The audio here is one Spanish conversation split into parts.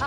No.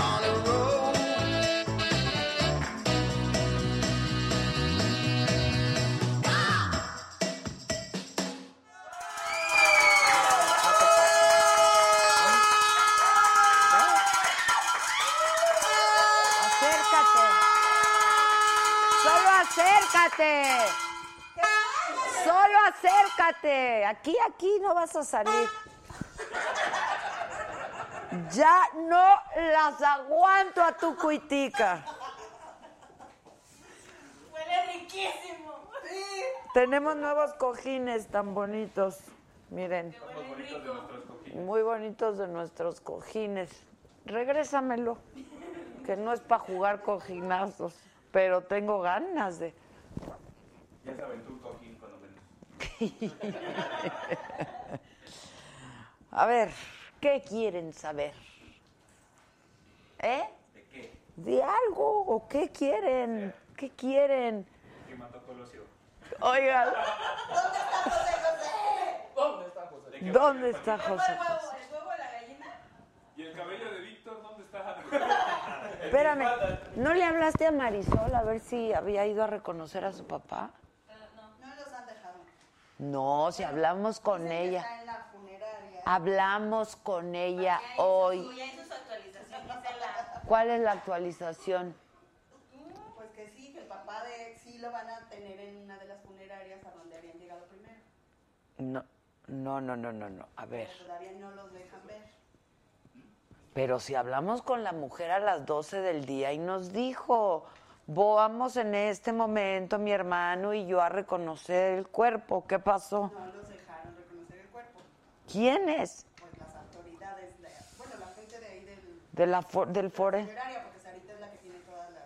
on a roll. Acércate. Solo acércate. Solo acércate. Aquí, aquí no vas a salir. Ya no las aguanto a tu cuitica. Huele riquísimo. Tenemos nuevos cojines tan bonitos. Miren. Muy bonitos de nuestros cojines. Regrésamelo, que no es para jugar cojinazos, pero tengo ganas de... Ya saben, tú cojín cuando menos. A ver, ¿qué quieren saber? ¿Eh? ¿De qué? ¿De algo? ¿O qué quieren? ¿Qué quieren? Oigan. ¿Dónde está José ¿El José? huevo, el huevo de la gallina? ¿Y el cabello de Víctor dónde está? Espérame, ¿no le hablaste a Marisol a ver si había ido a reconocer a su papá? No los han dejado. No, si hablamos con ella. Está en la funeraria. Hablamos con ella hoy. Ya hizo su actualización, Gisela. ¿Cuál es la actualización? Pues que sí, que el papá de sí lo van a tener en una de las funerarias a donde habían llegado primero. No, no, no, no, no, no. A ver, Pero todavía no los dejan ver. pero si hablamos con la mujer a las 12 del día y nos dijo, vamos en este momento mi hermano y yo a reconocer el cuerpo, ¿qué pasó? No los dejaron reconocer el cuerpo. ¿Quién es? Pues las autoridades, la- bueno, la gente de ahí del De la fo- del fore. funeraria, porque Sarita es la que tiene todas las.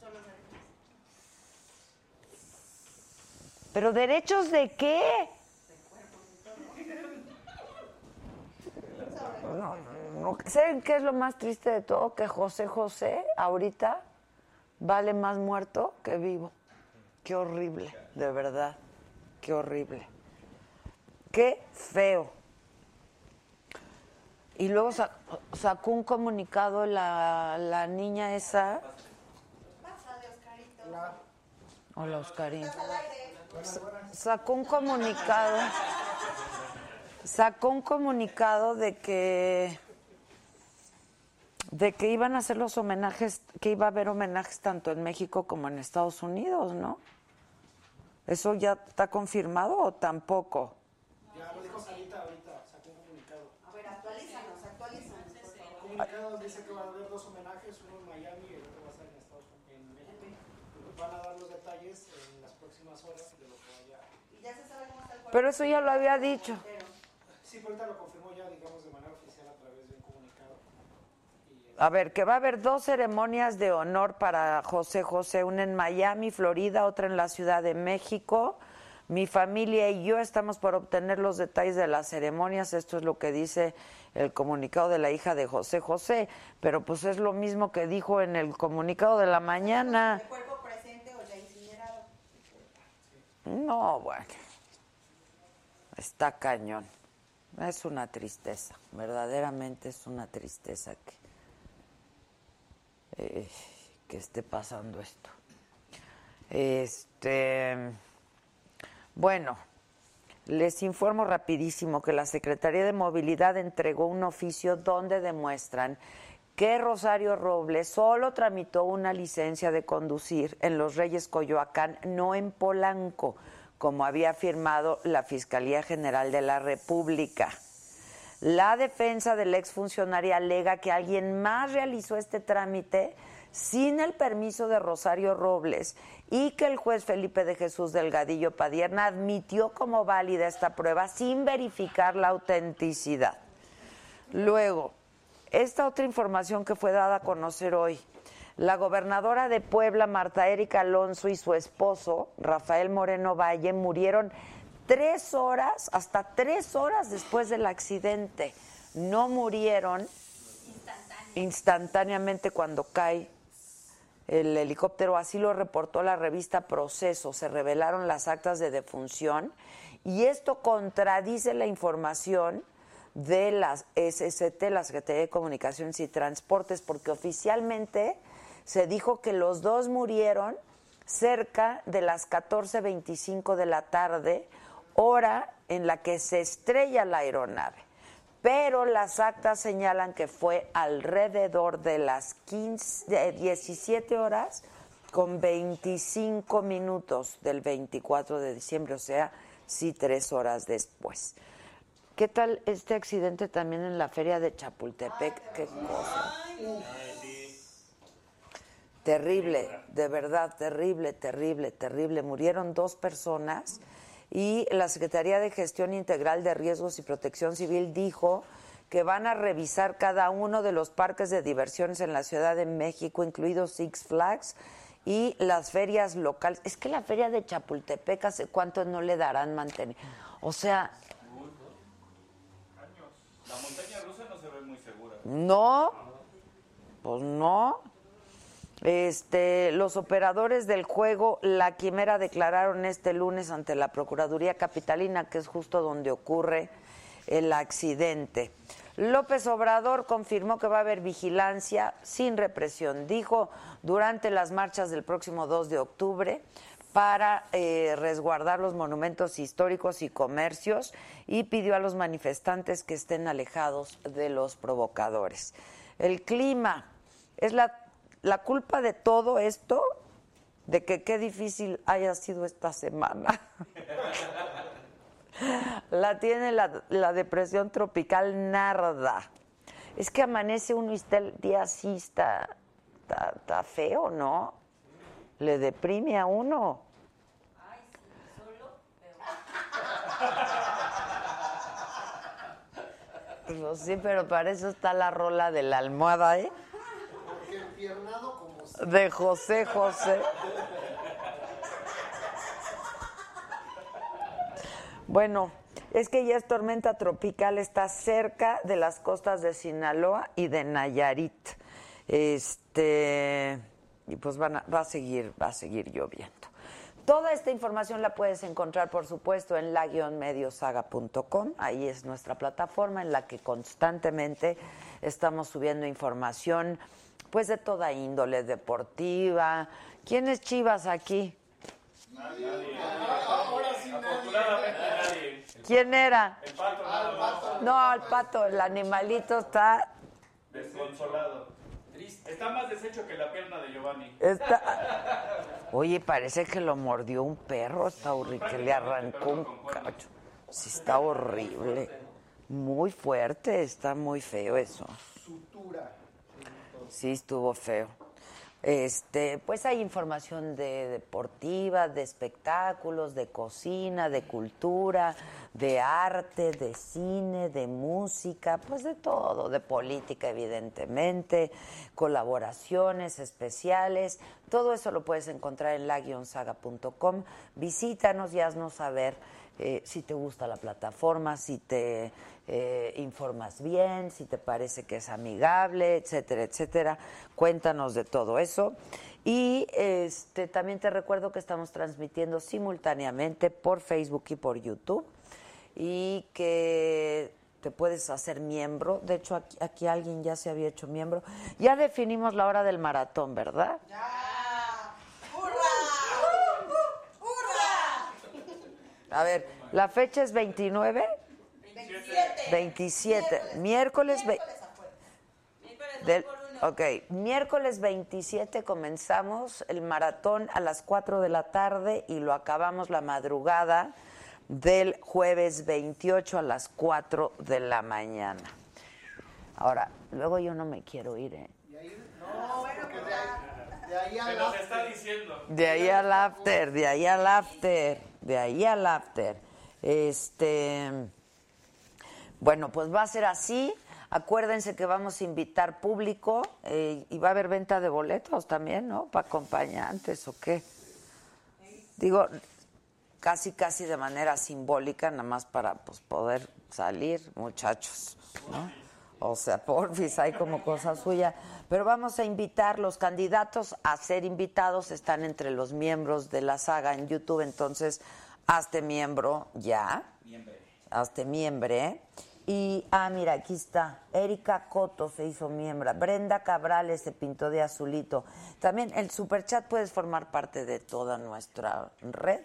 Son los derechos. ¿Pero derechos de qué? No, no, ¿Saben qué es lo más triste de todo? Que José José ahorita vale más muerto que vivo. Qué horrible, de verdad. Qué horrible. Qué feo. Y luego sa- sacó un comunicado la, la niña esa. Pásale, Oscarito. Hola, Oscarín. Al aire. sacó un comunicado, sacó un comunicado de que de que iban a hacer los homenajes, que iba a haber homenajes tanto en México como en Estados Unidos, ¿no? ¿Eso ya está confirmado o tampoco? A ver, actualízanos, actualízanos, por favor. comunicados dice que va a haber dos homenajes, uno en Miami y el otro va a ser en Estados Unidos, en México. Van a dar los detalles en las próximas horas de lo que vaya. Y ya se sabe cómo está el cuerpo. Pero eso ya lo había dicho. Pero, Sí, pero ahorita lo confirmó ya, digamos, de manera oficial a través de un comunicado. Y eh, A ver, que va a haber dos ceremonias de honor para José José, una en Miami, Florida, otra en la Ciudad de México. Mi familia y yo estamos por obtener los detalles de las ceremonias. Esto es lo que dice el comunicado de la hija de José José, pero pues es lo mismo que dijo en el comunicado de la mañana. ¿el cuerpo presente o ya incinerado? No, bueno. Está cañón. Es una tristeza, verdaderamente es una tristeza que, eh, que esté pasando esto. Este, bueno, les informo rapidísimo que la Secretaría de Movilidad entregó un oficio donde demuestran que Rosario Robles solo tramitó una licencia de conducir en Los Reyes Coyoacán, no en Polanco, como había afirmado la Fiscalía General de la República. La defensa del exfuncionario alega que alguien más realizó este trámite sin el permiso de Rosario Robles y que el juez Felipe de Jesús Delgadillo Padierna admitió como válida esta prueba sin verificar la autenticidad. Luego, esta otra información que fue dada a conocer hoy. La gobernadora de Puebla, Marta Erika Alonso, y su esposo, Rafael Moreno Valle, murieron tres horas, hasta tres horas después del accidente. No murieron instantáneamente cuando cae el helicóptero. Así lo reportó la revista Proceso. Se revelaron las actas de defunción y esto contradice la información de las SST, la Secretaría de Comunicaciones y Transportes, porque oficialmente se dijo que los dos murieron cerca de las 14.25 de la tarde, hora en la que se estrella la aeronave pero las actas señalan que fue alrededor de las 15, eh, 17 horas con 25 minutos del 24 de diciembre, o sea, sí tres horas después. ¿Qué tal este accidente también en la feria de Chapultepec? Qué cosa. Terrible, de verdad, terrible, terrible, terrible. Murieron dos personas y la Secretaría de Gestión Integral de Riesgos y Protección Civil dijo que van a revisar cada uno de los parques de diversiones en la Ciudad de México, incluidos Six Flags y las ferias locales. Es que la feria de Chapultepec, ¿hace cuánto no le darán mantener? O sea, La montaña rusa no se ve muy segura. No, pues no. Este, los operadores del juego La Quimera declararon este lunes ante la Procuraduría Capitalina, que es justo donde ocurre el accidente. López Obrador confirmó que va a haber vigilancia sin represión, dijo, durante las marchas del próximo 2 de octubre para eh, resguardar los monumentos históricos y comercios y pidió a los manifestantes que estén alejados de los provocadores. El clima es la, la culpa de todo esto, de que qué difícil haya sido esta semana. la tiene la, la depresión tropical Narda. Es que amanece uno y está el día así, está, está- está feo, ¿no? Le deprime a uno. Pues sí, pero para eso está la rola de la almohada, ¿eh? Porque empiernado como se De José José. Bueno, es que ya es tormenta tropical, está cerca de las costas de Sinaloa y de Nayarit. Este, y pues van a- va a seguir, va a seguir lloviendo. Toda esta información la puedes encontrar, por supuesto, en la-mediosaga.com. Ahí es nuestra plataforma en la que constantemente estamos subiendo información, pues de toda índole deportiva. ¿Quién es Chivas aquí? Afortunadamente nadie. ¿Quién era? El pato nada más. No, el pato, el animalito está, Desconsolado. Triste. Está más deshecho que la pierna de Giovanni. está. Oye, parece que lo mordió un perro, está horrible, que le arrancó un cacho. Sí, está horrible. Muy fuerte, está muy feo eso. sutura. Sí, estuvo feo. Este, pues hay información de deportiva, de espectáculos, de cocina, de cultura, de arte, de cine, de música, pues de todo, de política evidentemente, colaboraciones especiales, todo eso lo puedes encontrar en la-saga.com. Visítanos y haznos saber eh, si te gusta la plataforma, si te eh, informas bien, si te parece que es amigable, etcétera, etcétera. Cuéntanos de todo eso. Y este, también te recuerdo que estamos transmitiendo simultáneamente por Facebook y por YouTube y que te puedes hacer miembro. De hecho, aquí, aquí alguien ya se había hecho miembro. Ya definimos la hora del maratón, ¿verdad? ¡Ya! ¡Hurra! uh, ¡Hurra! A ver, la fecha es 29. 27. 27, miércoles, ve- Miércoles afuera. Miércoles del, dos por uno. ok, miércoles 27 comenzamos el maratón a las 4 de la tarde y lo acabamos la madrugada del jueves 28 a las 4 de la mañana. Ahora, luego yo no me quiero ir, ¿eh? Y ahí, no, bueno, que de ahí, de ahí Se al nos está after. diciendo. De ahí al after, de ahí al after, de ahí al after. Este. Bueno, pues va a ser así. Acuérdense que vamos a invitar público eh, y va a haber venta de boletos también, ¿no? Para acompañantes o qué. Digo, casi, casi de manera simbólica, nada más para pues, poder salir, muchachos. ¿no? O sea, porfis, hay como cosa suya. Pero vamos a invitar, los candidatos a ser invitados están entre los miembros de la saga en YouTube, entonces hazte miembro ya. Hazte miembro. este Y, ah, mira, aquí está. Erika Coto se hizo miembro. Brenda Cabrales se pintó de azulito. También el superchat puedes formar parte de toda nuestra red.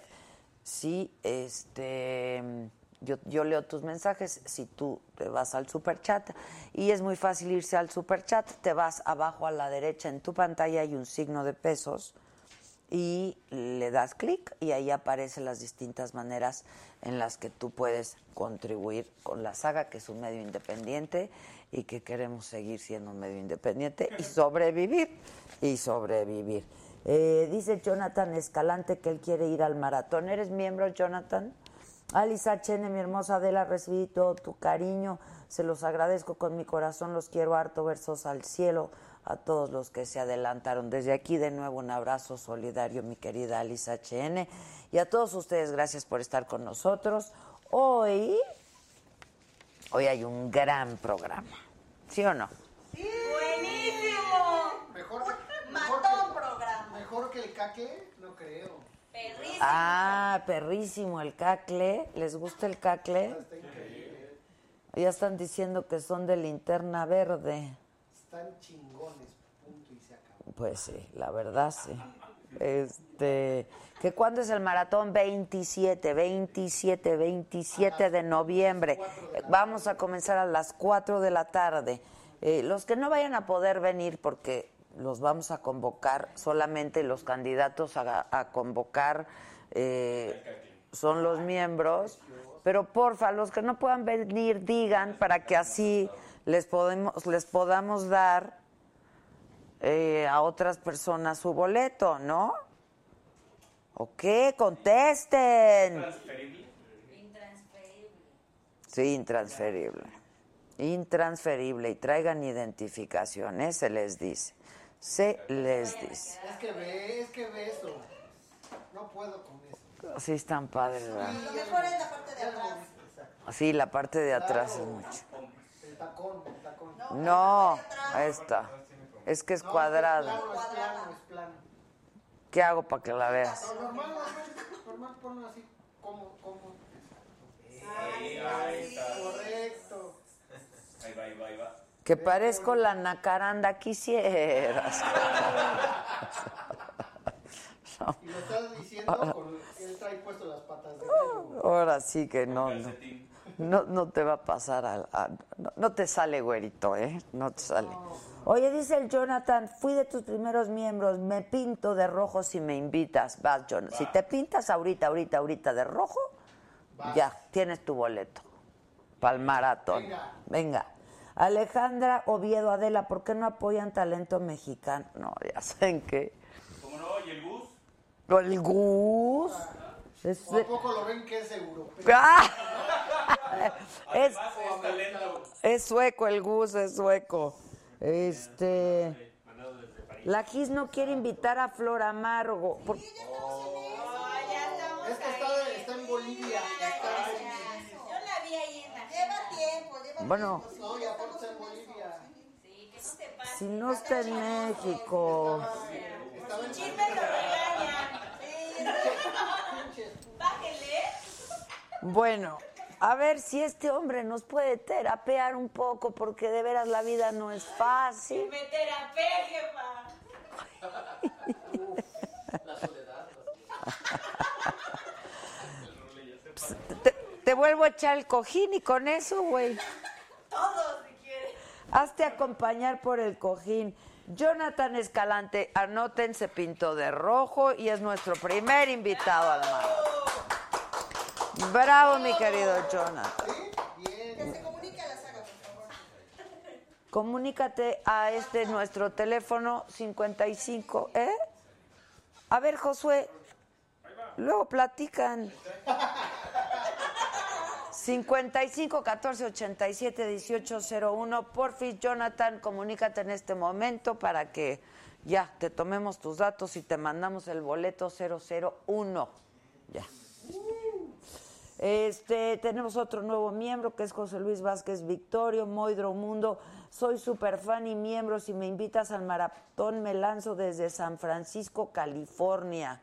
Sí, este, yo, yo leo tus mensajes si tú te vas al superchat. Y es muy fácil irse al superchat. Te vas abajo a la derecha en tu pantalla hay un signo de pesos y le das clic y ahí aparecen las distintas maneras en las que tú puedes contribuir con la saga, que es un medio independiente y que queremos seguir siendo un medio independiente y sobrevivir y sobrevivir. Eh, dice Jonathan Escalante que él quiere ir al maratón. ¿Eres miembro, Jonathan? Alisa Chene, mi hermosa Adela, recibí todo tu cariño. Se los agradezco con mi corazón. Los quiero harto. Versos al cielo a todos los que se adelantaron. Desde aquí, de nuevo, un abrazo solidario, mi querida Alisa HN. Y a todos ustedes, gracias por estar con nosotros. Hoy, hoy hay un gran programa. ¿Sí o no? ¡Buenísimo! Mejor, mejor, Mató un programa. mejor que el caque, no creo. Perrísimo. Ah, perrísimo el cacle. ¿Les gusta el cacle? Está increíble. Ya están diciendo que son de linterna verde. Están chingones, punto y se acabó. Pues sí, la verdad sí. Este, que cuándo es el maratón 27, 27, 27 de noviembre. Eh, Vamos a comenzar a las 4 de la tarde. Eh, los que no vayan a poder venir porque los vamos a convocar solamente los candidatos a, a convocar eh, son los miembros, pero porfa, los que no puedan venir digan para que así les podemos les podamos dar eh, a otras personas su boleto, ¿no? ¿O qué? Contesten. Transferible. Intransferible. Sí, intransferible. Intransferible. Y traigan identificaciones, se les dice. Se les dice. Es que ve, es que ve eso. No puedo con eso. Sí, están padres, ¿verdad? Lo mejor es la parte de atrás. Exacto. Sí, la parte de atrás es mucho. El tacón, el tacón. No, No, esta. Es que es cuadrada. Es plano, es plano. ¿Qué hago para que la veas? Lo normal, normal, normal, ponlo así, como, como. Ahí está. Correcto. Ahí va, ahí va, ahí va. Que parezco la nacaranda quisieras. Y lo estás diciendo Ah, con él trae puesto las patas de gallo. Ahora sí que no. no. Calcetín. No, no te va a pasar al- a- no, no te sale, güerito, ¿eh? No te sale. Oye, dice el Jonathan, fui de tus primeros miembros, me pinto de rojo si me invitas. Vas, Jonathan. Si te pintas ahorita, ahorita, ahorita de rojo, Vas. ya, tienes tu boleto. Para el maratón. Venga. Venga. Alejandra Oviedo Adela, ¿por qué no apoyan talento mexicano? No, ya saben que. Como no, y el bus. El Gus. Es- ¿O a poco lo ven que es europeo? ¡Ah! Es- Además, es talento. Es sueco el Gus, es sueco. Este. La Gis no quiere invitar a Flor Amargo. por- Es que está, está en Bolivia. Está en, Yo la vi ahí en la. Lleva tiempo, lleva Bueno. tiempo. no, y aparte está en Bolivia. Sí, que no te pase. si no está en México. Estaba en Chisme lo regañan. pinches. Bájele. Bueno, a ver si este hombre nos puede terapear un poco, porque de veras la vida no es fácil. Me terapé, jefa. Te, te vuelvo a echar el cojín y con eso, güey. Todo si quieres. Hazte acompañar por el cojín. Jonathan Escalante, anoten, se pintó de rojo y es nuestro primer invitado al mar. Bravo, mi querido Jonathan. Que se comunique a la saga, por favor. Comunícate a este nuestro teléfono 55, ¿eh? A ver, Josué, luego platican. 55 14 87 18 01. Porfis, Jonathan, comunícate en este momento para que ya te tomemos tus datos y te mandamos el boleto 001. Ya. Este, tenemos otro nuevo miembro que es José Luis Vázquez Victorio, Moidro Mundo. Soy super fan y miembro. Si me invitas al maratón, me lanzo desde San Francisco, California.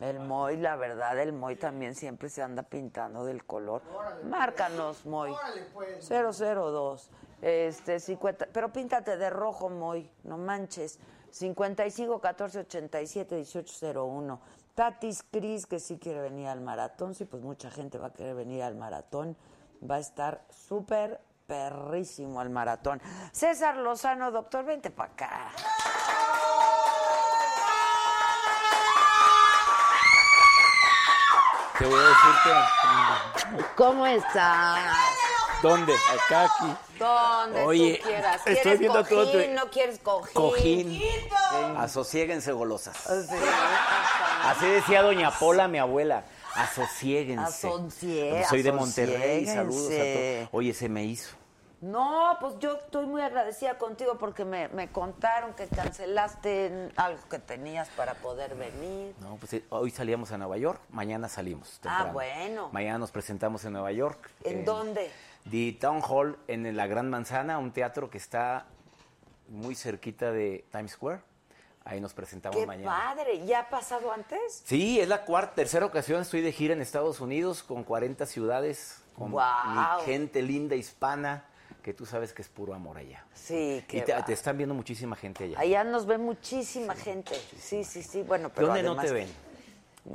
El Moy, la verdad, el Moy también siempre se anda pintando del color. Márcanos, Moy. Órale, pues. 002. Este, 50, pero píntate de rojo, Moy, no manches. 55 14 87 18 01. Tatis Cris, que sí quiere venir al maratón. Sí, pues mucha gente va a querer venir al maratón. Va a estar súper perrísimo al maratón. César Lozano, doctor, vente para acá. Te voy a decir ¿Cómo estás? que. ¿Dónde? Acá, aquí. ¿Dónde Oye, tú quieras? estoy ¿Quieres viendo cojín? todo tu- ¿No quieres cojín? Cojín. Asosiéguense golosas. Sí. Así decía doña Pola, mi abuela. Asosiéguense. Pues Asocie- Soy de Monterrey, saludos a asosiéguense. todos. Oye, se me hizo. No, pues yo estoy muy agradecida contigo porque me, me contaron que cancelaste algo que tenías para poder venir. No, pues eh, hoy salíamos a Nueva York, mañana salimos. temprano. Ah, bueno. Mañana nos presentamos en Nueva York. ¿En dónde? The Town Hall en la Gran Manzana, un teatro que está muy cerquita de Times Square. Ahí nos presentamos ¡Qué mañana. padre! ¿Ya ha pasado antes? Sí, es la cuarta, tercera ocasión estoy de gira en Estados Unidos con 40 ciudades, con Guau. mi gente linda hispana, que tú sabes que es puro amor allá. Sí, Y qué te, va. te están viendo muchísima gente allá. Allá nos ve muchísima gente. Sí, sí, sí. Bueno, pero ¿Dónde no además- te ven?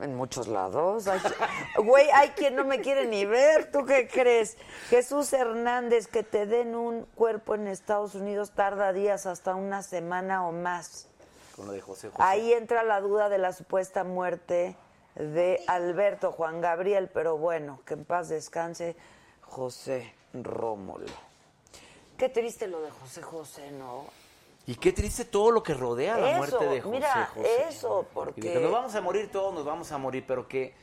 En muchos lados. Hay- Güey, hay quien no me quiere ni ver. ¿Tú qué crees? Jesús Hernández, que te den un cuerpo en Estados Unidos tarda días, hasta una semana o más. Con lo de José José. Ahí entra la duda de la supuesta muerte de Alberto Juan Gabriel, pero bueno, que en paz descanse José Rómulo. Qué triste lo de José José, ¿no? Y qué triste todo lo que rodea la Eso, muerte de José mira, José. eso, porque- Y de que nos vamos a morir todos, nos vamos a morir, pero que,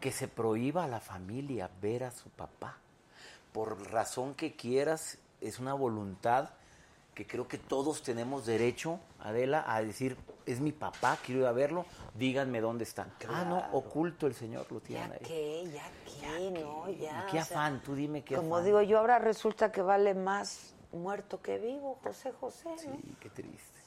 que se prohíba a la familia ver a su papá. Por razón que quieras, es una voluntad que creo que todos tenemos derecho, Adela, a decir, es mi papá, quiero ir a verlo, díganme dónde está. Ah, no, oculto el señor lo Ya tiene ahí. qué, ya qué, ¿no? Ya. Qué o sea, afán, tú dime qué Como afán. digo yo, ahora resulta que vale más muerto que vivo José José, ¿no? Sí, qué triste.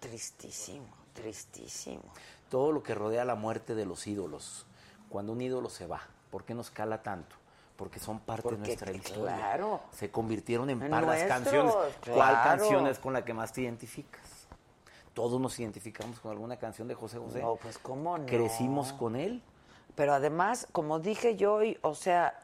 Tristísimo, tristísimo. todo lo que rodea la muerte de los ídolos. Cuando un ídolo se va, ¿por qué nos cala tanto? Porque son parte Porque, de nuestra historia. claro. Se convirtieron en En par las nuestros, canciones. ¿Cuál claro. canción es con la que más te identificas? Todos nos identificamos con alguna canción de José José. No, pues, ¿cómo no? Crecimos con él. Pero además, como dije yo, hoy, o sea,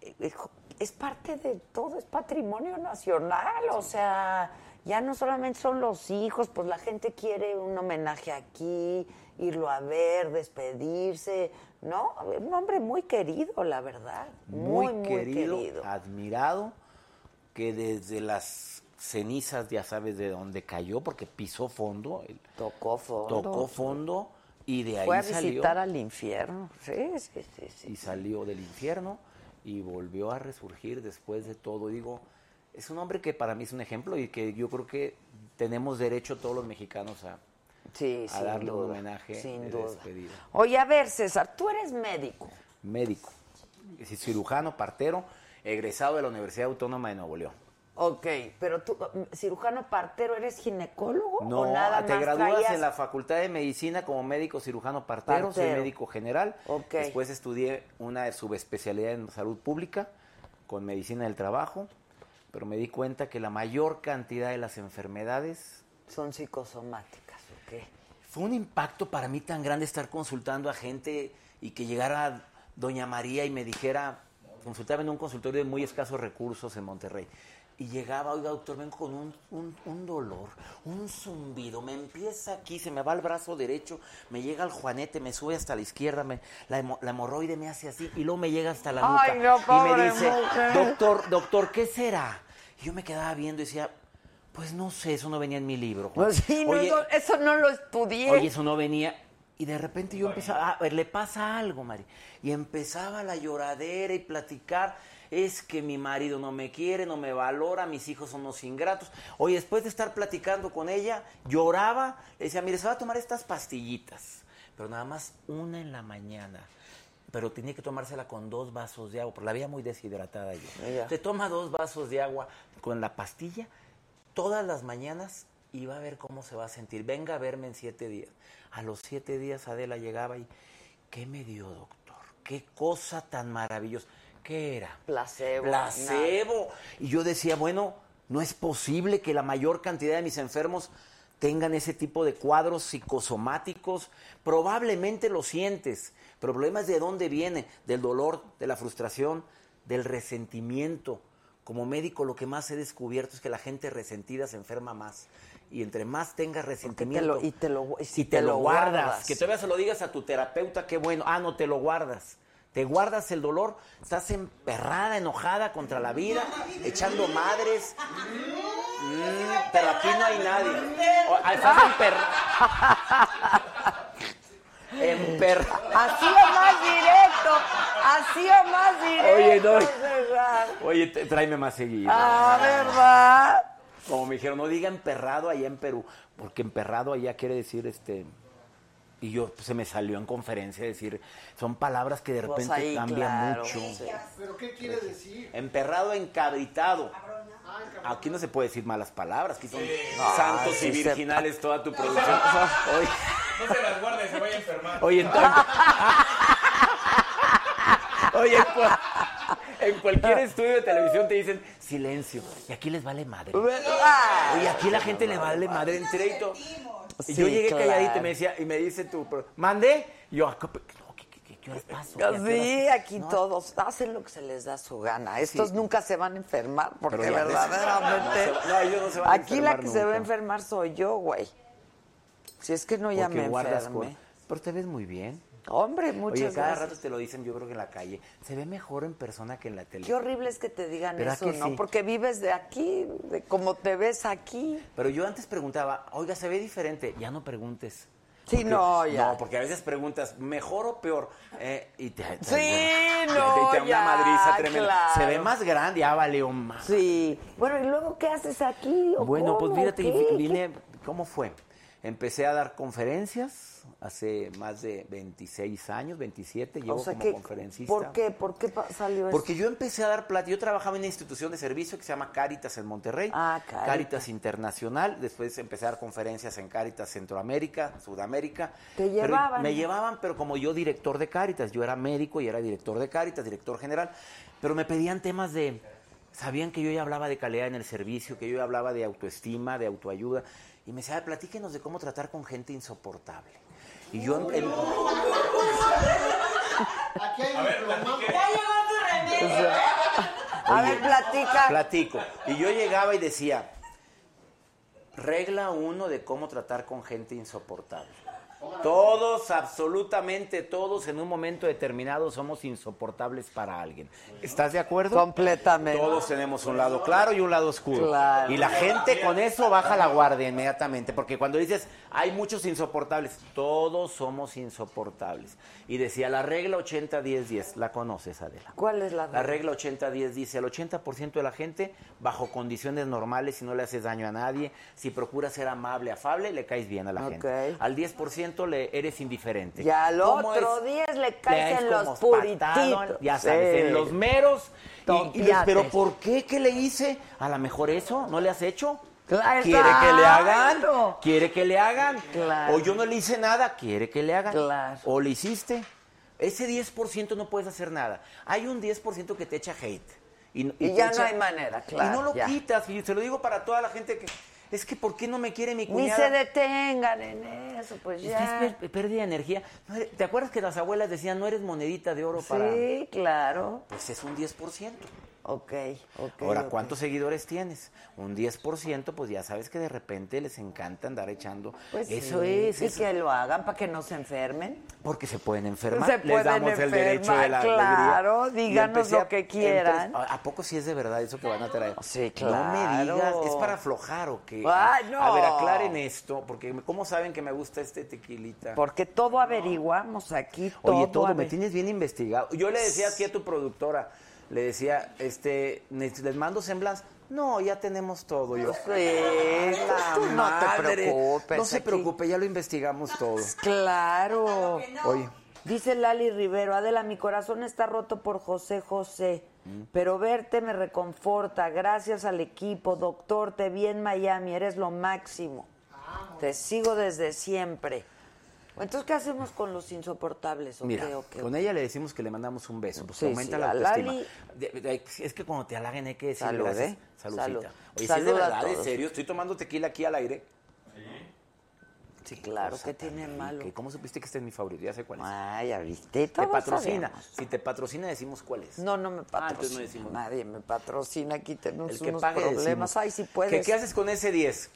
eh, eh, jo- es parte de todo, es patrimonio nacional, o sea, ya no solamente son los hijos, pues la gente quiere un homenaje aquí, irlo a ver, despedirse, ¿no? Un hombre muy querido, la verdad, muy, muy querido. Ah, admirado, que desde las cenizas, ya sabes de dónde cayó, porque pisó fondo, él Tocó fondo. tocó fondo y de ahí Fue a salió. visitar al infierno, sí, sí, sí. sí. y salió del infierno y volvió a resurgir después de todo. Digo, es un hombre que para mí es un ejemplo y que yo creo que tenemos derecho todos los mexicanos a... Sí, a sin darle un duda, homenaje sin de duda. despedida. Oye, a ver, César, tú eres médico. Médico, es decir, cirujano, partero, egresado de la Universidad Autónoma de Nuevo León. Ok, pero tú, mm, cirujano partero, ¿eres ginecólogo? No, o Uh, nada te más gradúas traías- en la Facultad de Medicina como médico cirujano partero, soy Partero. médico general. Ok. Después estudié una subespecialidad en salud pública con medicina del trabajo, pero me di cuenta que la mayor cantidad de las enfermedades Son psicosomáticas, ok. Fue un impacto para mí tan grande estar consultando a gente y que llegara Doña María y me dijera, consultaba en un consultorio de muy escasos recursos en Monterrey. Y llegaba, oiga, doctor, vengo con un, un- un dolor, un zumbido, me empieza aquí, se me va el brazo derecho, me llega al juanete, me sube hasta la izquierda, me, la, hemo- la hemorroide me hace así y luego me llega hasta la nuca. Ay, no, y pobre me dice, mujer. doctor, doctor, ¿qué será? Y yo me quedaba viendo y decía, pues no sé, eso no venía en mi libro. Juan". Pues Sí, no, Oye, eso, eso no lo estudié. Oye, eso no venía. Y de repente yo empezaba, a ver, le pasa algo, Mari. Y empezaba la lloradera y platicar. Es que mi marido no me quiere, no me valora, mis hijos son unos ingratos. Oye, después de estar platicando con ella, lloraba, le decía, mire, se va a tomar estas pastillitas, pero nada más una en la mañana. pero tenía que tomársela con dos vasos de agua, porque la veía muy deshidratada yo. Ya. Se toma dos vasos de agua con la pastilla todas las mañanas y va a ver cómo se va a sentir. Venga a verme en siete días. A los siete días Adela llegaba y, ¿qué me dio, doctor? ¿Qué cosa tan maravillosa? ¿Qué era? Placebo. nada. placebo. Y yo decía, bueno, no es posible que la mayor cantidad de mis enfermos tengan ese tipo de cuadros psicosomáticos. Probablemente lo sientes, pero el problema es de dónde viene, del dolor, de la frustración, del resentimiento. Como médico lo que más he descubierto es que la gente resentida se enferma más. Y entre más tengas resentimiento... y te lo- y si y te lo guardas, que todavía se lo digas a tu terapeuta, qué bueno. Ah, no, te lo guardas. Te guardas el dolor, estás emperrada, enojada contra la vida, echando madres. Mm, pero aquí no hay nadie. O- ah, Estás emperrada. Emperrada. Así o más directo, así o más directo. Oye, no. César. Oye, te- tráeme más seguido. Ah, ¿verdad? Como me dijeron, no diga emperrado allá en Perú, porque emperrado allá quiere decir este. Y yo pues, se me salió en conferencia decir, son palabras que de Pues repente ahí, cambian claro, mucho. sí. ¿Pero qué quiere decir? Emperrado, encabritado. Ah, el cabrón. Aquí no se puede decir malas palabras, aquí son Ah, santos sí y se- virginales toda tu producción. Oye, No se las guarde, se vaya a enfermar. oye, en, oye, en cual- en cualquier estudio de televisión te dicen silencio. Y aquí les vale madre. ¿Verdad? Oye, aquí la gente le vale madre enterito. Y yo Sí, llegué claro. calladito y me decía, y me dice tú, ¿mandé? Y yo, "Ah, ¿qué- no, ¿qué, qué- qué- qué horas paso? ¿Y a qué Sí, horas-?" aquí No, todos hacen lo que se les da su gana. Estos nunca se van a enfermar porque Pero ya ves. verdaderamente. No se va- no, ellos no se van a aquí la enfermar que se va a nunca. enfermar soy yo, güey. Si es que no ya porque me guardas enfermé. cosas. Pero te ves muy bien. Hombre, muchas Oye, cada gracias. rato te lo dicen, yo creo que en la calle. Se ve mejor en persona que en la tele. Qué horrible es que te digan ¿Verdad eso, que ¿no? sí? Porque vives de aquí, de cómo te ves aquí. Pero yo antes preguntaba, oiga, se ve diferente. Ya no preguntes. Sí, no, ya. No, porque a veces preguntas, ¿mejor o peor? Eh, y te, te- Sí, te- no, te- te da ya, una madriza tremenda. claro. Se ve más grande, ya valió más. Sí. Bueno, ¿y luego qué haces aquí? ¿O Bueno, pues cómo? fíjate, ¿Qué? vi- ¿Qué vine, ¿cómo fue? Empecé a dar conferencias hace más de 26 años, 27, llevo O sea, como que, conferencista. ¿Por qué? ¿Por qué pa- salió Porque eso? yo empecé a dar plata. Yo trabajaba en una institución de servicio que se llama Caritas en Monterrey. Ah, Cáritas. Internacional. Después empecé a dar conferencias en Caritas Centroamérica, Sudamérica. Te Pero llevaban. me llevaban, pero como yo director de Caritas. Yo era médico y era director de Caritas, director general. Pero me pedían temas de... Sabían que yo ya hablaba de calidad en el servicio, que yo ya hablaba de autoestima, de autoayuda. Y me decía, "Ay, platíquenos de cómo tratar con gente insoportable. Y yo... em- em- Aquí hay un diplomado. Ya llegó tu remedio. A ver, platica. Platico. Y yo llegaba y decía, regla uno de cómo tratar con gente insoportable. Todos, absolutamente todos, en un momento determinado somos insoportables para alguien. ¿Estás de acuerdo? Completamente. Todos tenemos un lado claro y un lado oscuro. Claro. Y la gente con eso baja la guardia inmediatamente, porque cuando dices hay muchos insoportables, todos somos insoportables. Y decía la regla 80-10-10, la conoces Adela. ¿Cuál es la La regla 80-10 dice, el 80% de la gente, bajo condiciones normales, si no le haces daño a nadie, si procuras ser amable, afable, le caes bien a la gente. Ok. Al 10% le eres indiferente. Y al ¿Cómo otro es? 10 le caes es en como los espantado, purititos. Ya sabes, Sí. en los meros. Y- y dices, Topiates. Pero ¿por qué? ¿Qué le hice? A lo mejor eso, ¿no le has hecho? Claro, quiere que le hagan, exacto. quiere que le hagan. Claro. O yo no le hice nada, quiere que le hagan. Claro. O le hiciste. Ese 10% no puedes hacer nada. Hay un 10% que te echa hate. Y, Y te ya no hay manera, claro, Y no lo ya. quitas. Y se lo digo para toda la gente que. Es que ¿por qué no me quiere mi Ni cuñada? se detengan en eso, pues Es que ya. es per- pérdida de energía. No eres- ¿Te acuerdas que las abuelas decían no eres monedita de oro para.? Sí, claro. Pues es un 10%. Ok, ok. Ahora, ok. ¿cuántos seguidores tienes? Un 10%, pues ya sabes que de repente les encanta andar echando. Pues eso sí, es. sí eso- que lo hagan para que no se enfermen. Porque se pueden enfermar. Se les pueden damos el derecho enfermar, de la claro, alegría. Y díganos empecé lo que quieran. entonces, ¿A a poco sí es de verdad eso que van a traer? Sí, No me digas, claro. es para aflojar o qué. Ah, no. A ver, aclaren esto, porque ¿cómo saben que me gusta este tequilita? Porque todo averiguamos aquí. Todo Oye, todo, me aver- tienes bien investigado. Yo le decía aquí a tu productora, le decía, este, ne- les mando semblanza. No, ya tenemos todo. Yo, Sí, "La tú no te madre". preocupes. No se aquí- preocupe, ya lo investigamos todo. Claro. Oye, Dice Lali Rivero, Adela, mi corazón está roto por José José, Mm. pero verte me reconforta. Gracias al equipo, doctor, te vi en Miami, eres lo máximo. Te sigo desde siempre. Entonces, ¿qué hacemos con los insoportables? ¿O Mira, qué, o qué, o con qué? ella le decimos que le mandamos un beso, porque Sí, aumenta sí, la a autoestima. Lali- De- de- es que cuando te halaguen hay que decir Salud, gracias. ¿eh? Saludcita. Salud. Oye, si es Salud de a verdad, en todos. serio, estoy tomando tequila aquí al aire. Sí, claro, Cosa ¿qué tan tiene de rica. malo? ¿Y ¿Cómo supiste que este es mi favorito? Ya sé cuál es. Ay, ya viste, te todos patrocina. sabíamos. Si te patrocina, decimos cuál es. No, no me Ah, patrocina. entonces no decimos. Nadie me patrocina, aquí tenemos El que pues, unos pague problemas. decimos. Ay, si puedes. ¿Qué, qué haces con ese 10?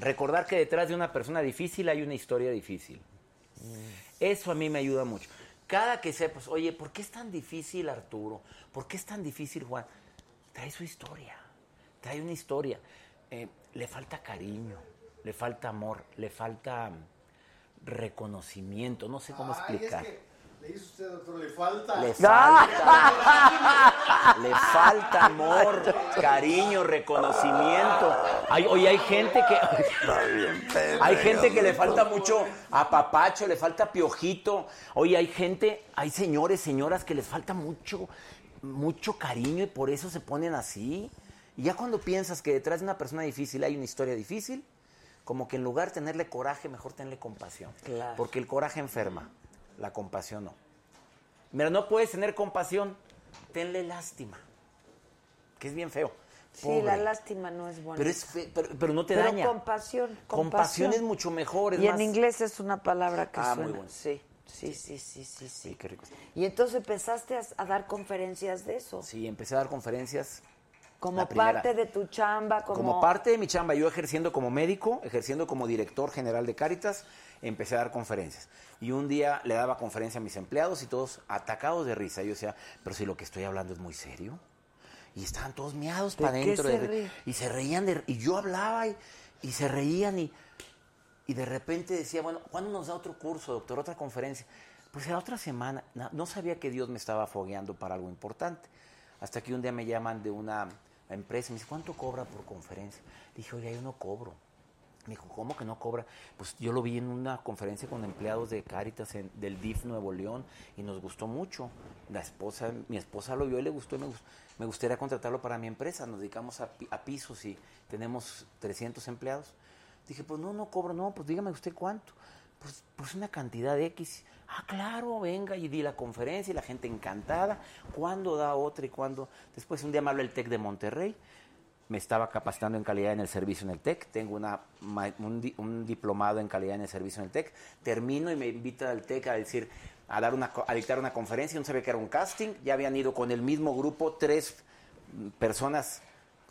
Recordar que detrás de una persona difícil hay una historia difícil. Mm. Eso a mí me ayuda mucho. Cada que sepas, oye, ¿por qué es tan difícil Arturo? ¿Por qué es tan difícil Juan? Trae su historia, trae una historia. Eh, le falta cariño, le falta amor, le falta mm, reconocimiento, no sé cómo explicar. Ay, es que le dice usted, doctor, le falta. Le falta, le falta amor, cariño, reconocimiento. Hay, oye, hay gente que. Hay gente que le falta mucho apapacho, le falta piojito. Oye, hay gente, hay señores, señoras que les falta mucho, mucho cariño y por eso se ponen así. Y ya cuando piensas que detrás de una persona difícil hay una historia difícil, como que en lugar de tenerle coraje, mejor tenerle compasión. Claro. Porque el coraje enferma, la compasión no. Mira, no puedes tener compasión, tenle lástima. Que es bien feo. Sí, la Pobre. lástima no es buena. Pero, es fe- pero, pero no te Pero daña. compasión, compasión. Compasión es mucho mejor. Es Y en más- inglés es una palabra que Ah, muy suena. bueno. Sí, sí, sí, sí, sí, sí. Sí, qué rico. Y entonces empezaste a, a dar conferencias de eso, Sí, empecé a dar conferencias. como la primera. parte de tu chamba, como, Como... parte de mi chamba, yo ejerciendo como médico, ejerciendo como director general de Cáritas, empecé a dar conferencias. Y un día le daba conferencia a mis empleados y todos atacados de risa. Yo decía, pero si lo que estoy hablando es muy serio. Y estaban todos miados ¿De para qué adentro. se de- ríe? y se reían, de- y yo hablaba y, y se reían. Y, y de repente decía, bueno, ¿cuándo nos da otro curso, doctor? ¿Otra conferencia? Pues era otra semana. No, no sabía que Dios me estaba fogueando para algo importante. Hasta que un día me llaman de una empresa y me dice, ¿cuánto cobra por conferencia? Dije, oye, yo no cobro. Me dijo, ¿cómo que no cobra? Pues yo lo vi en una conferencia con empleados de Cáritas en- del DIF Nuevo León y nos gustó mucho. La esposa, mi esposa lo vio y le gustó y me, gus- me gustaría contratarlo para mi empresa. Nos dedicamos a, pi- a pisos y tenemos 300 empleados. Dije, pues no, no cobro, no, pues dígame usted cuánto. Pues, pues una cantidad de X. Ah, claro, venga, y di la conferencia y la gente encantada. ¿Cuándo da otra y cuándo? Después un día me habló el TEC de Monterrey me estaba capacitando en calidad en el servicio en el TEC, tengo una, ma- un, di- un diplomado en calidad en el servicio en el TEC, termino y me invita al TEC a decir, a, dar una, co- a dictar una conferencia, yo no sabía que era un casting, ya habían ido con el mismo grupo tres mm, personas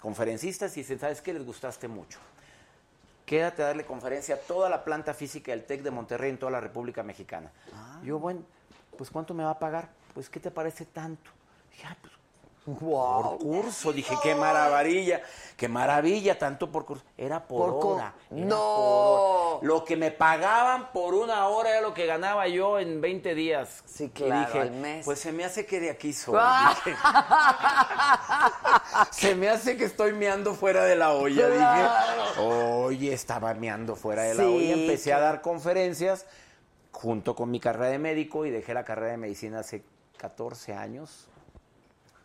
conferencistas y dicen, ¿sabes qué? Les gustaste mucho. Quédate a darle conferencia a toda la planta física del TEC de Monterrey en toda la República Mexicana. Ah. Yo, bueno, pues ¿cuánto me va a pagar? Pues ¿qué te parece tanto? Dije, ah, pues por curso. Dije, qué maravilla, qué maravilla, tanto por curso. Era por, Por cu- hora. era ¡No! por hora. Lo que me pagaban por una hora era lo que ganaba yo en 20 días. Sí, Y claro, dije, al mes. Ah. Pues se me hace que de aquí soy. Dije, se me hace que estoy meando fuera de la olla. Dije, oye, estaba meando fuera de la Sí, olla. Empecé a dar conferencias junto con mi carrera de médico y dejé la carrera de medicina hace 14 años.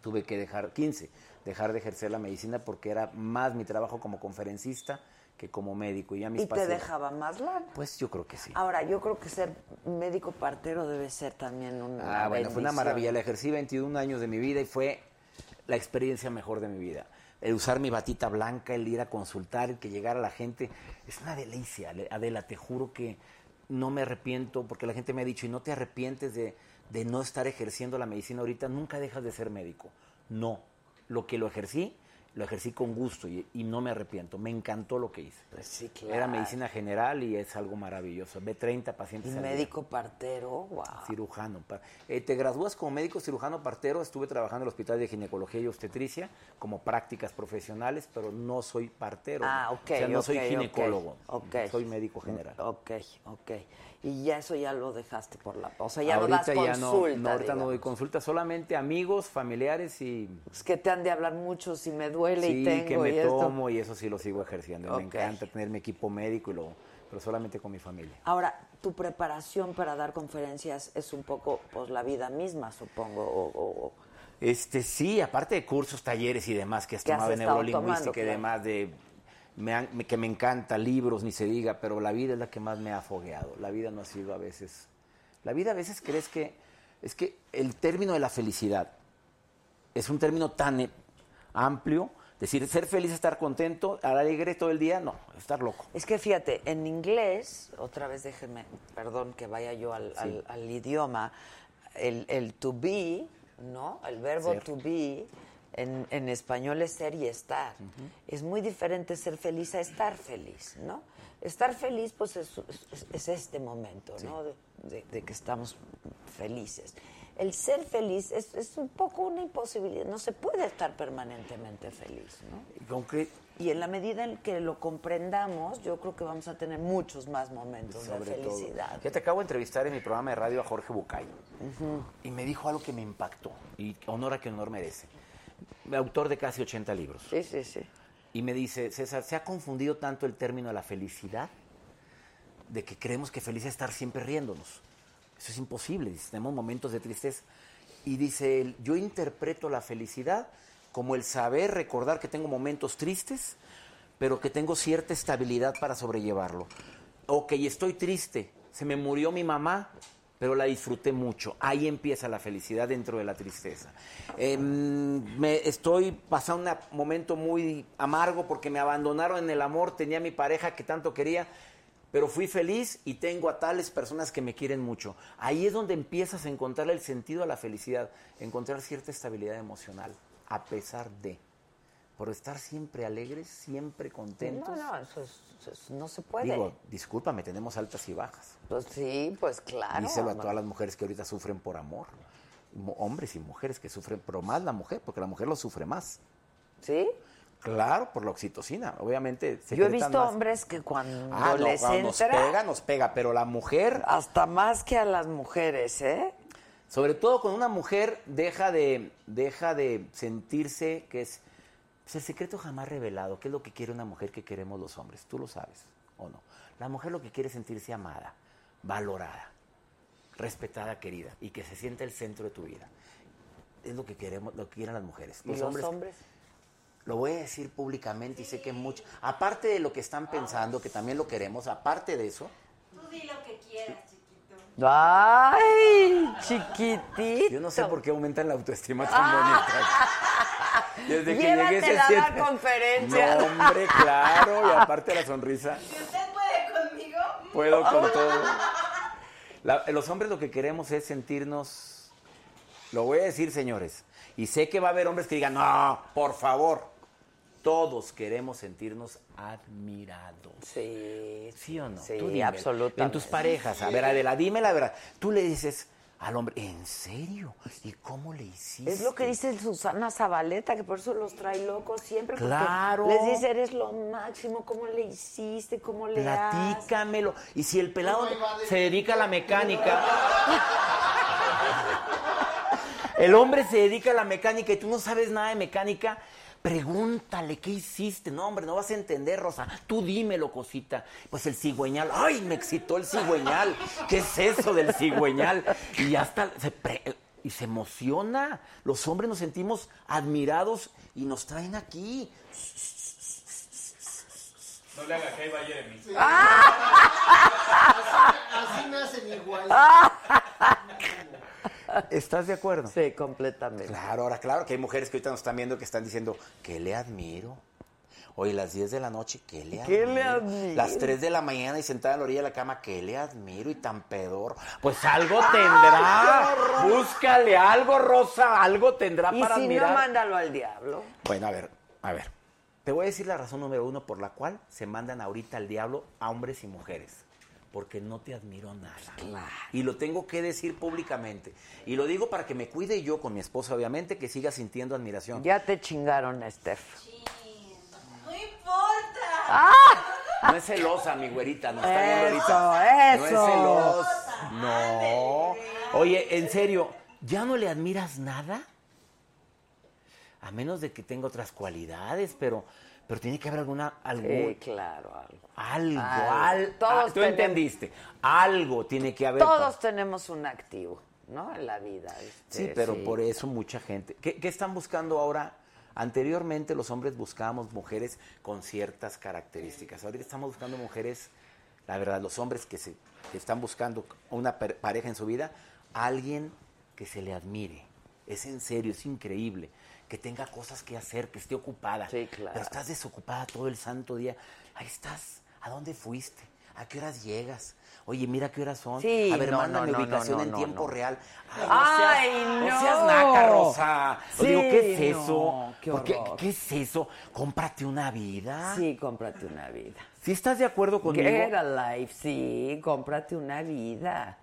Tuve que dejar, 15, dejar de ejercer la medicina porque era más mi trabajo como conferencista que como médico. Y ya mis y te pacientes- dejaba más lana. Pues yo creo que sí. Ahora, yo creo que ser médico partero debe ser también una Ah, bueno, fue una bendición. maravilla. La ejercí 21 años de mi vida y fue la experiencia mejor de mi vida. El usar mi batita blanca, el ir a consultar, el que llegara la gente, es una delicia. Le- Adela, te juro que no me arrepiento porque la gente me ha dicho, y no te arrepientes de, de no estar ejerciendo la medicina ahorita, nunca dejas de ser médico. No, lo que lo ejercí, lo ejercí con gusto y, y no me arrepiento. Me encantó lo que hice. Pues sí, claro. Era medicina general y es algo maravilloso. Ve 30 Y pacientes. al día médico partero, wow. cirujano. pa- eh, te gradúas como médico cirujano partero, estuve trabajando en el Hospital de Ginecología y Obstetricia como prácticas profesionales, pero no soy partero. Ah, ¿no? ok. O sea, no ok, soy ok, ginecólogo, ok. soy médico general. Ok, ok. Y ya eso ya lo dejaste por la... O sea, ya ahorita no das ya no, consulta, no, ahorita no doy digamos. pues, consulta, solamente amigos, familiares y Es que te han de hablar mucho si me duele y sí, tengo que me y esto. tomo y eso sí lo sigo ejerciendo. Ok. Me encanta tener mi equipo médico, y lo, pero solamente con mi familia. Ahora, tu preparación para dar conferencias es un poco pues la vida misma, supongo. o- o- o- Este sí, aparte de cursos, talleres y demás que has Que has tomado en estado neurolingüística tomando, y claro. demás de me han- me- que me encanta libros ni se diga, pero la vida es la que más me ha fogueado. La vida no ha sido a veces. La vida a veces crees que es que el término de la felicidad es un término tan eh, amplio. Decir ser feliz, estar contento, alegre todo el día, no, estar loco. Es que fíjate, en inglés, otra vez déjenme, perdón que vaya yo al, al- al idioma, el, el to be, ¿no? El verbo Ser. to be en, en español es ser y estar. Es muy diferente ser feliz a estar feliz, ¿no? Estar feliz, pues es, es- es este momento, ¿no? De, de- de que estamos felices. El ser feliz es, es un poco una imposibilidad. No se puede estar permanentemente feliz, ¿no? Con que- Y en la medida en que lo comprendamos, yo creo que vamos a tener muchos más momentos de sobre todo. felicidad. Ya te acabo de entrevistar en mi programa de radio a Jorge Bucay. Y me dijo algo que me impactó. Y honor a que honor merece. Autor de casi 80 libros. Sí, sí, sí. Y me dice, César, se ha confundido tanto el término de la felicidad de que creemos que feliz es estar siempre riéndonos. Eso es imposible, dice, tenemos momentos de tristeza. Y dice él, yo interpreto la felicidad como el saber recordar que tengo momentos tristes, pero que tengo cierta estabilidad para sobrellevarlo. Ok, estoy triste, se me murió mi mamá, pero la disfruté mucho. Ahí empieza la felicidad dentro de la tristeza. Em, me estoy pasando un momento muy amargo porque me abandonaron en el amor, tenía mi pareja que tanto quería, pero fui feliz y tengo a tales personas que me quieren mucho. Ahí es donde empiezas a encontrar el sentido a la felicidad, encontrar cierta estabilidad emocional, a pesar de. Por estar siempre alegres, siempre No, contentos. no, eso es- eso es- no se puede. Digo, discúlpame, tenemos altas y bajas. pues sí, pues claro. Díselo a todas las mujeres que ahorita sufren por amor. Mo- Hombres y mujeres que sufren, pero más la mujer, porque la mujer lo sufre más. ¿Sí? Claro, por la oxitocina, obviamente. Yo he secretan visto más. hombres que cuando Ah, no, les cuando nos entra, pega, nos pega, pero la mujer hasta más que a las mujeres, ¿eh? Sobre todo cuando una mujer deja de, deja de sentirse que es pues, el secreto jamás revelado. ¿Qué es lo que quiere una mujer que queremos los hombres? Tú lo sabes, ¿o no? La mujer lo que quiere es sentirse amada, valorada, respetada, querida, y que se sienta el centro de tu vida. Es lo que queremos, lo que quieren las mujeres. Y los hombres, Lo voy a decir públicamente y sé que mucho. Aparte de lo que están pensando, que también lo queremos, aparte de eso, Tú di lo que quieras, chiquito. ¡Ay, chiquitito! Yo no sé por qué aumentan la autoestima tan bonita. Desde Ah. Llévatela a dar conferencias. No, hombre, claro, y aparte la sonrisa, Si usted puede conmigo, puedo Oh. con todo. La- los hombres lo que queremos es sentirnos. Lo voy a decir, señores. Y sé que va a haber hombres que digan, no, por favor. Todos queremos sentirnos admirados. Sí, ¿Sí o no? Sí, Tú dime. absolutamente. En tus parejas, a ver, Adela, dime la verdad. Tú le dices al hombre, ¿en serio? ¿Y cómo le hiciste? Es lo que dice Susana Zabaleta, que por eso los trae locos siempre. porque Claro. Les dice, eres lo máximo, ¿cómo le hiciste? ¿Cómo le haces?". Platícamelo. Y si el pelado se dedica a la mecánica. El hombre se dedica a la mecánica y tú no sabes nada de mecánica. Pregúntale, ¿qué hiciste? No, hombre, no vas a entender, Rosa. Tú dímelo, cosita. Pues el cigüeñal. ¡Ay, me excitó el cigüeñal! ¿Qué es eso del cigüeñal? Y hasta se, pre- y se emociona. Los hombres nos sentimos admirados y nos traen aquí. No le haga que ahí va Jeremy. Así nacen igual. Ah. ¿Estás de acuerdo? Sí, completamente. Claro, ahora claro que hay mujeres que ahorita nos están viendo que están diciendo, que le admiro? Hoy las 10 de la noche, ¿qué le ¿Qué admiro? le admiro? Las 3 de la mañana y sentada a la orilla de la cama, ¿qué le admiro? Y tan pedor. Pues algo tendrá. Búscale algo, Rosa, algo tendrá Y para si admirar. no, mándalo al diablo. Bueno, a ver, a ver. Te voy a decir la razón número uno por la cual se mandan ahorita al diablo a hombres y mujeres. Porque no te admiro nada. Pues Y lo tengo que decir públicamente. Y lo digo para que me cuide yo con mi esposa, obviamente, que siga sintiendo admiración. Ya te chingaron, Steph. chin. No importa. Ah. No es celosa, mi güerita, no está viendo Eso, ahorita. eso. No es celosa. No. Oye, en serio, ¿ya no le admiras nada? a menos de que tenga otras cualidades, pero, pero tiene que haber alguna, algún, Sí, claro, algo. algo, Algo. al- Todos ah, tú tenemos- entendiste, algo tiene que haber. Todos tenemos un activo, ¿no? En la vida. Sí, este, pero por eso mucha gente. ¿Qué, qué están buscando ahora? Anteriormente los hombres buscábamos mujeres con ciertas características. Ahorita estamos buscando mujeres, la verdad, los hombres que, se, que están buscando una per- pareja en su vida, alguien que se le admire. Es en serio, es increíble. Que tenga cosas que hacer, que esté ocupada. Sí, claro. Pero estás desocupada todo el santo día. Ahí estás. ¿A dónde fuiste? ¿A qué horas llegas? Oye, mira qué horas son. Sí, A ver, no, no, mándame no, ubicación no, en no, tiempo no. real. ¡Ay, No no! seas, no seas naca, Rosa. Sí, Digo, ¿qué es no, eso? qué ¿Por horror. ¿Qué es eso? Cómprate una vida. Sí, cómprate una vida. Si estás de acuerdo conmigo. Get a life, sí, cómprate una vida.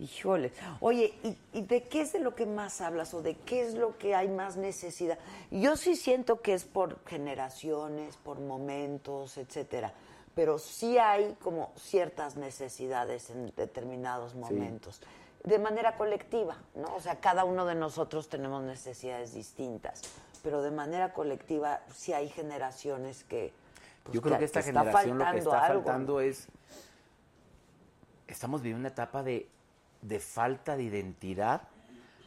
Híjole. Oye, ¿y, y de qué es de lo que más hablas o de qué es lo que hay más necesidad? Yo sí siento que es por generaciones, por momentos, etcétera. Pero sí hay como ciertas necesidades en determinados momentos. De manera colectiva, ¿no? O sea, cada uno de nosotros tenemos necesidades distintas. Pero de manera colectiva sí hay generaciones que. pues, Yo creo que esta está generación lo que faltando está algo, ¿no? faltando es. Estamos viviendo una etapa de, de falta de identidad.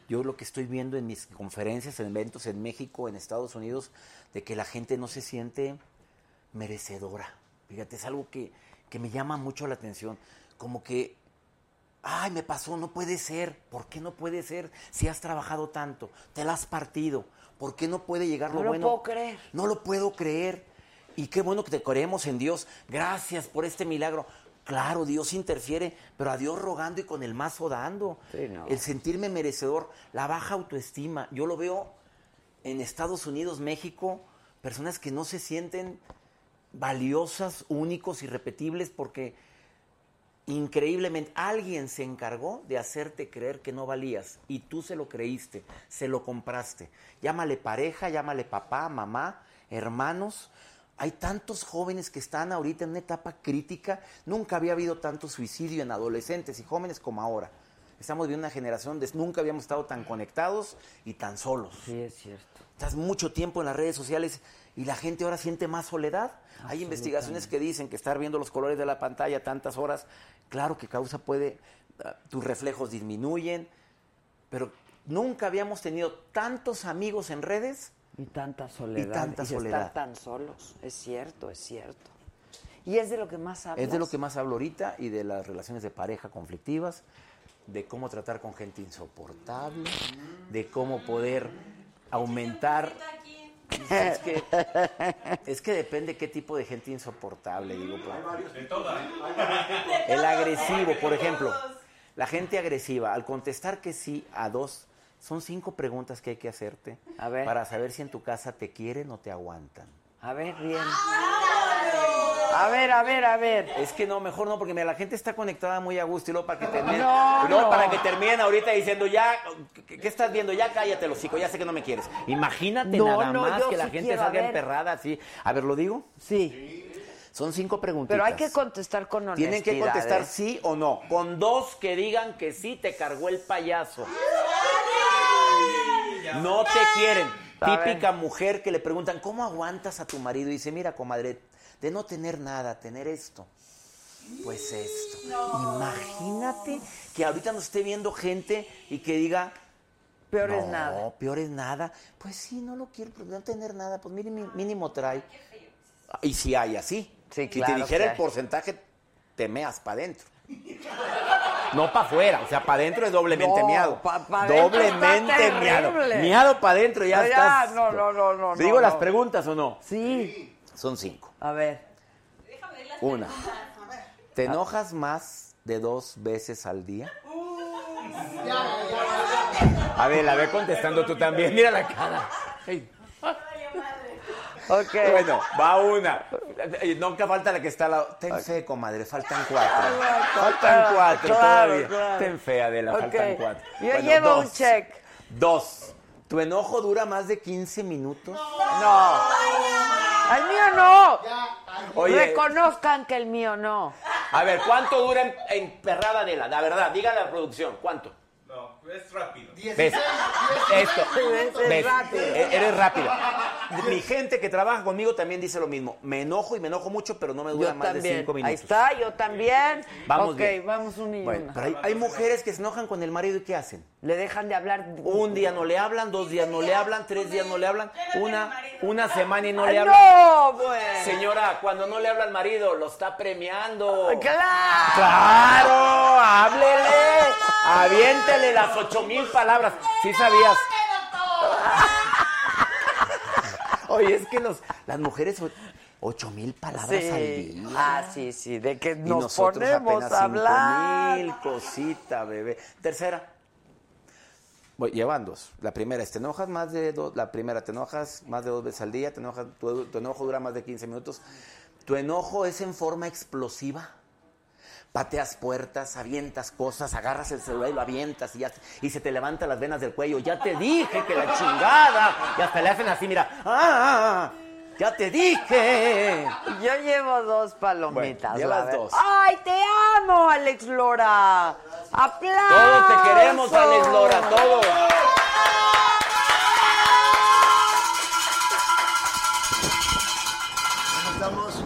Yo lo que estoy viendo en mis conferencias, en eventos en México, en Estados Unidos, de que la gente no se siente merecedora. Fíjate, es algo que, que me llama mucho la atención. Como que Ay, me pasó, no puede ser. ¿Por qué no puede ser si has trabajado tanto? Te la has partido. ¿Por qué no puede llegar lo No lo bueno? puedo creer. No lo puedo creer. Y qué bueno que te creemos en Dios. Gracias por este milagro. Claro, Dios interfiere, pero a Dios rogando y con el mazo dando. Sí, no. El sentirme merecedor, la baja autoestima. Yo lo veo en Estados Unidos, México, personas que no se sienten valiosas, únicos, irrepetibles, porque increíblemente alguien se encargó de hacerte creer que no valías y tú se lo creíste, se lo compraste. Llámale pareja, llámale papá, mamá, hermanos. Hay tantos jóvenes que están ahorita en una etapa crítica. Nunca había habido tanto suicidio en adolescentes y jóvenes como ahora. Estamos viviendo una generación donde nunca habíamos estado tan conectados y tan solos. Sí, es cierto. Estás mucho tiempo en las redes sociales y la gente ahora siente más soledad. Hay investigaciones que dicen que estar viendo los colores de la pantalla tantas horas, claro que causa puede, ah, tus reflejos disminuyen, pero nunca habíamos tenido tantos amigos en redes. Y tanta soledad. tanta estar soledad. tan solos. Es cierto, es cierto. Y es de lo que más hablas. Es de lo que más hablo ahorita y de las relaciones de pareja conflictivas, de cómo tratar con gente insoportable, de cómo poder aumentar Aquí. Es que, es que depende qué tipo de gente insoportable, digo. por- El agresivo, por ejemplo. La gente agresiva, al contestar que sí a dos, son cinco preguntas que hay que hacerte A ver. para saber si en tu casa te quieren o te aguantan. A ver, bien. Ah, A ver, a ver, a ver. Es que no, mejor no, porque mira, la gente está conectada muy a gusto y luego para que terminen, No, y luego no. Para que terminen ahorita diciendo ya, ¿qué, qué estás viendo? Ya cállate, los hocico, ya sé que no me quieres. Imagínate No, nada no, más yo que la sí gente quiero, a salga ver. emperrada así. A ver, ¿lo digo? Sí. Son cinco preguntitas. Pero hay que contestar con honestidad. Tienen que contestar ¿eh? sí o no. Con dos que digan que sí, te cargó el payaso. No te quieren. A ver. Típica mujer que le preguntan, ¿cómo aguantas a tu marido? Y dice, mira, comadre, de no tener nada, tener esto. Pues esto. Imagínate que ahorita nos esté viendo gente y que diga, Peor es no, nada. peor es nada. Pues sí, no lo quiero, pero no tener nada. Pues mire, mi- mínimo trae. Y si hay así. Sí, si claro te que dijera hay. el porcentaje, te meas para adentro. No para afuera, o sea, para adentro es doblemente No, miado. pa- pa' adentro está doblemente miado. terrible. Miado para adentro ya No, ya, estás. no, no, no, no, ¿Te digo no, las no. preguntas o no? Sí. Son cinco. A ver. Déjame ver las Una. preguntas. A ver. Ah. ¿Te enojas más de dos veces al día? A ver, la ve contestando tú también. Mira la cara. Ey. Me valió madre. Ok. Bueno, va una. Eh, Nunca falta la que está al lado. Ten fe, comadre, faltan cuatro. Faltan cuatro Ah, Claro, todavía. claro. Ten fe, Adela, Ok. faltan cuatro. Yo Bueno, llevo un dos. check. Dos. ¿Tu enojo dura más de 15 minutos? No. ¡Al mío no! Oye, Reconozcan que el mío no. a ver, ¿cuánto dura en, en perrada Adela? La verdad, diga la producción, ¿cuánto? No, es rápido. 16, Esto, 16 minutos. ves, rápido. e- eres rápida. Mi gente que trabaja conmigo también dice lo mismo. Me enojo y me enojo mucho, pero no me dura Yo más de también. cinco minutos. Ahí está, yo también. Vamos ok, bien. vamos un y Bueno, una. pero hay, hay mujeres que se enojan con el marido y ¿qué hacen? Le dejan de hablar. Un día no le hablan, dos días no le hablan, tres días no le hablan, una, una semana y no ¡Ay, le hablan. no, pues. Señora, cuando no le habla al marido, lo está premiando. ¡Claro! ¡Claro! ¡Háblele! ¡Aviéntele las ocho mil palabras! Sí sabías. Oye, es que los, las mujeres, o- ocho mil palabras al Sí. día. Ah, sí, sí, de que Y nos nosotros ponemos apenas a hablar. cinco mil, cosita, bebé. Tercera. Voy, llevan dos. La primera es, te enojas más de dos, la primera te enojas más de dos veces al día, te enojas, tu, tu enojo dura más de 15 minutos. Tu enojo es en forma explosiva. Pateas puertas, avientas cosas, agarras el celular y lo avientas y, ya, y se te levanta las venas del cuello. Ya te dije que la chingada. Y hasta le hacen así, mira. ¡Ah! ¡Ya te dije! Yo llevo dos palomitas. Bueno, la llevas verdad. dos. ¡Ay, te amo, Alex Lora! ¡Aplausos! Todos te queremos, Alex Lora, todos.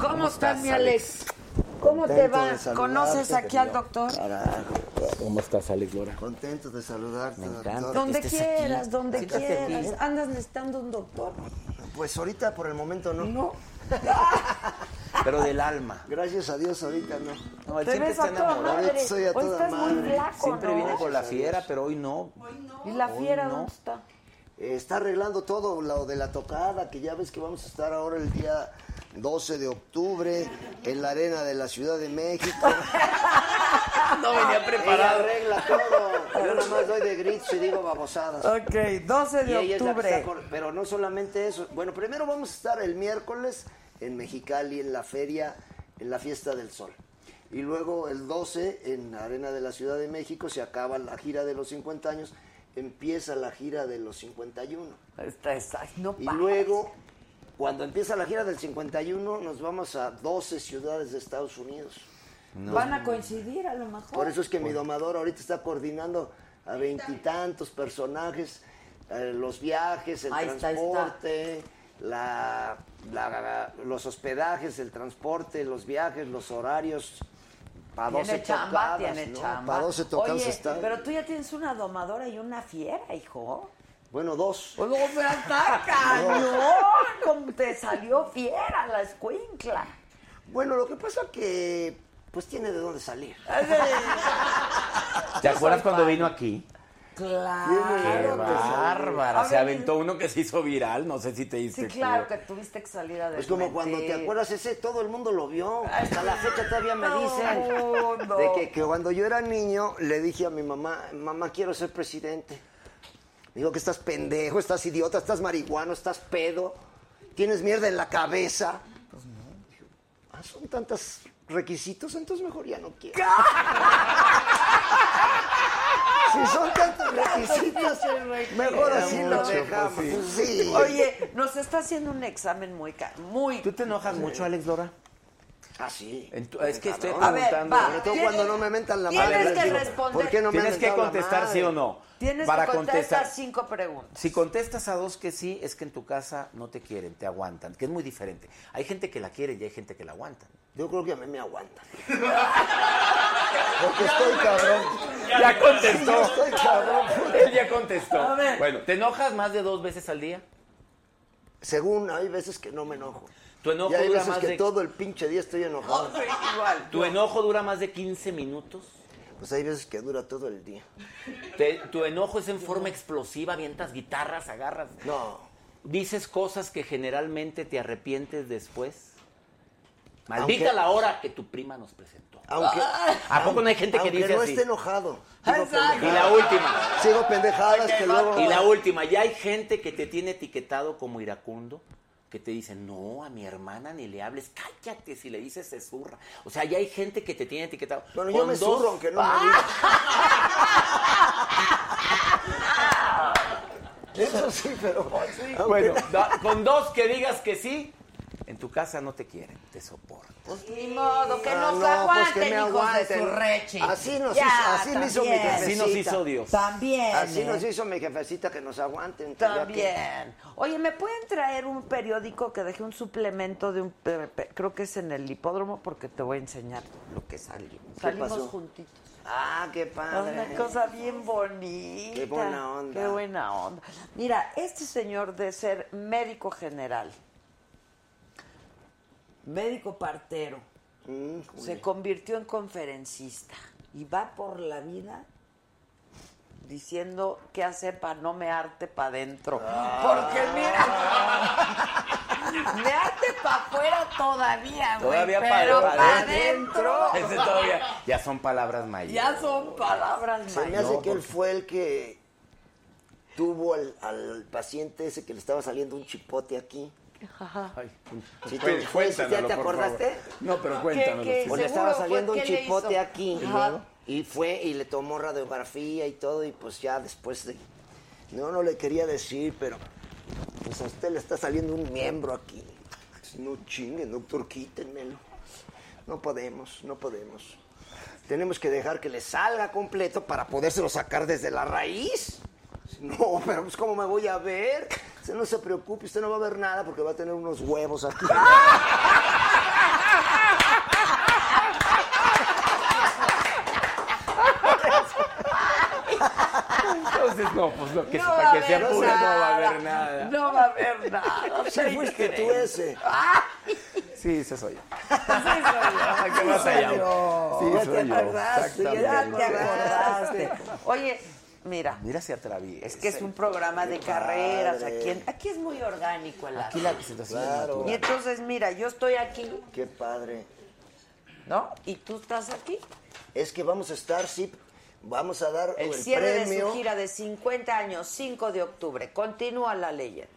¿Cómo estás, estás, mi Alex? ¿Cómo te Contento va? de saludarte, ¿Conoces aquí al querido. doctor? Carajo, ¿Cómo estás, Alex Lora? contento de saludarte, Me doctor. encanta. Donde que estés aquí. quieras, donde Siéntate aquí. quieras. ¿eh? Andas necesitando un doctor. Pues ahorita por el momento no. No. Pero del alma. Gracias a Dios ahorita no. No, él Te siempre ves está a toda enamorado. madre. Ahorita soy a Hoy toda estás muy madre. flaco, Siempre ¿no? viene con la fiera, pero hoy no. ¿Y la Hoy fiera no. dónde está? Eh, está arreglando todo lo de la tocada, que ya ves que vamos a estar ahora el día 12 de octubre en la arena de la Ciudad de México. No venía Ella arregla todo. Yo nada más doy de gritos y digo babosadas. Ok, 12 Y ella de es la que octubre. está cor- pero no solamente eso. Bueno, primero vamos a estar el miércoles en Mexicali, en la feria, en la fiesta del sol. Y luego el 12 en Arena de la Ciudad de México se acaba la gira de los 50 años, empieza la gira de los 51. Está, está- ay, no Y pares. luego, cuando empieza la gira del 51, nos vamos a 12 ciudades de Estados Unidos. Van a coincidir a lo mejor. Por eso es que mi domador ahorita está coordinando a veintitantos personajes, eh, los viajes, el Ahí está, ahí está. transporte, la- la- los hospedajes, el transporte, los viajes, los horarios. Para Tiene 12 chamba, tocadas, tiene ¿no? chamba. Para 12 tocadas Oye, está. pero tú ya tienes una domadora y una fiera, hijo. Bueno, dos. Pues luego fuera está cañón. Como te salió fiera la escuincla. Bueno, lo que pasa que pues tiene de dónde salir. Ah, ¿Te acuerdas cuando vino aquí? Qué Claro. bárbara. Se A ver, aventó uno que se hizo viral. No sé si te Sí, diste claro que cuenta. tuviste que salir a Es como cuando te desmentir. acuerdas ese, todo el mundo lo vio. Hasta la fecha todavía me Todo dicen. mundo. De que, que cuando yo era niño le dije a mi mamá, mamá quiero ser presidente. Digo que estás pendejo, estás idiota, estás marihuano, estás pedo, tienes mierda en la cabeza. Pues Dijo, "Ah, son tantos requisitos, entonces mejor ya no quiero. si son tantos requisitos, mejor así lo mucho, dejamos. pues Sí. Oye, nos está haciendo un examen muy ca- muy ¿Tú te enojas mucho, Alex Lora? Así. En tu- es que este estoy A ver, preguntando. va. Sobre todo Tienes- cuando no me mentan la tienes madre. les que digo, responder. ¿Por qué no me han Tienes que mentado la contestar madre? sí o no. Tienes Para que contestar, contestar. cinco preguntas. Si contestas a dos que sí, es que en tu casa no te quieren, te aguantan, que es muy diferente. Hay gente que la quiere y hay gente que la aguantan. Yo creo que a mí me aguantan. Porque estoy cabrón. Ya contestó. Yo estoy cabrón. Él ya contestó. A ver. Bueno, ¿te enojas más de dos veces al día? Según, hay veces que no me enojo. Tu enojo y hay dura veces más que de- todo el pinche día estoy enojado. ¿Tu enojo dura más de 15 minutos? Pues hay veces que dura todo el día. Te- ¿Tu enojo es en forma explosiva? ¿Avientas guitarras, agarras? No. ¿Dices cosas que generalmente te arrepientes después? Maldita Aunque- la hora que tu prima nos presentó. Ah, Aunque, ¿A poco no hay gente que aunque dice no así? esté enojado. Digo Y la última. pendejadas. Sigo pendejadas que luego... Y la última, ya hay gente que te tiene etiquetado como iracundo, que te dice, no, a mi hermana ni le hables, cállate, si le dices se zurra. O sea, ya hay gente que te tiene etiquetado. Bueno, yo Con me dos- Ah. zurro aunque no me digas. Eso sí, pero... aunque- Bueno, da- con dos que digas que sí, en tu casa no te quieren, te soportan. Pues ni modo, que Ah, nos no, pues aguanten, que me hijos de aguanten. su rechi. Así nos Ya, hizo- así me hizo mi también. jefecita. Así nos hizo Dios. También. Así ¿eh? nos hizo mi jefecita que nos aguanten. pues, ya que- También. Oye, ¿me pueden traer un periódico que dejé un suplemento de un... pe- pe- Creo que es en el hipódromo porque te voy a enseñar lo que salió. Salimos pasó? juntitos. Ah, qué padre. Una cosa bien bonita. Qué buena onda. Qué buena onda. Mira, este señor de ser médico general, médico partero, Híjole. se convirtió en conferencista y va por la vida diciendo qué hacer para no me arte para adentro. Ah. Porque mira, me arte para afuera todavía, güey. Todavía pa- pero pa' para adentro. adentro Ese todavía, ya son palabras mayores. ya son palabras Se me mayores. hace que él fue el que tuvo al, al paciente ese que le estaba saliendo un chipote aquí. Ay, Sí, Pues, tú- fue- ¿Ya te cuéntamelo, por favor. acordaste? No, pero cuéntamelo. ¿Qué- qué sí. Pues le Seguro estaba fue, saliendo un ¿qué le chipote hizo? aquí. Ajá. ¿no? Y fue y le tomó radiografía y todo, y pues ya después de. No, no le quería decir, pero. Pues a usted le está saliendo un miembro aquí. No chinguen, doctor, quítenmelo. No podemos, no podemos. Tenemos que dejar que le salga completo para podérselo sacar desde la raíz. No, pero pues ¿cómo me voy a ver? Usted no se preocupe, usted no va a ver nada porque va a tener unos huevos aquí. Entonces, no, pues lo que, No para va a que sea haber pura no va a nada. haber nada. No va a haber nada. Sí, fuiste tú ¿eh? ese. Sí, ese soy yo. Ay, Ah, ¿Qué más allá? Sí, Ya te soy yo. acordaste, ya te Ya te Exactamente. acordaste. Oye, mira, Mira si atraviesa. es que es un programa de carreras. padre. Aquí, en- aquí es muy orgánico el Aquí asunto. la presentación es Claro. Y natural. entonces, mira, yo estoy aquí, Qué padre. ¿no? Y tú estás aquí. Es que vamos a estar, sí, vamos a dar el, El cierre de premio. su gira de 50 años, 5 de octubre. Continúa la leyenda.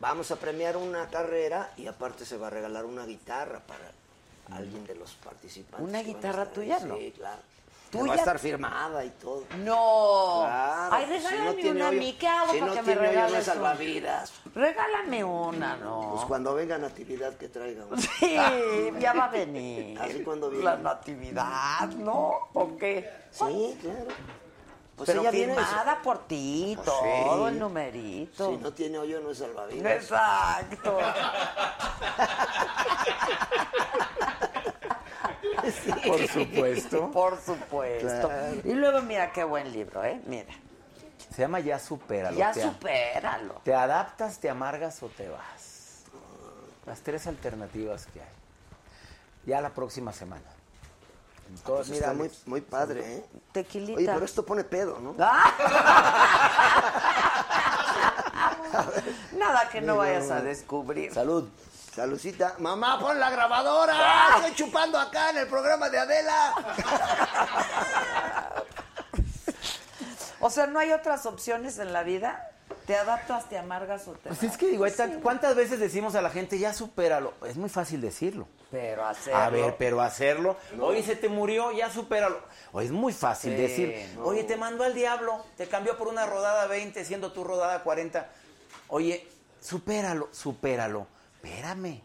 Vamos a premiar una carrera y aparte se va a regalar una guitarra para alguien de los participantes. ¿Una que van a guitarra estar ahí. tuya, no? Sí, claro. Que ¿Tuya? Va a estar firmada y todo. No. Claro, Ay, pues, si no regálame tiene una a hoyo- mí. ¿Qué hago si para no que me tiene hoyo, no es regales una? salvavidas. Regálame una, Pues ¿no? cuando venga Natividad que traiga una. Sí, ya va a venir. Así cuando viene. La natividad, ¿no? ¿O qué? Sí, claro. Pues Pero ella viene. y se- firmada por ti, Pues todo sí. el numerito. Si no tiene hoyo, no es salvavidas. Exacto. Por supuesto. Por supuesto. Y luego mira qué buen libro, ¿eh? Mira. Se llama Ya Supéralo. Ya Te a- supéralo. ¿Te adaptas, te amargas o te vas? Las tres alternativas que hay. Ya la próxima semana. Pues Entonces, está muy, muy padre, ¿eh? Tequilita. Oye, pero esto pone pedo, ¿no? ¡Ah! Nada que no vayas a descubrir. Salud. Saludcita. Mamá, pon la grabadora. Estoy chupando acá en el programa de Adela. O sea, ¿no hay otras opciones en la vida? ¿Te adaptas, te amargas o te Pues vas? es que digo, hay tan- ¿cuántas veces decimos a la gente ya supéralo? Es muy fácil decirlo. Pero hacerlo. A ver, pero hacerlo. Oye, se te murió, ya supéralo. O es muy fácil Sí, decir, no. oye, te mandó al diablo, te cambió por una rodada 20, siendo tu rodada 40. Oye, supéralo, supéralo. Espérame,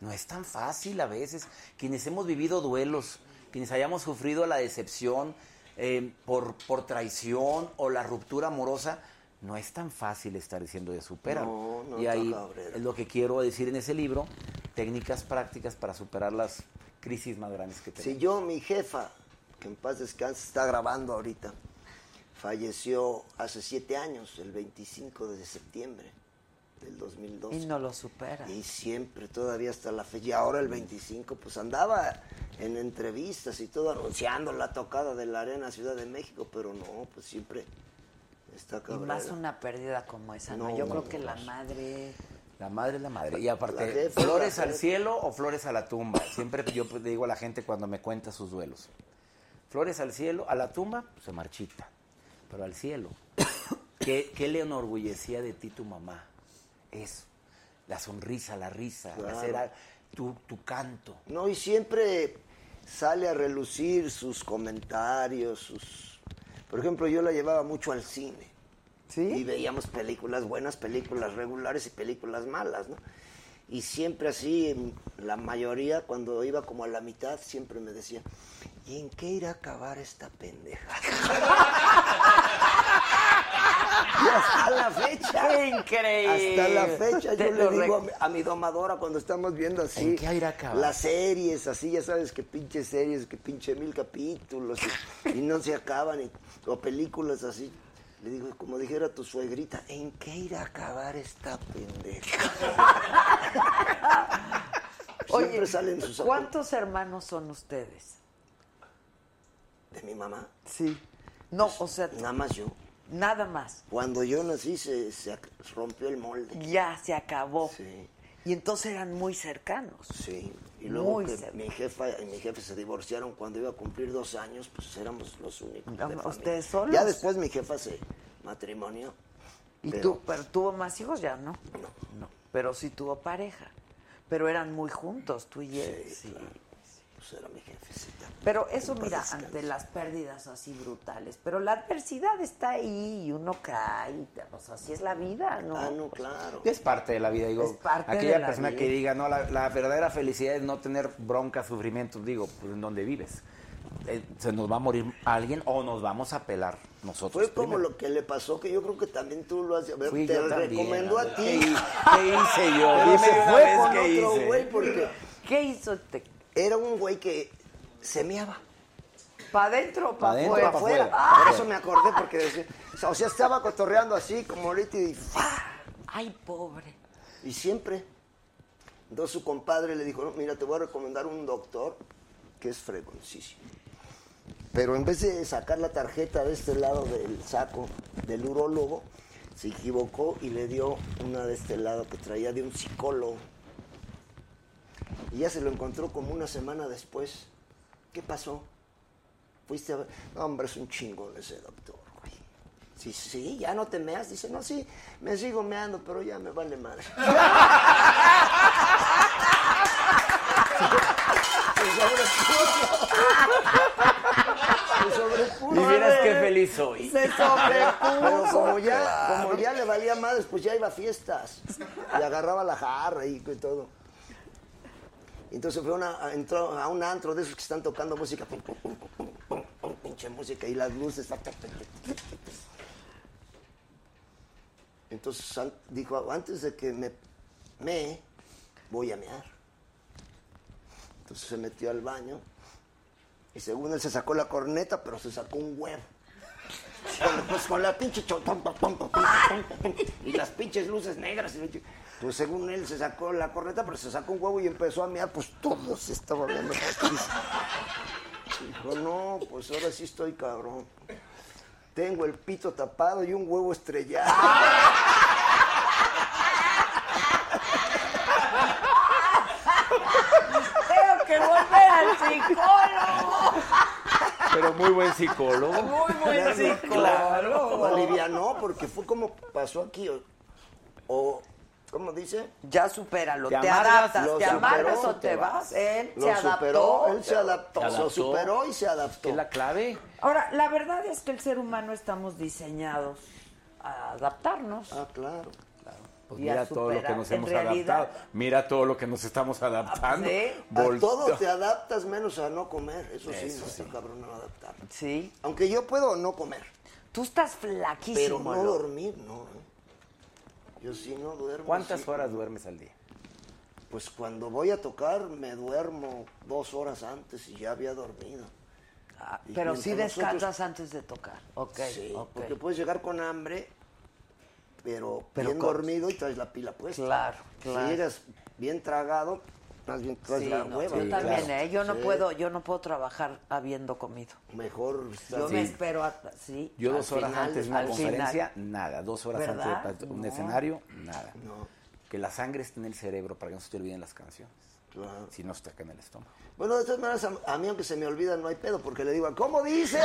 no es tan fácil a veces. Quienes hemos vivido duelos, quienes hayamos sufrido la decepción eh, por, por traición o la ruptura amorosa, no es tan fácil estar diciendo de supéralo. No, no y está ahí cabrera. es lo que quiero decir en ese libro, técnicas prácticas para superar las crisis más grandes que Si tenemos. yo, mi jefa, que en paz descanse, está grabando ahorita, falleció hace siete años, el 25 de septiembre del 2012. Y no lo superas. Y siempre, todavía hasta la fecha. Y ahora el 25, pues andaba en entrevistas y todo anunciando la tocada de la Arena Ciudad de México, pero no, pues siempre está Y cabrera. más una pérdida como esa, ¿no? No, Yo no, creo no, que la no. madre... La madre es la madre. Y La aparte, jefa, flores la al jefa. cielo o flores a la tumba. Siempre yo pues, le digo a la gente cuando me cuenta sus duelos. Flores al cielo, a la tumba pues, se marchita, pero al cielo. ¿Qué, qué le enorgullecía de ti tu mamá? Eso. La sonrisa, la risa, Claro. hacer a- tu, tu canto. No, y siempre sale a relucir sus comentarios, sus... Por ejemplo, yo la llevaba mucho al cine. Y veíamos películas, buenas películas regulares y películas malas, ¿no? Y siempre así, en la mayoría, cuando iba como a la mitad, siempre me decía, ¿y en qué irá a acabar esta pendeja? y hasta la fecha. ¡Qué increíble! Hasta la fecha Eh, Te yo le lo digo a re- mi, a mi domadora cuando estamos viendo así ¿En qué irá a acabar? las series, así ya sabes que pinche series, que pinche mil capítulos y, y no se acaban y- o películas así. Le digo, como dijera tu suegrita, ¿en qué irá a acabar esta pendeja? Siempre Oye, salen sus apu- ¿Cuántos hermanos son ustedes? de mi mamá, Sí. No, Pues, o sea, nada más yo. nada más. Cuando yo nací se, se ac- rompió el molde. Ya se acabó. Sí. Y entonces eran muy cercanos. Sí, y luego Muy que cerca. mi jefa y mi jefe se divorciaron cuando iba a cumplir dos años, pues éramos los únicos. de Ah, familia. ¿ustedes solos? Ya después mi jefa se matrimonio. Y Pero- tú, pero tuvo más hijos ya, ¿no? No. Pero sí tuvo pareja. Pero eran muy juntos, tú y él. Sí, sí. claro. Pues era mi jefecita. Pero eso, En paz mira, descanse. ante las pérdidas así brutales. Pero la adversidad está ahí y uno cae. y te- O sea, así es la vida, ¿no? Ah, no, claro. Y Es parte de la vida, digo. Es parte aquella de la persona vida. que diga, no, la, la verdadera felicidad es no tener bronca, sufrimiento, digo, pues en donde vives. Eh, se nos va a morir alguien o nos vamos a pelar nosotros. Fue como primero. lo que le pasó, que yo creo que también tú lo has... a ver, Fui te yo también, recomendó a Andrea. ti. ¿Qué, hi- qué hice yo? Pero Dime se de una fue vez con qué otro hice. güey porque ¿Qué hizo? este? Te... era un güey que semeaba. ¿Para adentro o para Pa' Por adentro, afuera? pa' afuera. afuera, pa' Por eso afuera. me acordé porque decía... O sea, estaba cotorreando así como ahorita y Ay, pobre. Y siempre. Entonces su compadre le dijo, "No, mira, te voy a recomendar un doctor que es fregoncísimo. Pero en vez de sacar la tarjeta de este lado del saco del urólogo, se equivocó y le dio una de este lado que traía de un psicólogo. Y ya se lo encontró como una semana después. ¿Qué pasó? Fuiste a ver. No, hombre, es un chingón ese doctor, güey. Sí, sí, ya no te meas. Dice, no, sí, me sigo meando, pero ya me vale madre. Pues sobre Y vieras qué feliz soy. Se sobrepuso. Pero como ya, como ya le valía madres, pues ya iba a fiestas. Y agarraba la jarra y que todo. Entonces fue una, a- entró a un antro de esos que están tocando música. pum, pum, pum, pum, pum, pum, Pinche música y las luces. ta, ta, ta, ta, ta. Entonces an- dijo, antes de que me me voy a mear. Entonces se metió al baño y según él se sacó la corneta, pero se sacó un huevo. Con- Pues con la pinche cho- pum, pum, pum, pum, pum, pum, y las pinches luces negras. y la chi- Pues según él se sacó la corneta, pero se sacó un huevo y empezó a mear, pues todo se estaba viendo. Dijo, no, pues ahora sí estoy cabrón. Tengo el pito tapado y un huevo estrellado. Ah, Tengo que volver al psicólogo. Pero muy buen psicólogo. Muy, muy psicólogo. Lo alivianó porque fue como pasó aquí. O, o, ¿cómo dice? Ya supéralo. Te, Te amargas, adaptas. lo Te superó, amargas o te te vas. vas. Él Lo se adaptó. superó, él se adaptó, Se adaptó. Lo superó y se adaptó. ¿Qué es la clave? Ahora, la verdad es que el ser humano estamos diseñados a adaptarnos. Ah, claro. Pues Y a mira todo lo que superar. nos En hemos realidad- Ah, pues adaptado. Mira todo lo que nos estamos adaptando. Sí. A Vol- todo te adaptas menos a no comer. Eso sí, Eso no está sí. cabrón no adaptar. Sí. Aunque yo puedo no comer, Tú estás pero flaquísimo. no Lolo. dormir, no. ¿eh? Yo sí no duermo. ¿Cuántas sí. horas duermes al día? Pues cuando voy a tocar me duermo dos horas antes y ya había dormido. Ah, Y pero mientras sí descansas nosotros- antes de tocar. Ok, sí, ok. porque puedes llegar con hambre, pero, Pero bien con- dormido y traes la pila puesta. Claro, claro. Si llegas bien tragado, más bien traes Sí, la no, hueva. yo también, claro. ¿eh? Yo no Sí. puedo, yo no puedo trabajar habiendo comido. Mejor estar- Yo me espero hasta, sí. Yo al dos horas final, antes de una al final. conferencia, nada. Dos horas ¿Verdad? antes de un No. escenario, nada. No. Que la sangre esté en el cerebro para que no se te olviden las canciones. Claro. Si no, está acá en el estómago. Bueno, de todas maneras, a, a mí aunque se me olvida no hay pedo, porque le digo, ¿cómo dice?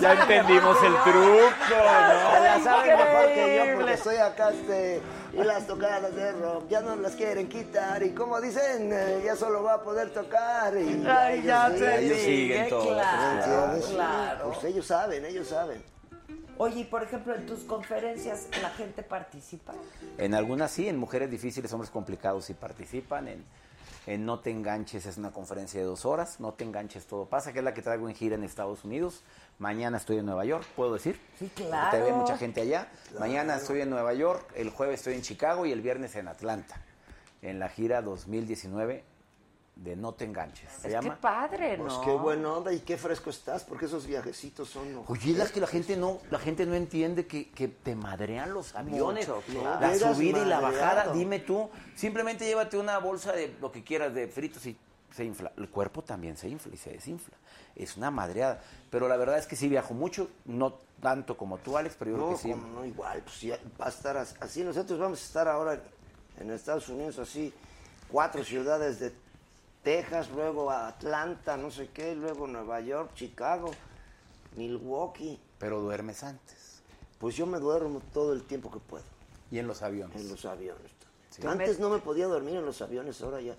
Ya entendimos el truco, Se la saben mejor que yo pues. Increíble. porque estoy acá este, y las tocadas de rock ya no las quieren quitar y como dicen eh, ya solo va a poder tocar y Ay, ya ellos te sí, ellos dije, siguen todas, claro, ¿me entiendes? claro. Pues ellos saben, ellos saben. Oye, y por ejemplo, en tus conferencias, ¿la gente participa? En algunas sí, en Mujeres Difíciles, Hombres Complicados sí participan. En, en No Te Enganches es una conferencia de dos horas. No Te Enganches Todo Pasa, que es la que traigo en gira en Estados Unidos. Mañana estoy en Nueva York, ¿puedo decir? Sí, Porque claro. Te ve mucha gente allá. Mañana estoy en Nueva York, el jueves estoy en Chicago y el viernes en Atlanta. En la gira 2019 de No Te Enganches. Se es llama. que padre, ¿no? Pues qué buena onda y qué fresco estás, porque esos viajecitos son... Oye, las que la gente no, la gente no entiende que, que te madrean los aviones, Mucho, claro. la Llegas subida y la bajada. madreado. Dime tú, simplemente llévate una bolsa de lo que quieras de fritos y se infla. El cuerpo también se infla y se desinfla. Es una madreada. Pero la verdad es que sí viajo mucho, no tanto como tú, Alex, pero yo No, creo que sí. como no, igual, pues ya va a estar as- así. Nosotros vamos a estar ahora en Estados Unidos así, cuatro ciudades de Texas, luego Atlanta, no sé qué, luego Nueva York, Chicago, Milwaukee. Pero duermes antes Pues yo me duermo todo el tiempo que puedo y en los aviones. en los aviones. también. Sí. Antes no me podía dormir en los aviones, ahora ya.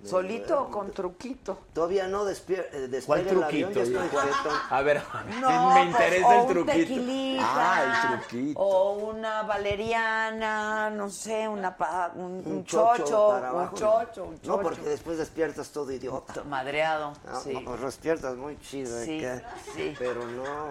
me ¿Solito o duermo. con truquito? Todavía no despier ¿Cuál eh, despega el truquito? avión, ya estoy viejo? jetón. A ver, No, me pues, interesa o el truquito. Un tequilita, ah, el truquito. O una valeriana, no sé, una pa- un, un Un chocho, para abajo, un ¿no? chocho, un chocho. No, porque después despiertas todo idiota. Madreado, Ah, sí. no, los pierdas muy chido, ¿eh? Sí, Que- sí. Pero no,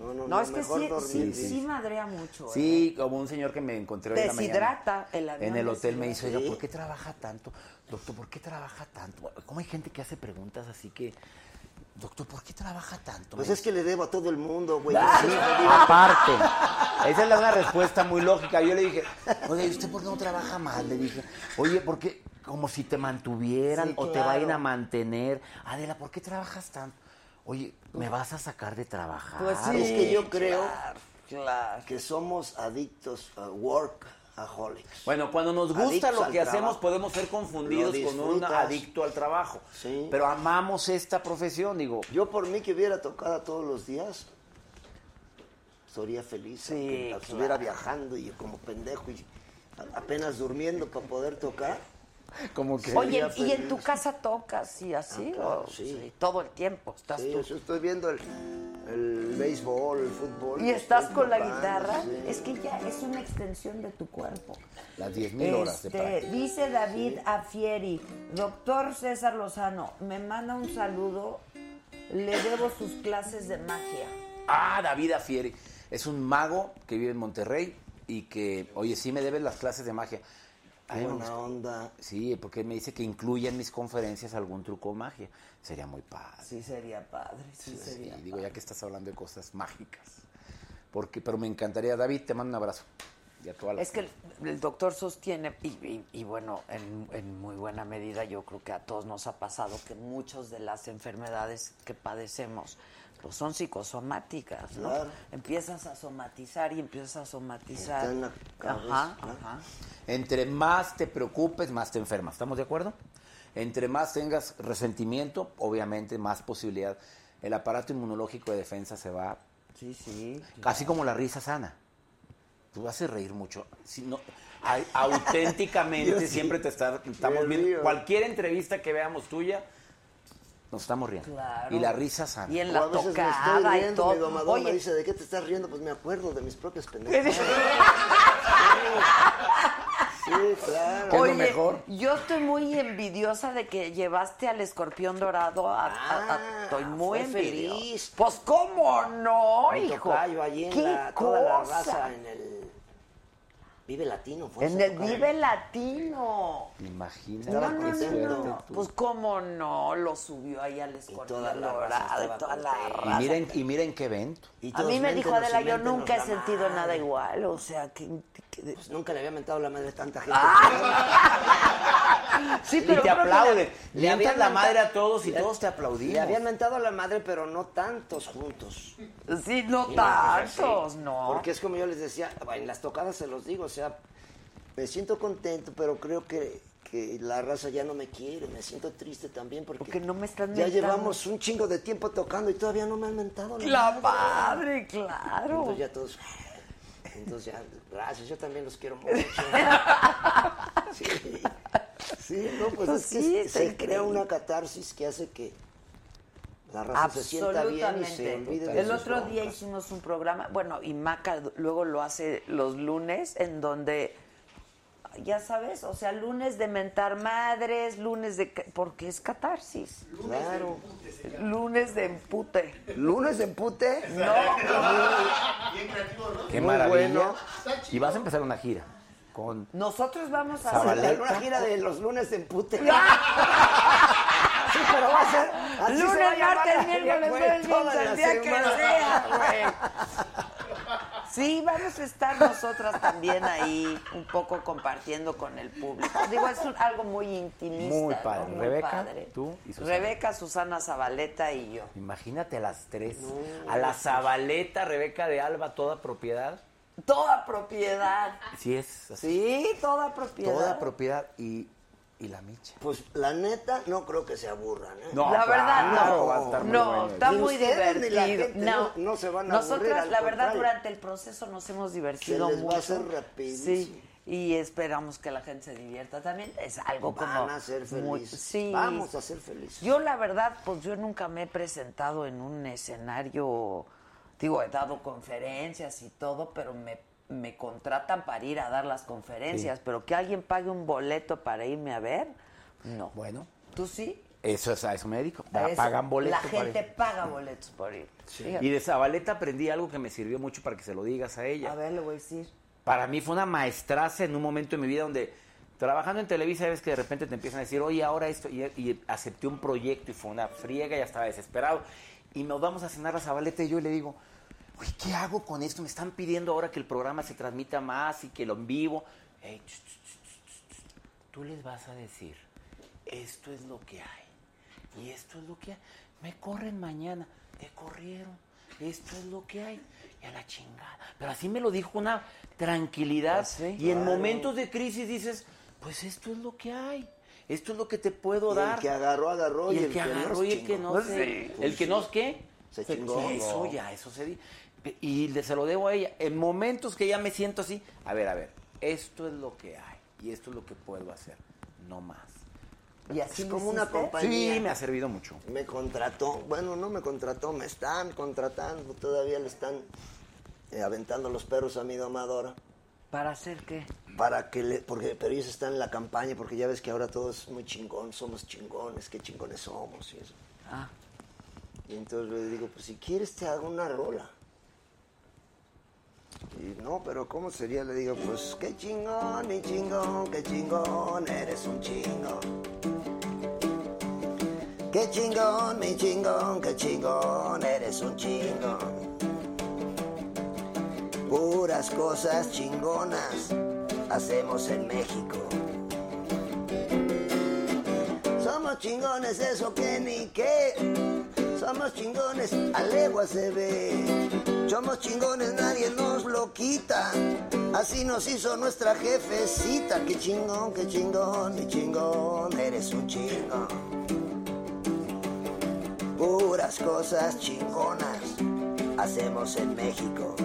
no, no, No, no, es que mejor sí, sí, dormir. sí, bien. madrea mucho. ¿eh? Sí, como un señor que me encontré hoy en la Deshidrata mañana. el avión, En el hotel me dice, deshidrata. oiga, ¿por Sí. qué trabaja tanto? Doctor, ¿por qué trabaja tanto? ¿Cómo hay gente que hace preguntas así que, doctor, ¿por qué trabaja tanto? Pues Me es que le debo a todo el mundo, güey. Ah. Sí, dice, le digo, Aparte, esa es la- una respuesta muy lógica. Yo le dije, oye, ¿y usted por qué no trabaja más? Le dije, oye, ¿por qué? Como si te mantuvieran Sí, o te claro. vayan a mantener. Adela, ¿por qué trabajas tanto? Oye, ¿me vas a sacar de trabajar? Pues sí, es que yo creo claro, claro. que somos adictos a workaholics. Bueno, cuando nos gusta Adictos lo al que hacemos trabajo. podemos ser confundidos Lo con un disfrutas. adicto al trabajo. Sí. Pero amamos esta profesión, digo. Yo por mí que hubiera tocado todos los días, sería feliz. Sí, aunque la claro. Estuviera viajando y como pendejo y a- apenas durmiendo para poder tocar. Como que Oye, sería ¿y en tu feliz. casa tocas y así? Ah, claro, o- sí. Todo el tiempo estás Sí, tú. yo estoy viendo el, el béisbol, el fútbol. Y estás estoy con la tocando, guitarra, sí. es que ya es una extensión de tu cuerpo. Las 10.000 horas de Este, práctica. dice David Afieri, doctor César Lozano, me manda un saludo, le debo sus clases de magia. Ah, David Afieri. Es un mago que vive en Monterrey y que, oye, sí me deben las clases de magia. A mí me Buena gusta- onda. Sí, porque me dice que incluya en mis conferencias algún truco de magia. Sería muy padre. Sí sería padre, sí, Sí, sería. digo, ya que estás hablando de cosas mágicas. Porque, pero me encantaría, David, te mando un abrazo. Y a toda la Es que el, el doctor sostiene, y, y- y bueno, en, en muy buena medida yo creo que a todos nos ha pasado que muchas de las enfermedades que padecemos pues son psicosomáticas, ¿no? Claro. Empiezas a somatizar y empiezas a somatizar. Está en la cabeza, ajá, ¿no? ajá. Entre más te preocupes, más te enfermas. ¿Estamos de acuerdo? Entre más tengas resentimiento, obviamente más posibilidad. El aparato inmunológico de defensa se va, Sí, sí. casi como la risa sana. Tú haces reír mucho. Si no, ay, auténticamente siempre te está- estamos Me viendo. río. Cualquier entrevista que veamos tuya, nos estamos riendo. Claro. Y la risa sana. Y en O la a veces me tocada estoy y riendo, mi todo. domador me dice, ¿de qué te estás riendo? Pues me acuerdo de mis propias pendejas. sí, claro. ¿Qué es lo oye, mejor? yo estoy muy envidiosa de que llevaste al escorpión dorado a... a- a- estoy Ah, muy fue envidiosa. feliz. Pues, ¿cómo no, Mi hijo? tocayo allí en ¿Qué la, toda la cosa? raza, en el Vive Latino. Fue En ese el tocayo. Vive Latino. Imagínate Estaba qué contento. suerte tú. Pues cómo no, lo subió ahí al escorpión toda la raza dorado estaba y toda la contenta. y raza. miren, y miren qué evento. Y a todos, mí me "Méntenos dijo y Adela, yo méntenos nunca he la sentido madre". nada igual, o sea, que... que- Pues nunca le había mentado la madre a tanta gente. Ah. Sí, y te creo que la- aplauden. le Le habían la menta- madre a todos y le- todos te aplaudimos. Le habían mentado a la madre, pero no tantos juntos. Sí, no Sí, tantos, sí. no. Porque es como yo les decía, en las tocadas se los digo, o sea, me siento contento, pero creo que, que la raza ya no me quiere, me siento triste también porque, Porque no me están ya mentando. llevamos un chingo de tiempo tocando y todavía no me han mentado. la La madre, madre. claro. Entonces ya todos, entonces ya, gracias, yo también los quiero mucho. sí, sí, no, pues, Pues es que sí, se está crea increíble. una catarsis que hace que La raza se sienta bien y se olvida Absolutamente. de El sus otro día broncas. hicimos un programa, bueno, y Maca luego lo hace los lunes, en donde, ya sabes, o sea, lunes de mentar madres, lunes de... ca- porque es catarsis. Claro. Lunes de empute. Lunes de empute. Qué Muy maravilla. bueno. Y vas a empezar una gira con Nosotros vamos a... Zabaleta. hacer- ¡Ah! Una gira de los lunes de empute. Sí, pero va a ser. así se va a Lunes, llamar la martes, gira, miércoles, güey, jueves, toda viernes, el la día que semana. sea, güey. Sí, vamos a estar nosotras también ahí un poco compartiendo con el público. Digo, es un- algo muy intimista. Muy ¿no? padre. Muy Rebeca, padre. tú y Susana. Rebeca, Susana Zabaleta y yo. Imagínate a las tres. a la Zabaleta, Rebeca de Alba, toda propiedad. Toda propiedad. Sí es. así. Sí, toda propiedad. Toda propiedad y, y la micha. Pues la neta, no creo que se aburran. ¿eh? No, la verdad, claro, no. va a estar muy no, bueno. está Ni muy ustedes ni divertido. la gente, no. no- no se van a Nosotras, aburrir, al la verdad, contrario. durante el proceso nos hemos divertido Se les va a mucho. hacer rapidísimo. Sí. Y esperamos que la gente se divierta también. Es algo como. Van a ser muy- felices. sí. Vamos a ser felices. Yo, la verdad, pues yo nunca me he presentado en un escenario. Digo, he dado conferencias y todo, pero me, me contratan para ir a dar las conferencias. Pero que alguien pague un boleto para irme a ver, no. Bueno, ¿Tú sí? eso es a eso me dedico. A eso, Ah, Pagan boletos. La para gente ir. paga boletos por ir. Fíjate. Y de Zabaleta aprendí algo que me sirvió mucho para que se lo digas a ella. A ver, le voy a decir. Para mí fue una maestraza en un momento de mi vida donde trabajando en Televisa ves que de repente te empiezan a decir, oye, ahora esto, y, y acepté un proyecto y fue una friega, ya estaba desesperado. Y nos vamos a cenar a Zabaleta y yo y le digo, uy, ¿qué hago con esto? Me están pidiendo ahora que el programa se transmita más y que lo en vivo. Ey, pues, ch, ch, ch, ch, ch, ch. Tú les vas a decir, esto es lo que hay. Y esto es lo que hay. Me corren mañana. Te corrieron. Esto es lo que hay. Y a la chingada. Pero así me lo dijo con una tranquilidad. Ah, Pues sí, y en momentos de crisis dices, pues esto es lo que hay. Esto es lo que te puedo Y dar. el que agarró, agarró. Y el que no, agarró y el que no chingó. sé. Pues El que sí. no qué. Se chingó. Eso ya, eso se di. Y le- se lo debo a ella. En momentos que ya me siento así, a ver, a ver, esto es lo que hay y esto es lo que puedo hacer, no más. Y así Es lo como una hiciste. compañía. Sí, me ha servido mucho. Me contrató, bueno, no me contrató, me están contratando, todavía le están eh, aventando los perros a mi domadora ¿Para hacer qué? para que le, porque pero ellos están en la campaña porque ya ves que ahora todo es muy chingón, somos chingones, qué chingones somos y eso. Ah. Y entonces le digo, pues si quieres te hago una rola. Y no, pero ¿cómo sería? Le digo, pues qué chingón y chingón, qué chingón, eres un chingón. Qué chingón, mi chingón, qué chingón, eres un chingón. Puras cosas chingonas hacemos en México. Somos chingones, eso que ni qué. Somos chingones, a legua se ve. Somos chingones, nadie nos lo quita. Así nos hizo nuestra jefecita. Qué chingón, qué chingón, mi chingón, eres un chingón. Puras cosas chingonas hacemos en México.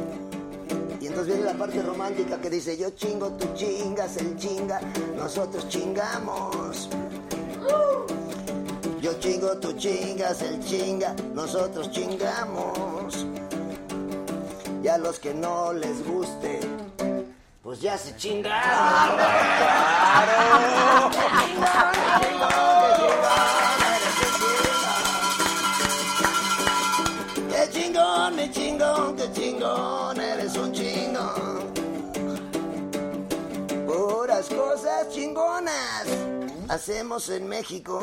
Y entonces viene la parte romántica que dice, yo chingo, tú chingas, él chinga, nosotros chingamos. Yo chingo, tú chingas, él chinga, nosotros chingamos. Y a los que no les guste, pues ya se chingaron. ¡Qué chingón, mi chingón, qué chingón! Eres un chingón. Puras cosas chingonas hacemos en México.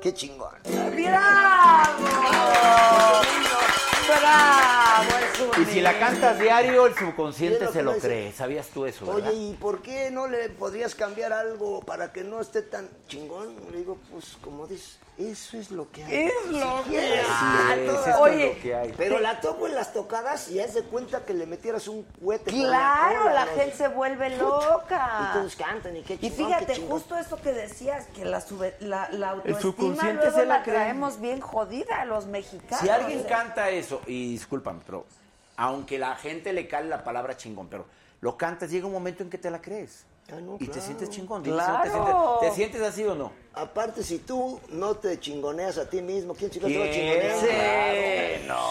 ¡Qué chingón! ¡Bravo! ¡Bravo! Es un Y si la cantas diario, el Y es subconsciente lo se que lo me dice. cree. ¿Sabías tú eso, verdad? Oye, ¿y por qué no le podrías cambiar algo para que no esté tan chingón? Le digo, pues como dices, eso es lo que hay. Es lo que quieres. hay. Sí, Esto es es Oye, lo que hay. Pero la toco en las tocadas y haz de cuenta que le metieras un cohete. por Claro, cola, la ¿no? gente se vuelve Y loca. todos cantan y qué Y ah, chingón, qué fíjate, chingón. justo eso que decías, que la, sube- la, la autoestima subconsciente luego se la la cree. traemos bien jodida a los mexicanos. Si alguien canta eso, y discúlpame, pero aunque la gente le cale la palabra chingón, pero lo cantas, llega un momento en que te la crees. Ah, no, Y te claro. sientes chingón. Claro. ¿Te, sientes, ¿Te sientes así o no? Aparte, si tú no te chingoneas a ti mismo, ¿quién chingón te va a ¿Quién? chingonear? Sí, Claro.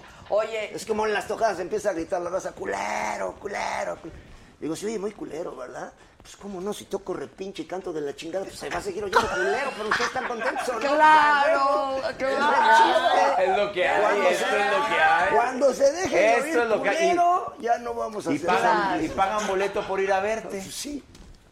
Sí. Oye, Es como en las tocadas empieza a gritar la raza, culero, culero. cul-". Digo, sí, muy culero, ¿verdad? Pues cómo no, si toco repinche y canto de la chingada, pues se va a seguir oyendo culero, pero ustedes están contentos o no. Claro, claro. Es Es lo que hay, Cuando esto se- es lo que hay. Cuando se deje Esto de es oír lo que hay. culero, ya no vamos a Y hacer pagan, y eso. pagan boleto por ir a verte. Pues sí.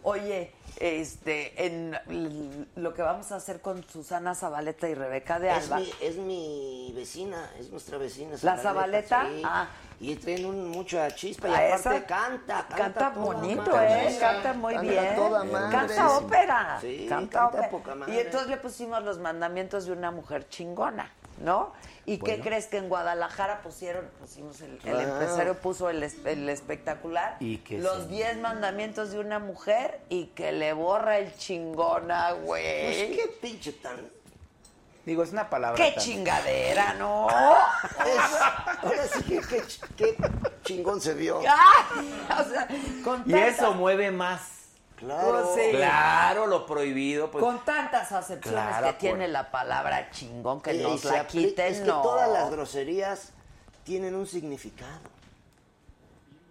Oye, este, en l- lo que vamos a hacer con Susana Zabaleta y Rebeca de Es Alba. mi, es mi vecina, es nuestra vecina. ¿La Zabaleta? sí. Ah. Y traen un, mucha chispa y A aparte esa- canta, canta. Canta toda bonito, madre. ¿eh? Canta muy Canta bien. toda madre. Canta ópera. Sí, canta, canta ópera. poca madre. Y entonces le pusimos los mandamientos de una mujer chingona, ¿no? ¿Y qué crees que en Guadalajara pusieron? Pusimos el, el Ah. empresario puso el, es- el espectacular. Y que los se- 10 mandamientos de una mujer y que le borra el chingona, Pues güey. qué pinche tan. Digo, es una palabra. ¡Qué tan- chingadera, no! Es- ahora sí que qué ch- qué chingón se vio. Ah, o sea, con Y tanta- eso mueve más. Claro. Pues sí. Claro, lo prohibido. Pues, con tantas acepciones Claro, que por- tiene la palabra chingón que pues. Y- y nos se la aplica- quiten, Es que no. todas las groserías tienen un significado.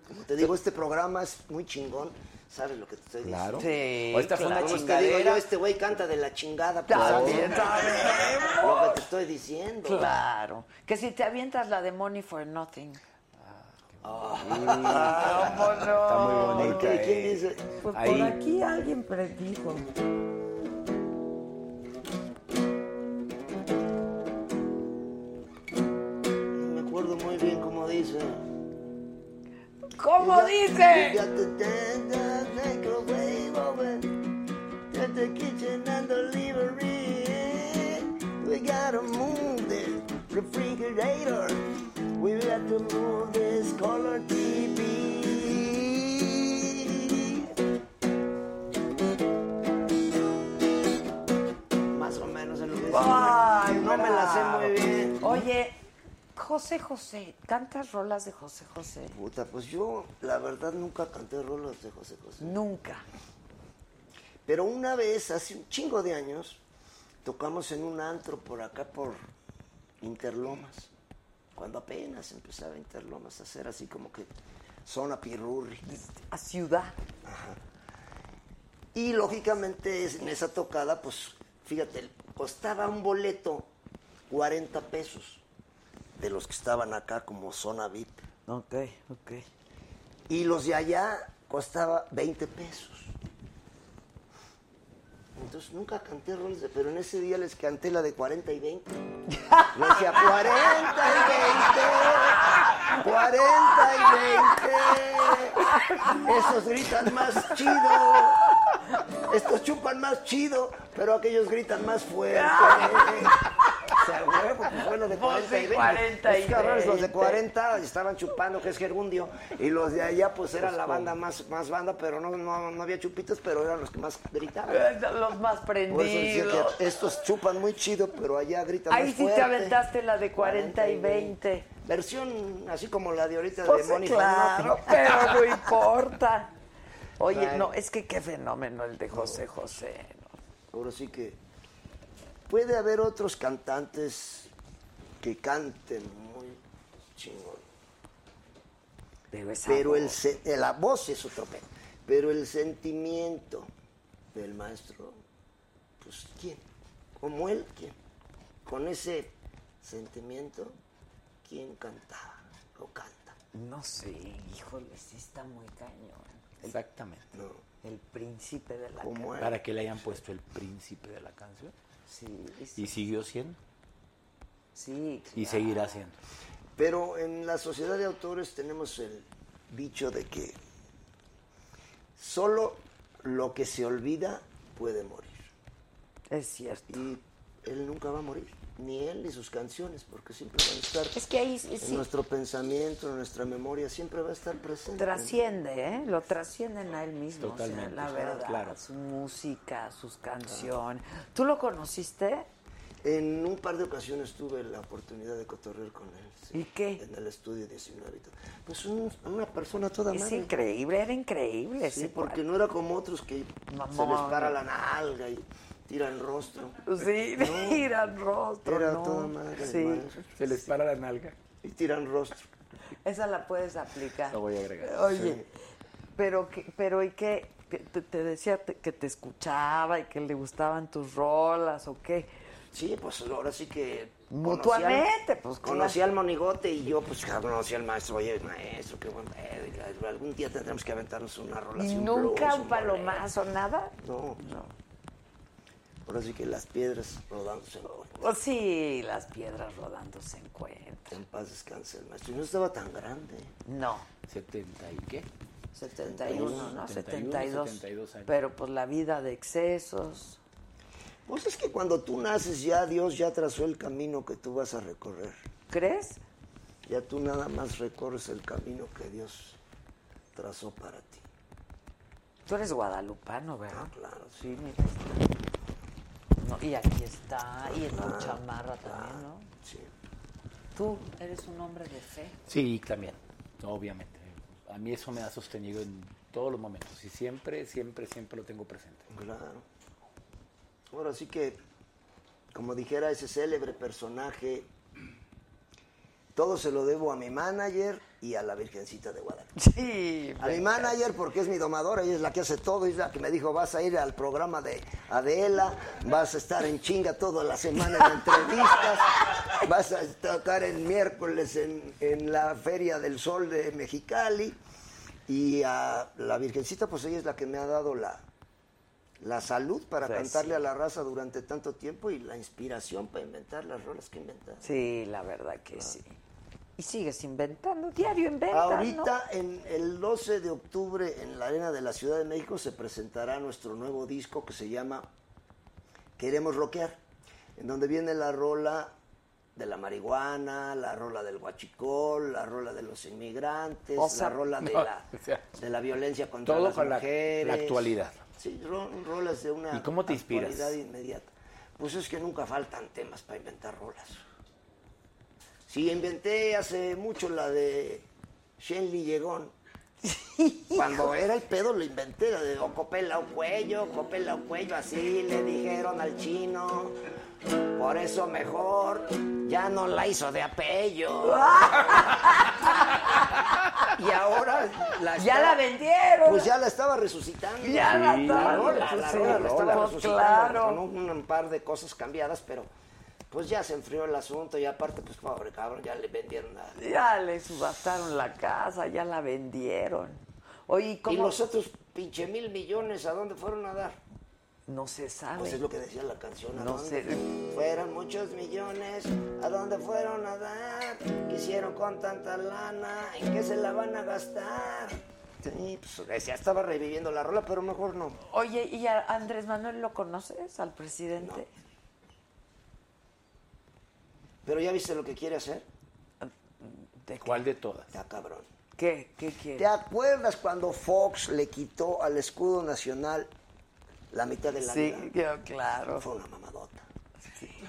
Como te digo, este programa es muy chingón. ¿Sabes lo que te estoy diciendo? Claro. Sí, O esta fue una Como te digo chingadera. yo, este güey canta de la chingada. pues, También ¿sabes? sabemos. Lo que te estoy diciendo. Claro. Que si te avientas la de Money for Nothing. Está muy bonita. Porque, ¿quién eh. dice? Pues Ahí. por aquí alguien predijo. No me acuerdo muy bien cómo dice. ¿Cómo You dice? got the dance, the microwave oven. Got the kitchen and the living room. We gotta move this refrigerator. We got to move this color TV. Más o menos en lo que dice. Ay, No me la sé muy bien. Oye, José José, tantas rolas de José José. Puta, pues yo la verdad nunca canté rolas de José José. Nunca. Pero una vez, hace un chingo de años, tocamos en un antro por acá, por Interlomas. Cuando apenas empezaba Interlomas a hacer así como que zona pirurri. A ciudad. Y lógicamente es- en esa tocada, pues, fíjate, costaba un boleto 40 pesos de los que estaban acá como zona VIP. Ok, ok. Y los de allá costaba 20 pesos. Entonces nunca canté roles, de- pero en ese día les canté la de 40 y 20. Les decía 40 y 20, 40 y 20. Esos gritan más chido. Estos chupan más chido, pero aquellos gritan más fuerte. O sea, huevo, pues fue lo de Pues 40 y sí, 20. 40 y Es que, a ver, los de 20. 40 Estaban- estaban chupando, que es gerundio, y los de allá pues era la banda más, más banda, pero no, no, no había chupitos, pero eran los que más gritaban. Eh, Los más Por eso decía prendidos. que estos chupan muy chido, pero allá gritan Ahí más sí te fuerte. aventaste la de 40 y 20. Versión así como la de ahorita Pues de Mónica. claro, Notti. pero no importa. Oye, Claro. no, es que qué fenómeno el de José José. ¿no? Ahora sí que puede haber otros cantantes que canten muy chingón, Pero, esa pero el, voz. se- eh, la voz es otro pedo, pero el sentimiento del maestro, pues quién, como él, quién, con ese sentimiento, quién cantaba o canta, No sé, híjole, sí está muy cañón. Exactamente. no, El príncipe de la como ca- él. Para que le hayan puesto el príncipe de la canción. Sí, sí, Y siguió siendo. sí, Y seguirá siendo. Pero en la sociedad de autores tenemos el dicho de que solo lo que se olvida puede morir. es cierto. Y él nunca va a morir, ni él ni sus canciones, porque siempre van a estar Es que ahí en sí nuestro pensamiento, en nuestra memoria, siempre va a estar presente. trasciende, ¿eh? Lo trascienden a él mismo, o sea, Totalmente, la claro, verdad, claro. su música, sus canciones. ¿Tú lo conociste? En un par de ocasiones tuve la oportunidad de cotorrear con él. sí, ¿Y qué? En el estudio 19 y todo. Pues un- una persona toda Es madre. increíble, era increíble. Sí, ese porque no era como otros que se les Mamón. para la nalga y tiran rostro. cuate. Sí, tiran rostro. Era no. toda madre. Sí. madre. Se les para la nalga. Y tiran rostro. Esa la puedes aplicar. Lo voy a agregar. Oye, pero, que- pero ¿y qué? Que Te, te decía te- que te escuchaba y que le gustaban tus rolas o qué. Sí, pues ahora sí que. Mutuamente, conocí al- pues, claro. Conocí al monigote y yo, pues conocí al maestro. Oye, maestro, qué buen pedo. y Algún día tendremos que aventarnos una ¿Y relación. nunca un palomazo, nada? No. No. Ahora sí que las piedras rodándose. en- Pues sí, las piedras rodando se encuentran. En paz descanse el maestro. Y no estaba tan grande. No, 70 y qué? 71, no, 71, 72. 72 años. Pero pues la vida de excesos. Pues es que cuando tú naces ya Dios ya trazó el camino que tú vas a recorrer. ¿Crees? Ya tú nada más recorres el camino que Dios trazó para ti. Tú eres guadalupano, ¿verdad? Claro, sí. Sí, mira. está. No, y aquí está, y en tu Claro, chamarra también, ¿no? Sí. Tú eres un hombre de fe. Sí, también, obviamente. A mí eso me ha sostenido en todos los momentos y siempre, siempre, siempre lo tengo presente. Claro. Ahora sí que, como dijera ese célebre personaje, todo se lo debo a mi manager y a la Virgencita de Guadalupe. Sí, A mi manager porque es mi domadora, ella es la que hace todo, es la que me dijo, vas a ir al programa de Adela, vas a estar en chinga toda la semana en entrevistas, vas a tocar el miércoles en, en la Feria del Sol de Mexicali. Y a la Virgencita, pues ella es la que me ha dado la, la salud para Pues cantarle sí. a la raza durante tanto tiempo y la inspiración para inventar las rolas que inventas. pues, Sí, la verdad que sí. Y sigues inventando, diario inventas, ¿no? Ahorita, en el 12 de octubre, en la Arena de la Ciudad de México, se presentará nuestro nuevo disco que se llama Queremos Roquear, en donde viene la rola de la marihuana, la rola del guachicol, la rola de los inmigrantes, O sea, la rola de, no, la, o sea, de la violencia contra todo las con la- mujeres. la actualidad. Sí, ro- rolas de una ¿Y cómo te inspiras? actualidad inmediata. Pues es que nunca faltan temas para inventar rolas. Sí, inventé hace mucho la de Shenley Llegón. Cuando era el pedo lo inventé, la de "Oh, o copela o cuello, copela o cuello, así le dijeron al chino. Por eso mejor ya no la hizo de apello. y ahora la Ya estaba- la vendieron. Pues ya la estaba resucitando. Ya la Sí. estaba La rola, la resucitando. rola la estaba Pues resucitando claro. con un, un par de cosas cambiadas, pero pues ya se enfrió el asunto y aparte pues pobre cabrón, ya le vendieron a... Ya le subastaron la casa, ya la vendieron. Oye, ¿y Y ¿cómo? los otros pinche mil millones, ¿a dónde fueron a dar? No se sabe. Pues es lo que decía la canción. ¿a No dónde sé. Fueron muchos millones, ¿a dónde fueron a dar? ¿Qué hicieron con tanta lana? ¿En qué se la van a gastar? Sí, pues ya estaba reviviendo la rola, pero mejor no. Oye, ¿y a Andrés Manuel lo conoces, al presidente? Pero ya viste lo que quiere hacer. ¿De ¿Cuál de todas? Ya cabrón. qué? ¿Qué, qué quiere? ¿Te acuerdas cuando Fox le quitó al escudo nacional la mitad de la Sí, vida? yo, claro. Fue una mamadota.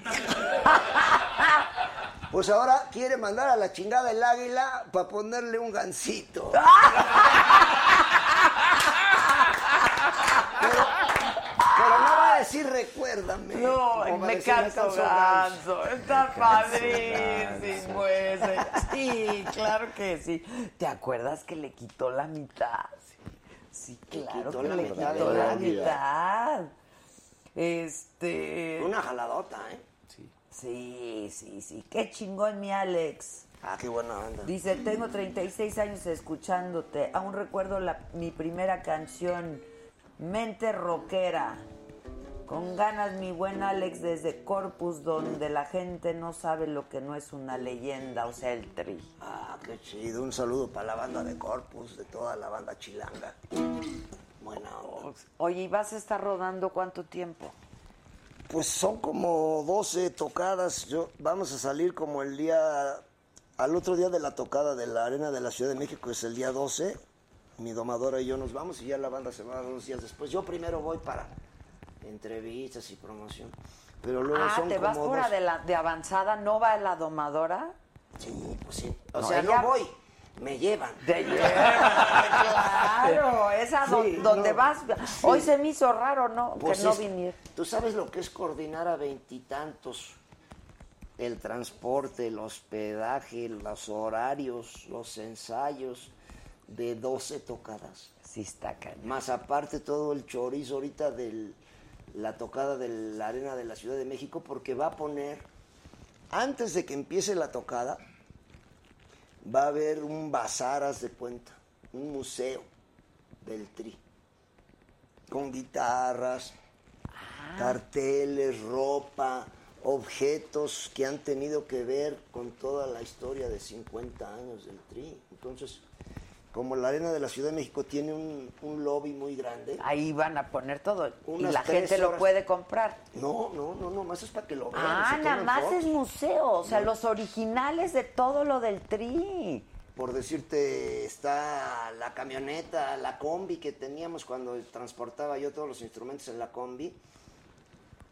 Pues ahora quiere mandar a la chingada el águila para ponerle un gancito. Pero, pero no va a decir recuérdame. No, o va a me decir, canso ganso". ganso. Está padrísimo ese. Sí, claro que sí. ¿Te acuerdas que le quitó la mitad? Sí, Le claro quitó que la le mitad quitó de la la mitad. Este. Una jaladota, ¿eh? Sí, sí, sí. Qué chingón, mi Alex. Ah, qué buena onda. Dice, tengo 36 años escuchándote. Aún recuerdo la- mi primera canción, Mente Rockera. Con ganas, mi buen Alex, desde Corpus, donde la gente no sabe lo que no es una leyenda, o sea, el tri. Ah, qué chido. Un saludo para la banda de Corpus, de toda la banda chilanga. Buena onda. Oye, ¿y vas a estar rodando cuánto tiempo? Pues son como 12 tocadas. Yo, vamos a salir como el día. Al otro día de la tocada de la Arena de la Ciudad de México, es el día 12. Mi domadora y yo nos vamos y ya la banda se va dos días después. Yo primero voy para entrevistas y promoción. Pero luego ah, son ¿te vas como por dos- adela- de avanzada? ¿No va la domadora? Sí, pues sí. O No, sea, ella- no voy. Me llevan. De claro, esa Sí, don- donde no, vas. sí. Hoy se me hizo raro, ¿no? Pues que no es- viniera. Tú sabes lo que es coordinar a veintitantos. El transporte, el hospedaje, los horarios, los ensayos de 12 tocadas. Sí, está cañón. Más aparte todo el chorizo ahorita de la tocada de la arena de la Ciudad de México, porque va a poner, antes de que empiece la tocada, va a haber un bazar, haz de cuenta, un museo del tri, con guitarras, Ah. carteles, ropa, objetos que han tenido que ver con toda la historia de 50 años del tri. Entonces, como la arena de la Ciudad de México tiene un, un lobby muy grande, Ahí van a poner todo. Unas y la tres gente lo horas. puede comprar. no, no, no, no, más es para que lo vean. y Ah, se nada tomen más fotos. es museo. O sea, los originales de todo lo del tri. Por decirte, está la camioneta, la combi que teníamos cuando transportaba yo todos los instrumentos en la combi.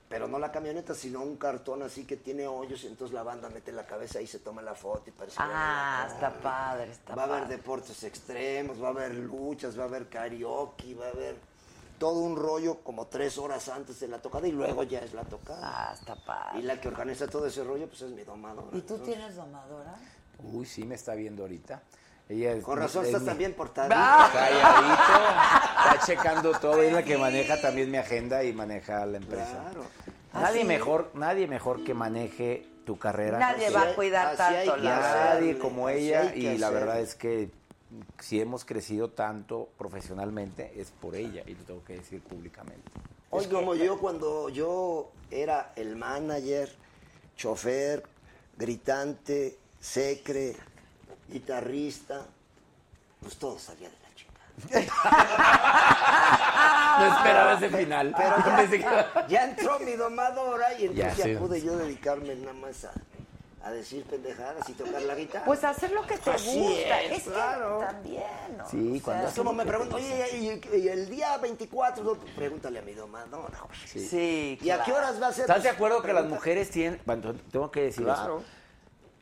Pero no la camioneta, sino un cartón así que tiene hoyos y entonces la banda mete la cabeza y se toma la foto y parece... que van a Ah, la está combi. padre, está Va a haber padre. deportes extremos, va a haber luchas, va a haber karaoke, va a haber todo un rollo como tres horas antes de la tocada y luego ya es la tocada. Ah, está padre. Y la que organiza todo ese rollo pues es mi domadora. ¿Y tú entonces- tienes domadora? Uy, sí, me está viendo ahorita. Ella es, Con razón es estás mi- también portada. Calladito, está checando todo, es la que maneja también mi agenda y maneja la empresa. Claro. Nadie Así. mejor, nadie mejor que maneje tu carrera. Nadie Así va a hay- cuidar así tanto hay que la- hacerle, Nadie como así ella hay que y la hacerle. verdad es que si hemos crecido tanto profesionalmente es por ella y lo tengo que decir públicamente. es como eh, yo cuando yo era el manager, chofer, gritante, secre, guitarrista, pues todo salía de la chingada. No esperaba ese final. Pero Pensé que- ya, ya entró mi domadora y entonces Ya, ya, sí. pude yo dedicarme nada más a, a decir pendejadas y tocar la guitarra. Pues hacer lo que te Así gusta. es, Es, claro. que también, ¿no? Sí, cuando es como me pregunto, oye, ¿y, y- y el día 24? No, pues, Pregúntale a mi domadora. güey. Sí. Sí, ¿Y a qué claro. horas va a ser? ¿Estás de Pues, acuerdo que las pregunta. mujeres tienen, bueno, tengo que decir Claro. eso,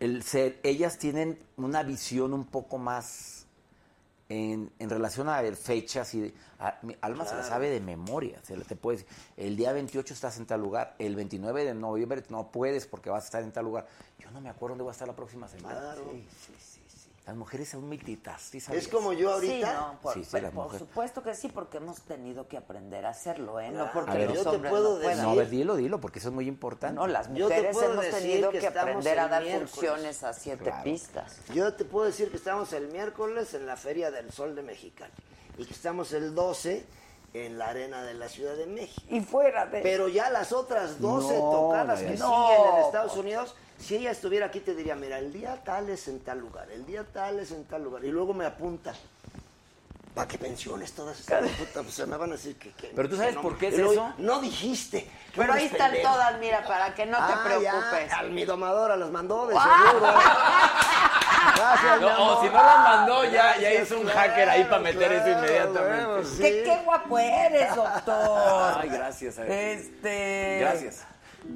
el ser, ellas tienen una visión un poco más en, en relación a ver fechas y de- a- mi alma se la Claro. sabe de memoria, se la- te puede decir, el día 28 estás en tal lugar, el 29 de noviembre no puedes porque vas a estar en tal lugar. Yo no me acuerdo dónde voy a estar la próxima semana. Claro. Las mujeres son multitasking. Es como yo ahorita. Sí, no, por, Sí, sí, pero las por mujeres. supuesto que sí, porque hemos tenido que aprender a hacerlo, ¿eh? No Claro. porque A ver, los yo te hombres puedo no puedan. decir- No, a ver, dilo, dilo, porque eso es muy importante. No, las Yo te mujeres puedo hemos decir tenido que que estamos aprender a el dar miércoles. funciones a siete Claro. pistas. Yo te puedo decir que estamos el miércoles en la Feria del Sol de Mexicali y que estamos el 12 en la Arena de la Ciudad de México. Y fuera de... Pero ya las otras 12 No, tocadas no, que ya. siguen en No, Estados por- Unidos, si ella estuviera aquí te diría, mira, el día tal es en tal lugar, el día tal es en tal lugar. Y luego me apunta. Para que pensiones todas esas puta, pues se me van a decir que... que- Pero tú que sabes no. por qué es Y luego, eso. No dijiste. Pero ahí están todas, mira, para que no te Ah, ya, preocupes. al mi domadora las mandó de seguro. Gracias, Ah. No, mi o amor. si no las mandó, ya, ya Gracias, hizo un claro, hacker ahí para meter claro, eso inmediatamente. huevo, sí. ¿Qué, qué guapo eres, doctor. Ay, gracias. a ver. Este... Gracias.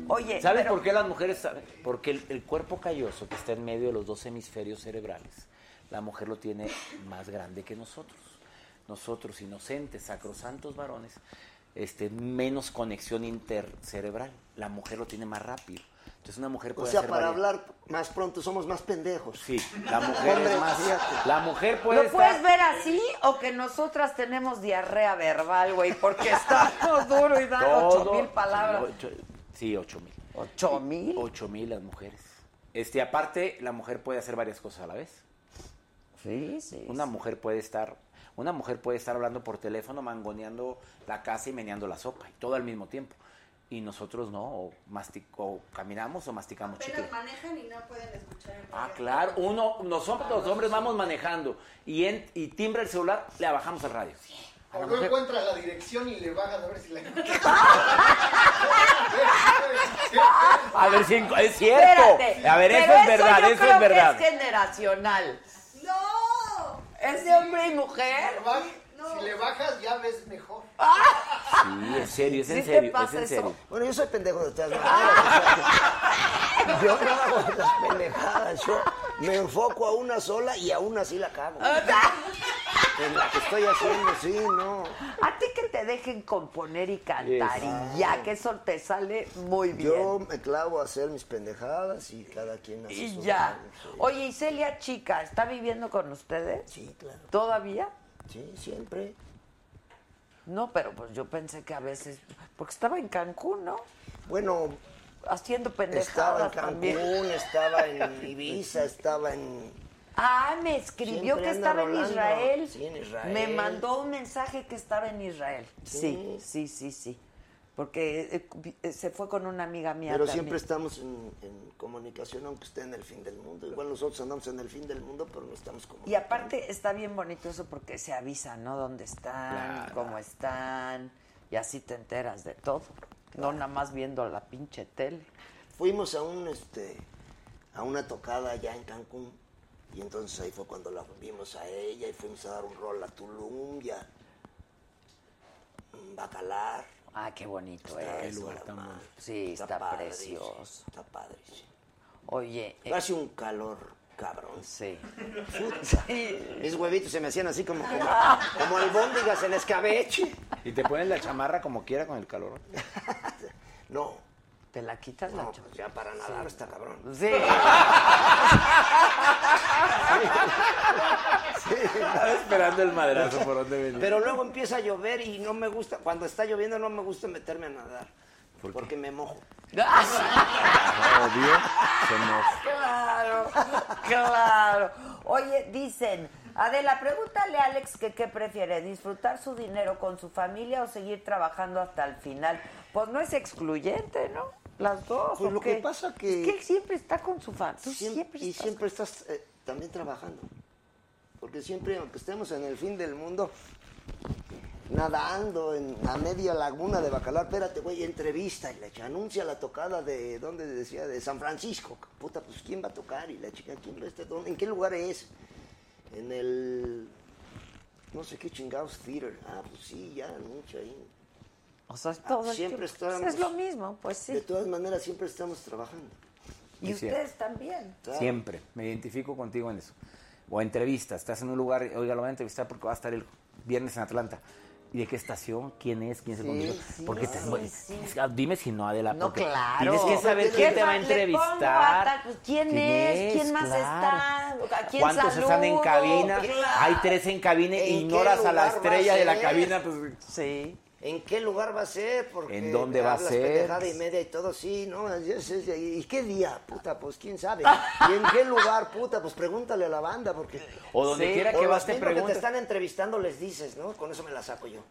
Oye, ¿Sabes pero- por qué las mujeres saben? Porque el, el cuerpo calloso que está en medio de los dos hemisferios cerebrales, la mujer lo tiene más grande que nosotros. Nosotros, inocentes, sacrosantos varones, este, menos conexión intercerebral. La mujer lo tiene más rápido. Entonces una mujer O puede sea, hacer para varias- hablar más pronto somos más pendejos. Sí, la mujer Hombre, es más. fíjate. La mujer puede ¿Lo estar- puedes ver así o que nosotras tenemos diarrea verbal, güey? Porque estamos duro y dan ocho Todo- mil palabras. ocho- sí, ocho mil. ¿Ocho mil? Ocho mil las mujeres. Este, aparte, la mujer puede hacer varias cosas a la vez. Sí, sí. Una mujer puede estar, una mujer puede estar hablando por teléfono, mangoneando la casa y meneando la sopa, y todo al mismo tiempo. Y nosotros no, o, mastic- o caminamos o masticamos chicle. Apenas manejan y no pueden escuchar el Ah, radio. claro, uno, nosotros los hombres vamos manejando y, en, y timbra el celular, le bajamos el radio. A la no mujer- encuentras la dirección y le bajas a ver si la encuentras. a ver si enco- es cierto. Espérate, a ver, eso pero es verdad, yo eso creo es verdad. Que es generacional. ¡No! ¿Es de hombre y mujer? Vas- No, Si le bajas, ya ves mejor. Sí, es serio, es en serio, es en serio. Bueno, yo soy pendejo de todas maneras. o sea, yo no hago esas pendejadas. Yo me enfoco a una sola y aún así la cago. en la que estoy haciendo, sí, no. A ti que te dejen componer y cantar y ya que eso te sale muy bien. Yo me clavo a hacer mis pendejadas y cada quien hace y su ya. rollo, sí. Oye, y Celia Chica, ¿está viviendo con ustedes? Sí, claro. ¿Todavía? Sí, siempre. No, pero pues yo pensé que a veces, porque estaba en Cancún, ¿no? Bueno, Haciendo estaba en pendejadas Cancún, también. estaba en Ibiza, estaba en... Ah, me escribió Siempre que anda estaba en rolando. Israel. Sí, en Israel. Me mandó un mensaje que estaba en Israel. Sí, sí, sí, sí. Porque eh, vi- eh, se fue con una amiga mía. Pero también. siempre estamos en, en comunicación, aunque esté en el fin del mundo. Igual nosotros andamos en el fin del mundo, pero no estamos como... Y aparte está bien bonito eso porque se avisa, ¿no? Dónde están, cómo están, y así te enteras de todo. No nada más viendo la pinche tele. Fuimos a un, este, a una tocada allá en Cancún. Y entonces ahí fue cuando la vimos a ella y fuimos a dar un rol a Tulum y a mm, Bacalar. Ah, qué bonito Está es. lugar tan hermano. bonito. Sí, está, padrísimo, precioso. Está padre. sí. Oye, eh, Hace un calor cabrón. sí. Mis huevitos se me hacían así como, como, como albóndigas en escabeche. Y te pones la chamarra como quiera con el calor. No, ¿Te la quitas la no, chapa? pues ya para nadar está cabrón. Sí. Estaba esperando el madrazo por donde venía. Pero luego empieza a llover y no me gusta, cuando está lloviendo no me gusta meterme a nadar. ¿Por qué? porque me mojo. Obvio, se nos... Claro, claro. Oye, dicen, Adela, pregúntale a Alex que qué prefiere, disfrutar su dinero con su familia o seguir trabajando hasta el final. Pues no es excluyente, ¿no? Las dos. Pues ¿o lo que qué? pasa que- Es que él siempre está con su fan. Tú Siem- siempre, y estás- siempre estás eh, también trabajando. Porque siempre, aunque estemos en el fin del mundo, nadando en la media laguna de Bacalar, espérate, güey, entrevista y la chica anuncia la tocada de, ¿dónde decía? De San Francisco. Puta, pues ¿quién va a tocar? Y la chica, ¿quién va a estar? ¿En qué lugar es? En el, no sé qué chingados theater. Ah, pues sí, ya anuncia ahí. O sea, es todo el siempre tiempo. Pues estamos- Es lo mismo, pues De sí. todas maneras, siempre estamos trabajando. Y Es cierto. ustedes también. Claro. Siempre. Me identifico contigo en eso. O entrevistas. Estás en un lugar, oiga, lo voy a entrevistar porque va a estar el viernes en Atlanta. ¿Y de qué estación? ¿Quién es? ¿Quién es el Sí, conductor? sí, porque te- sí, bueno, sí. es que dime si no, Adela. No, porque claro. Tienes que saber ¿Qué quién te más va a le pongo a entrevistar. tal? Pues, ¿quién es? ¿Quién más está? ¿A quién ¿Cuántos están en saludo? cabina? Claro. Hay tres en cabina. ¿En qué Ignoras a la lugar va a estrella de la ser? cabina. Pues, Sí. ¿En qué lugar va a ser? Porque ¿En dónde va a hablas ser? pendejada y media y todo, sí, ¿no? Así es, es, ¿Y qué día? Puta, pues quién sabe. ¿Y en qué lugar? Puta, pues pregúntale a la banda, porque. O donde Sí, quiera o que los vas te mismos que te preguntas. están entrevistando les dices, ¿no? Con eso me la saco yo.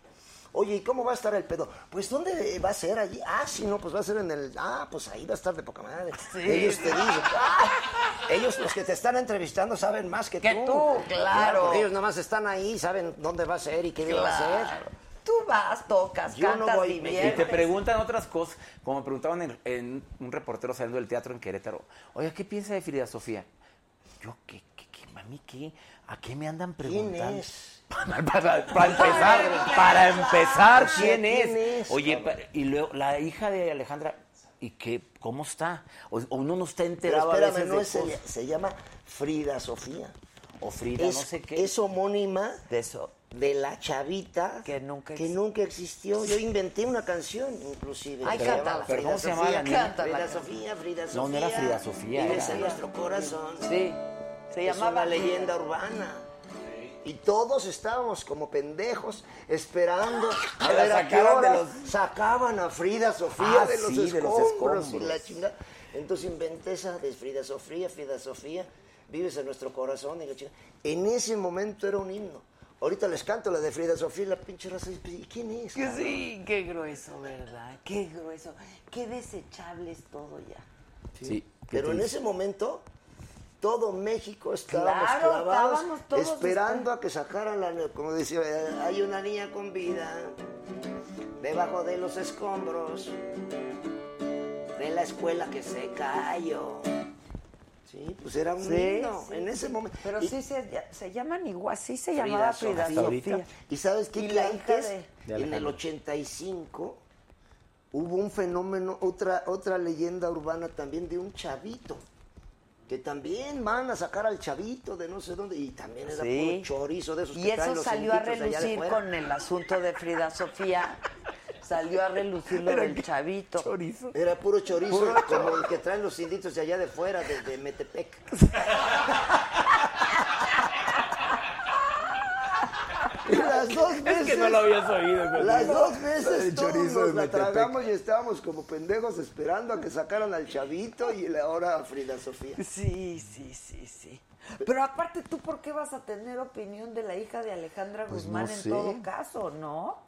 Oye, ¿y cómo va a estar el pedo? Pues, ¿dónde va a ser allí? Ah, sí, no, pues va a ser en el... Ah, pues ahí va a estar de poca madre. Ellos te dicen. Ellos, los que te están entrevistando, saben más que, Que tú. tú, claro. porque ellos nada más están ahí, saben dónde va a ser y qué día va a ser. Claro. Tú vas, tocas, Yo no cantas, voy, me- Y diviertes. te preguntan otras cosas, como me preguntaban en, en un reportero saliendo del teatro en Querétaro, oiga, ¿qué piensa de Frida Sofía? Yo, ¿qué, qué, qué, mami, qué? ¿A qué me andan preguntando? es? Para, para- para empezar, para empezar, ¿quién ¿quién es? es, Oye, pa- y luego, la hija de Alejandra, ¿y qué, cómo está? O, o uno no está Pero enterado a espérame, veces no de es ella, cosas. se llama Frida Sofía. O Frida, Es, no sé qué. es homónima de eso. de la chavita Que nunca que exi- nunca existió. Yo inventé una canción, inclusive. Ay, que cántala. llamaba Pero ¿cómo se llamaba la Frida, niña? Frida Cántala. Sofía, Frida Sofía. No, no era Frida Sofía, Vives era- en nuestro corazón. Sí. Se Es llamaba una leyenda urbana. Y todos estábamos como pendejos esperando a ver a qué sacaran de hora los- sacaban a Frida Sofía Ah, de, los sí, de los escombros y escombros. la chingada. Entonces inventé esa de Frida Sofía, Frida Sofía, vives en nuestro corazón y la chingada. En ese momento era un himno. Ahorita les canto la de Frida Sofía y la pinche raza dice, "Pues, "¿Y quién es? Que cabrón?" sí, qué grueso, ¿verdad? Qué grueso. Qué desechable es todo ya. Sí, qué Pero en triste. ese momento, todo México estábamos Claro, clavados, estábamos todos este esperando a que sacaran la. Como decía, eh, hay una niña con vida debajo de los escombros de la escuela que se cayó. Sí, Sí, pues era un Sí, niño sí, en ese momento. Pero Y- sí se, ya- se llaman igual, sí se Frida llamaba Frida Sofía. Sofía. Y sabes qué, Y que la hija antes, de- de en el Alejandro. 85, hubo un fenómeno, otra, otra leyenda urbana también de un chavito. Que también van a sacar al chavito de no sé dónde. Y también era Sí. puro chorizo de esos Y que traen eso los salió a inditos de allá de relucir fuera. con el asunto de Frida Sofía. Salió a relucir lo del chavito. Era puro chorizo, como el que traen los inditos de allá de fuera, de, de Metepec. Y las dos veces. habías oído. Las dos veces El todos chorizo nos de la Metepec. tragamos y estábamos como pendejos esperando a que sacaran al chavito y la- ahora a Frida Sofía. Sí, sí, sí, sí. Pero aparte, ¿tú por qué vas a tener opinión de la hija de Alejandra Pues Guzmán no en sé. todo caso, no?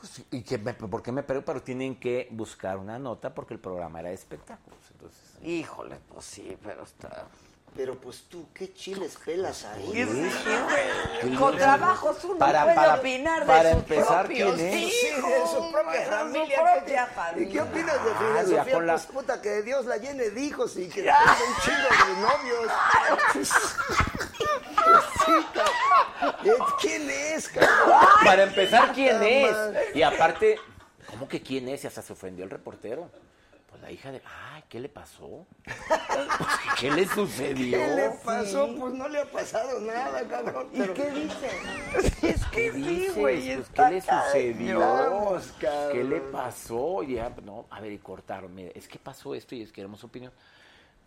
Pues sí, ¿y que me- por qué me pego? Pero tienen que buscar una nota porque el programa era de espectáculos. Entonces, Híjole, pues sí, pero está... Pero pues tú, ¿qué chiles pelas ahí? Con trabajos uno Para- puede para- opinar de para sus empezar, propios ¿quién es? hijos, de su propia de su familia. propia ¿Y qué familia. opinas de Frida Ah, ya Sofía? con la- Pues puta, que Dios la llene de hijos y que tenga un chingo de novios. Pues, sí, cabrón. Eh, ¿Quién es, cabrón? para empezar, ¿quién puta es? madre. Y aparte, ¿cómo que quién es? Y hasta se ofendió el reportero. Pues la hija de. ¡Ay, qué le pasó! Pues, ¿Qué le sucedió? ¿Qué le pasó? Pues no le ha pasado nada, cabrón. ¿Y pero- qué dice? Es que sí, dices? güey. Pues, está ¿Qué le cañón. sucedió? Vamos, cabrón. ¿Qué le pasó? Ya, no, a ver, y cortaron. Mira, es que pasó esto y es que queremos opinión.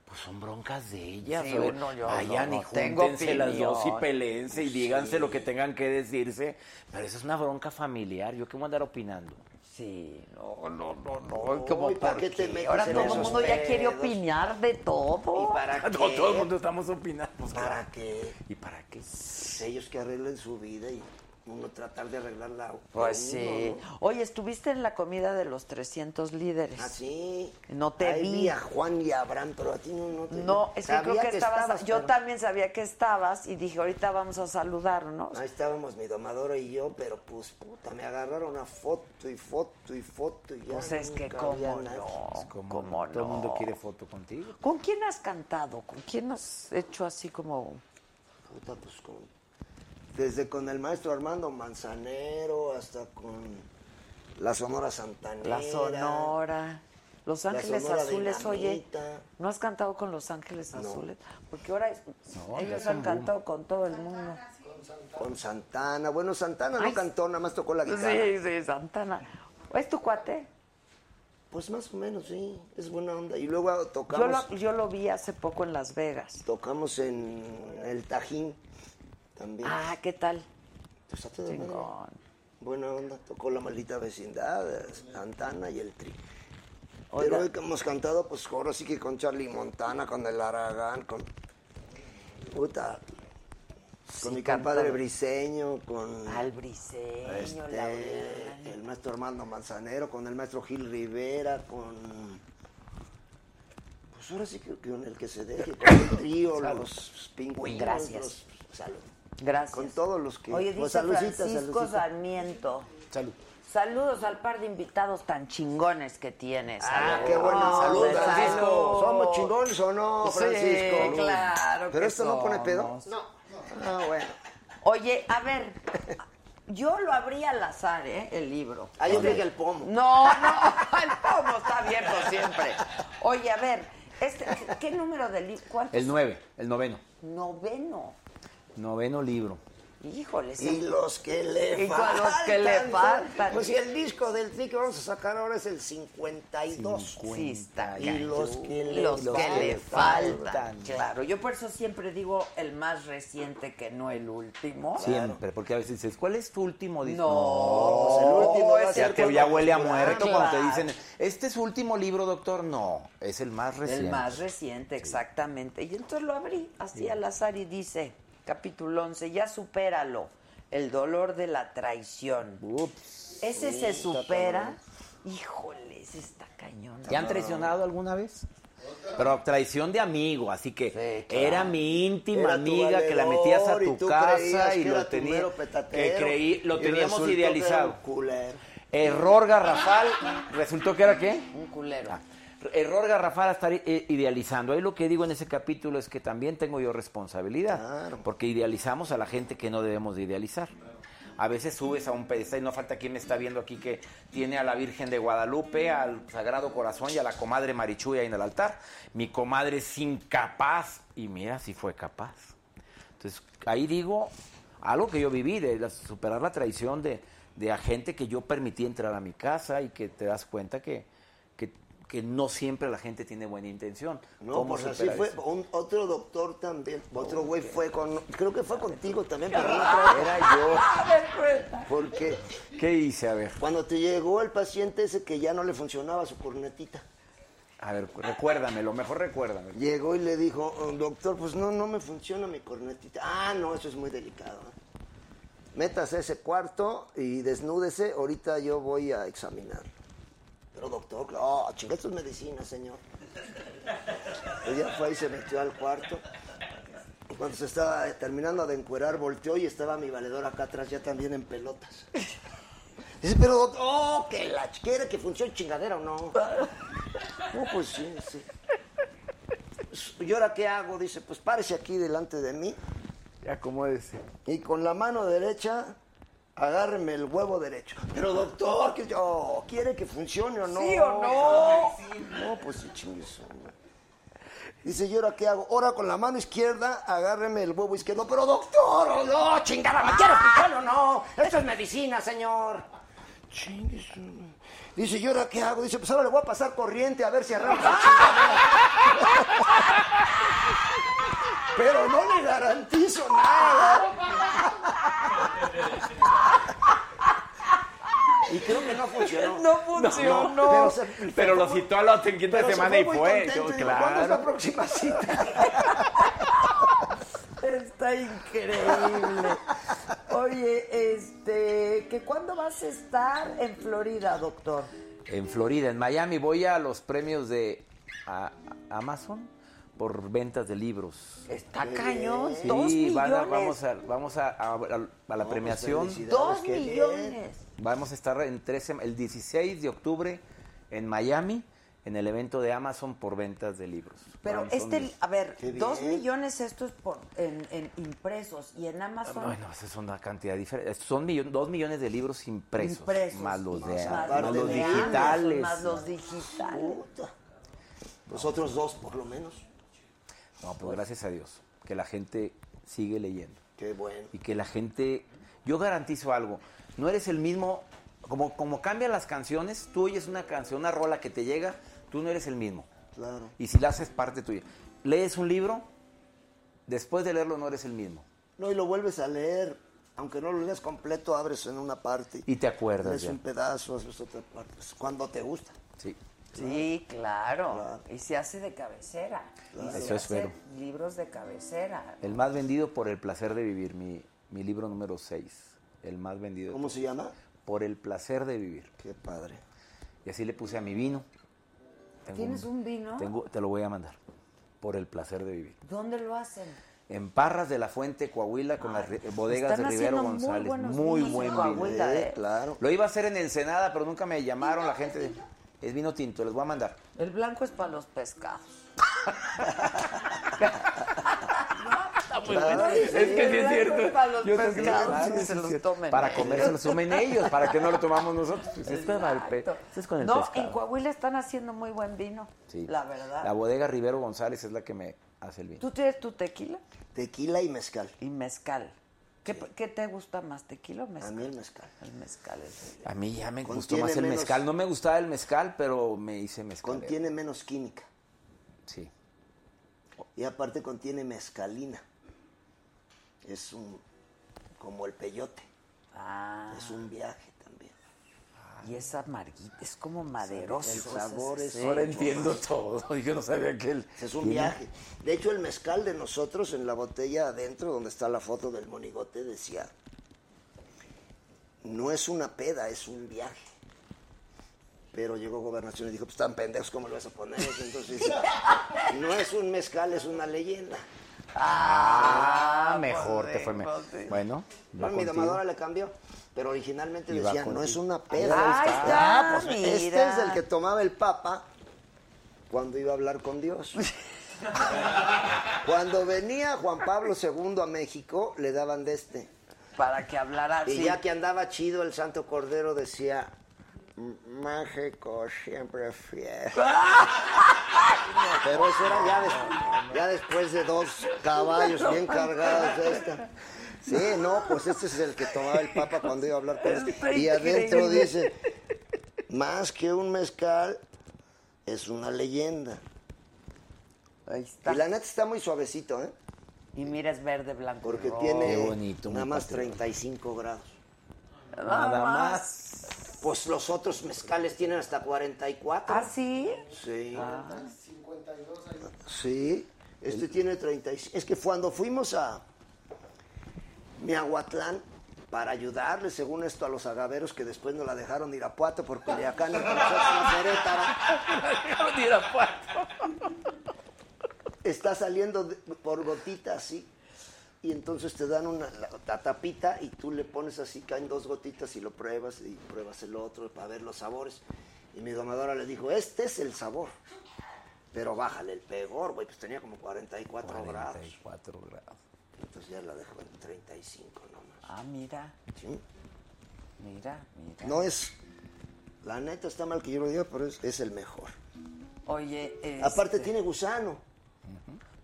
Pues son broncas de ellas. Sí, a ver, uno, yo vayan no, y no tengo júntense las dos y opinión. pelense y díganse lo que tengan que decirse. Pero esa es una bronca familiar. ¿Yo qué voy a andar opinando? Sí, no, no, no, no. Como ¿y para por qué qué? te metes Ahora en todo el esos mundo ya quiere pedos? opinar de todo. ¿Y para qué? No, todo el mundo estamos opinando. Pues, ¿Para qué? Pues ¿Y para qué? Ellos que arreglen su vida y uno tratar de arreglarla. Pues uno, sí. ¿no? Oye, estuviste en la comida de los 300 líderes. Así. No te Ah, Ahí vi. a Juan y a Abraham, pero a ti no, no te vi. No, es que Sabía creo que, estabas, Yo pero- también sabía que estabas y dije, ahorita vamos a saludarnos. Ahí estábamos mi domadora y yo, pero pues puta, me agarraron una foto y foto y foto y ya. pues es que, nunca ¿cómo había no? nadie. Oh, ¿Cómo, no? Todo el mundo quiere foto contigo. ¿Con quién has cantado? ¿Con quién has hecho así como.? Puta, pues con. Desde con el maestro Armando Manzanero hasta con la Sonora Santanera. La Sonora. Los La Ángeles Sonora Azules, oye, Dinamita. ¿no has cantado con Los Ángeles No. Azules? Porque ahora es- No, ya ellos es han un boom. cantado con todo el mundo. Con Santana. Bueno, Santana no Ay, cantó, nada más tocó la guitarra. Sí, sí, Santana. ¿Es tu cuate? Pues más o menos, sí. Es buena onda. Y luego Yo tocamos, lo, yo lo vi hace poco en Las Vegas. tocamos en el Tajín también. Ah, ¿qué tal? Pues a toda madre. Chingón. Buena onda. Tocó la maldita vecindad, eh, Santana y el Tri. Oiga. Pero hoy que hemos cantado, pues ahora sí que con Charlie Montana, con el Aragán, con. Puta. Con Sí, mi compadre cantaba. Briseño, con. Al Briseño, este, Laureano. el maestro Armando Manzanero, con el maestro Gil Rivera, con. Pues ahora sí que con el que se deje, con el trío, los pingüinos. Gracias. los- salud. Gracias. Con todos los que. Oye, pues, dice saludcita, Francisco saludcita. Sarmiento. Salud. Saludos al par de invitados tan chingones que tienes. Ah, Salud. qué bueno, salud, Hombre, Francisco. salud. ¿Somos chingones o no, Sí, Francisco? claro ¿Pero que esto no pone pedo? somos. No. Ah, bueno. Oye, a ver, yo lo abrí al azar, ¿eh? El libro. Ah, yo creí que el pomo. No, no, el pomo está abierto siempre. Oye, a ver, este, ¿qué número del libro? ¿Cuál? El 9, el noveno. Noveno. Noveno libro. Híjole, Y ese- los que le Y faltan. con los que le faltan. Pues si el disco del tri que vamos a sacar ahora es el 52. Sí, está Y los cañón. que le Los que faltan. le faltan. Claro, yo por eso siempre digo el más reciente que no el último. Siempre, porque a veces dices, ¿cuál es tu último disco? No, pues el último va a ya ser te- cuando- ya huele a muerto Claro. cuando te dicen, este es su último libro, doctor. No, es el más reciente. El más reciente, exactamente. Y entonces lo abrí así al azar y dice, capítulo 11, ya supéralo, el dolor de la traición. Ups. Ese se está supera. Híjole, ese está cañón. ¿Te han traicionado alguna vez? Pero traición de amigo, así que Sí, claro. era mi íntima Era tu amiga que la valedor metías a y tu tú casa creías y que lo era tu tenía, mero que petatero, creí, lo y teníamos resultó que era idealizado. un culero. Error garrafal, resultó que era qué? Un culero. Ah, Error garrafal a estar eh, idealizando. Ahí lo que digo en ese capítulo es que también tengo yo responsabilidad. Porque idealizamos a la gente que no debemos de idealizar. A veces subes a un pedestal y no falta quien me está viendo aquí que tiene a la Virgen de Guadalupe, al Sagrado Corazón y a la comadre Marichuy ahí en el altar. Mi comadre es incapaz. Y mira si fue capaz. Entonces, ahí digo algo que yo viví, de la- superar la traición de, de a gente que yo permití entrar a mi casa y que te das cuenta que, que, que no siempre la gente tiene buena intención. No, ¿Cómo pues así superar fue. eso? Un- otro doctor también, otro güey fue con, creo que fue contigo también, pero no Era yo. Porque ¿Qué hice? A ver, cuando te llegó el paciente ese que ya no le funcionaba su cornetita, a ver, recuérdamelo, mejor recuérdame. llegó y le dijo, "Oh, doctor, pues no, no me funciona mi cornetita. Ah, no, eso es muy delicado. ¿eh? Métase a ese cuarto y desnúdese, ahorita yo voy a examinar. Pero doctor, oh, chinga sus medicinas, señor. Ella fue y se metió al cuarto. Y cuando se estaba terminando de encuerar, volteó y estaba mi valedor acá atrás ya también en pelotas. Dice, pero doctor, oh, que la ch- quiere que funcione chingadera o no. No, pues sí, sí. ¿Y ahora qué hago? Dice, pues párese aquí delante de mí. Acomódese. Y con la mano derecha, agárreme el huevo derecho. Pero doctor, que yo, ¿quiere que funcione o no? ¿Sí o no? No, pues sí, chingues. hombre. Dice, ¿y ahora qué hago? Ahora con la mano izquierda, agárreme el huevo izquierdo. Pero doctor, oh, no, chingada, ¿me quiere funcione o no? Esto es medicina, señor. Chingues. hombre. Dice, ¿y ahora qué hago? Dice, pues ahora le voy a pasar corriente a ver si arranca. la chingadera. Pero no le garantizo nada. Y creo que no funcionó. No funcionó. pero se- Pero lo citó a la quinta pero se semana fue y muy fue. contento Yo, y dijo, ¿Cuándo es la claro. próxima cita? Está increíble. Oye, este, ¿que cuándo vas a estar en Florida, doctor? En Florida, en Miami, voy a los premios de a- a- Amazon por ventas de libros. Está cañón, Sí, dos millones. van a- vamos a, vamos a, a- a- a la premiación. felicidades. Dos Qué bien. millones. Vamos a estar en 13, el 16 de octubre en Miami, en el evento de Amazon por ventas de libros. Pero Amazon este, es- a ver, Qué bien. dos millones esto es por, en, en impresos y en Amazon. Bueno, esa es una cantidad diferente. Son millon- dos millones de libros impresos, Impresos, más los, de, más más los los de digitales. Amazon, más los digitales. Puta. Nosotros dos, por lo menos. No, pues gracias a Dios, que la gente sigue leyendo. Qué bueno. y que la gente. Yo garantizo algo. No eres el mismo. Como, como cambian las canciones, tú oyes una canción, una rola que te llega, tú no eres el mismo. Claro. Y si la haces parte tuya. Lees un libro, después de leerlo no eres el mismo. No, y lo vuelves a leer. Aunque no lo leas completo, abres en una parte. Y te acuerdas lees ya. un pedazo, haces otra parte. Es Cuando te gusta. Sí. Sí, claro. Claro. Y se hace de cabecera. Y se hace Eso espero. libros de cabecera. El más vendido por El placer de vivir, mi, mi libro número 6. El más vendido ¿Cómo se llama? por El placer de vivir. Qué padre. Y así le puse a mi vino. Tengo ¿Tienes un vino? Tengo, te lo voy a mandar. Por El placer de vivir. ¿Dónde lo hacen? En Parras de la Fuente, Coahuila, con las ri- bodegas de están Rivero haciendo muy González. buenos Muy, vinos en buen vino. Coahuila, ¿eh? Claro. Lo iba a hacer en Ensenada, pero nunca me llamaron la gente. de- Es vino tinto, les voy a mandar. El blanco es para los pescados. Es que sí es cierto. Para los Yo sé que- pescados claro, que Pues sí se es los cierto. tomen. Para ellos. comer se los tomen ellos, para que no lo tomamos nosotros. Pues esto es, para el pe- Exacto. esto es con el no, pescado. en Coahuila están haciendo muy buen vino. Sí. La verdad. La bodega Rivero González es la que me hace el vino. ¿Tú tienes tu tequila Tequila y mezcal. y mezcal? ¿Qué, qué te gusta más, tequila o A mezcal? mí el mezcal. El mezcal es... A mí ya me gustó Contiene más el menos- mezcal. No me gustaba el mezcal, pero me hice mezcal. Contiene menos química. Sí. Y aparte contiene mezcalina. Es un. como el peyote. Ah, Es un viaje también. y es amarguito, es como maderoso. Ah. El sabor es- Sí. Ahora entiendo todo. Yo no sabía que él. Es un viaje. De hecho, el mezcal de nosotros en la botella adentro, donde está la foto del monigote, decía: No es una peda, es un viaje. Pero llegó Gobernación y dijo: Pues están pendejos, ¿cómo lo vas a poner? Entonces, no es un mezcal, es una leyenda. Ah, mejor te fue mejor. Bueno, va No, mi contigo. domadora le cambió. Pero originalmente Y va decía, contigo. no es una peda. Ah, Ahí Ahí está, Ah, pues, mira. este es el que tomaba el Papa cuando iba a hablar con Dios. Cuando venía Juan Pablo II a México, le daban de este. Para que hablara Y así. ya que andaba chido, el Santo Cordero decía, México siempre fiel. Pero eso era ya, des- ya después de dos caballos bien cargados de esta. Sí, no, pues este es el que tomaba el Papa cuando iba a hablar con él. Está Y adentro increíble. dice, más que un mezcal, es una leyenda. Ahí está. Y la neta está muy suavecito, ¿eh? Y mira, es verde, blanco. Porque rojo. tiene Qué bonito, nada muy más patriota. 35 grados. Nada más. Pues los otros mezcales tienen hasta 44. ¿Ah, sí? Sí. Ah. 52 ahí. Sí. Este tiene 36. Es que cuando fuimos a Miahuatlán para ayudarle, según esto, a los agaveros que después nos la dejaron de Irapuato por Culiacán y por nosotros en Querétaro. pues. Está saliendo de- por gotitas, sí. Y entonces te dan una la- la tapita y tú le pones así, caen dos gotitas y lo pruebas y pruebas el otro para ver los sabores. Y mi domadora le dijo, este es el sabor. Pero bájale el pegor, güey, pues tenía como 44, grados. 44 grados. Entonces ya la dejó en 35 nomás. Ah, mira, ¿sí? mira, mira. No es... La neta está mal que yo lo diga, pero es, es el mejor. Oye, este, Aparte tiene gusano.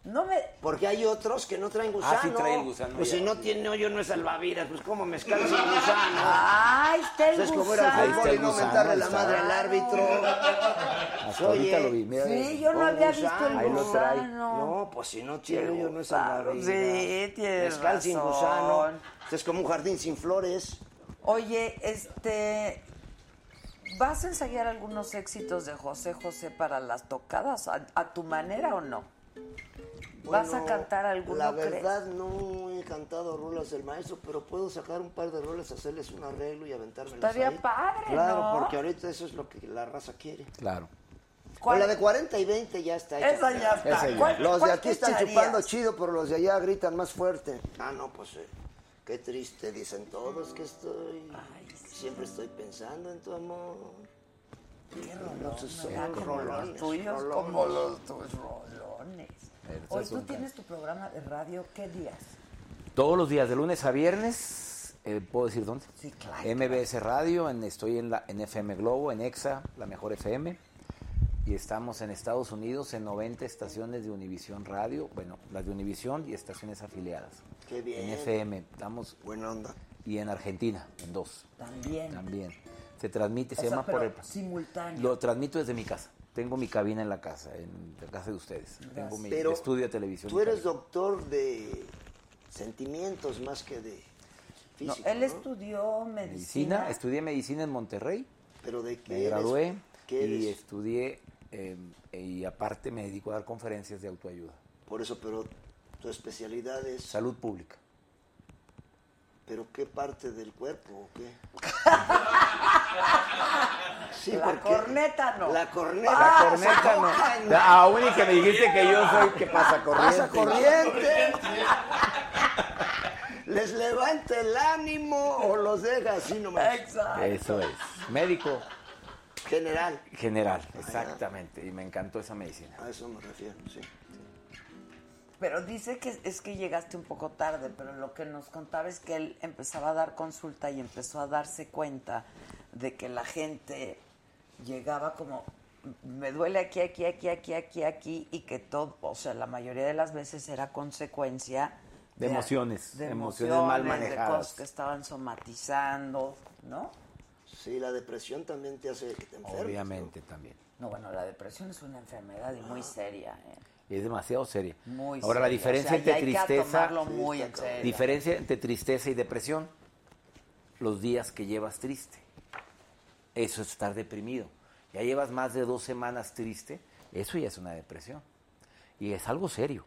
No me... Porque hay otros que no traen gusano. Ah, sí trae el gusano Pues ya. si no tiene hoyo no es salvavidas, pues como mezcal sin gusano. ¡Ay, está el Pues es gusano! como ir al fútbol y no gusano, mentarle la ahí está. madre al árbitro. Hasta ahorita Oye, lo vi. Mira, Sí, yo no Con había visto gusano. el Ahí lo trae. gusano. No, pues si no tiene Qué hoyo no es gusano. salvavidas. Sí, tienes Mezcal sin razón. gusano. Este Es como un jardín sin flores. Oye, este... ¿Vas a ensayar algunos éxitos de José José para las tocadas? ¿A, a tu manera o no? ¿Vas a Bueno, cantar alguno, La crees? verdad no he cantado rolas del maestro, pero puedo sacar un par de rolas, hacerles un arreglo y aventármelas Estaría ahí. padre, Claro, ¿no? porque ahorita eso es lo que la raza quiere. Claro. ¿Cuál- Pues la de 40 y 20 ya está hecha. Esa ya está. Esa ya. ¿Cuál- Los de cuál aquí te están echarías? chupando chido, pero los de allá gritan más fuerte. Ah, no, pues eh, qué triste, dicen todos que estoy. Siempre estoy pensando en tu amor. Qué Entonces, rolón, son ¿verdad? Como los rolones, tuyos, rolones. como los tuyos, rolones. Eres Hoy tú asunta. tienes tu programa de radio, ¿qué días? Todos los días, de lunes a viernes, eh, ¿puedo decir dónde? Sí, claro. MBS Radio, en- estoy en, la, en FM Globo, en EXA, la mejor FM. Y estamos en Estados Unidos en 90 estaciones de Univisión Radio, bueno, las de Univisión y estaciones afiliadas. Qué bien. En FM, estamos, Buena onda. y en Argentina, en dos. También. También. Se O transmite, se sea, llama pero por el... simultáneo. Lo transmito desde mi casa. Tengo mi cabina en la casa, en la casa de ustedes. Tengo mi Pero estudio de televisión. Tú y eres cabina. doctor de sentimientos más que de No, físico. él ¿no? estudió medicina. Medicina, estudié medicina en Monterrey, Pero de qué me eres? gradué ¿Qué y eres? estudié eh, y aparte me dedico a dar conferencias de autoayuda, Por eso, pero tu especialidad es. salud pública. ¿Pero qué parte del cuerpo o qué? sí, La porque- corneta no. La corneta. La Ah, corneta saco- no, la- aún y que me dijiste que yo soy que pasa corriente. Pasa corriente. Les levanta el ánimo o los deja así nomás. Exacto. Eso es, médico General. general, Ah, exactamente, y me encantó esa medicina. A eso me refiero, sí. Pero dice que es que llegaste un poco tarde, pero lo que nos contaba es que él empezaba a dar consulta y empezó a darse cuenta de que la gente llegaba como me duele aquí, aquí, aquí, aquí, aquí, aquí y que todo, o sea, la mayoría de las veces era consecuencia De emociones, emociones mal emociones, de manejadas. cosas que estaban somatizando, ¿no? Sí, la depresión también te hace que te enfermes. Obviamente también. No, bueno, la depresión es una enfermedad y muy Ah. seria, ¿eh? Es demasiado seria. Muy Ahora la seria. diferencia O sea, y entre hay que tristeza tomarlo muy en está serio. Diferencia entre tristeza y depresión. Los días que llevas triste. Eso es estar deprimido. Ya llevas más de dos semanas triste. Eso ya es una depresión. Y es algo serio.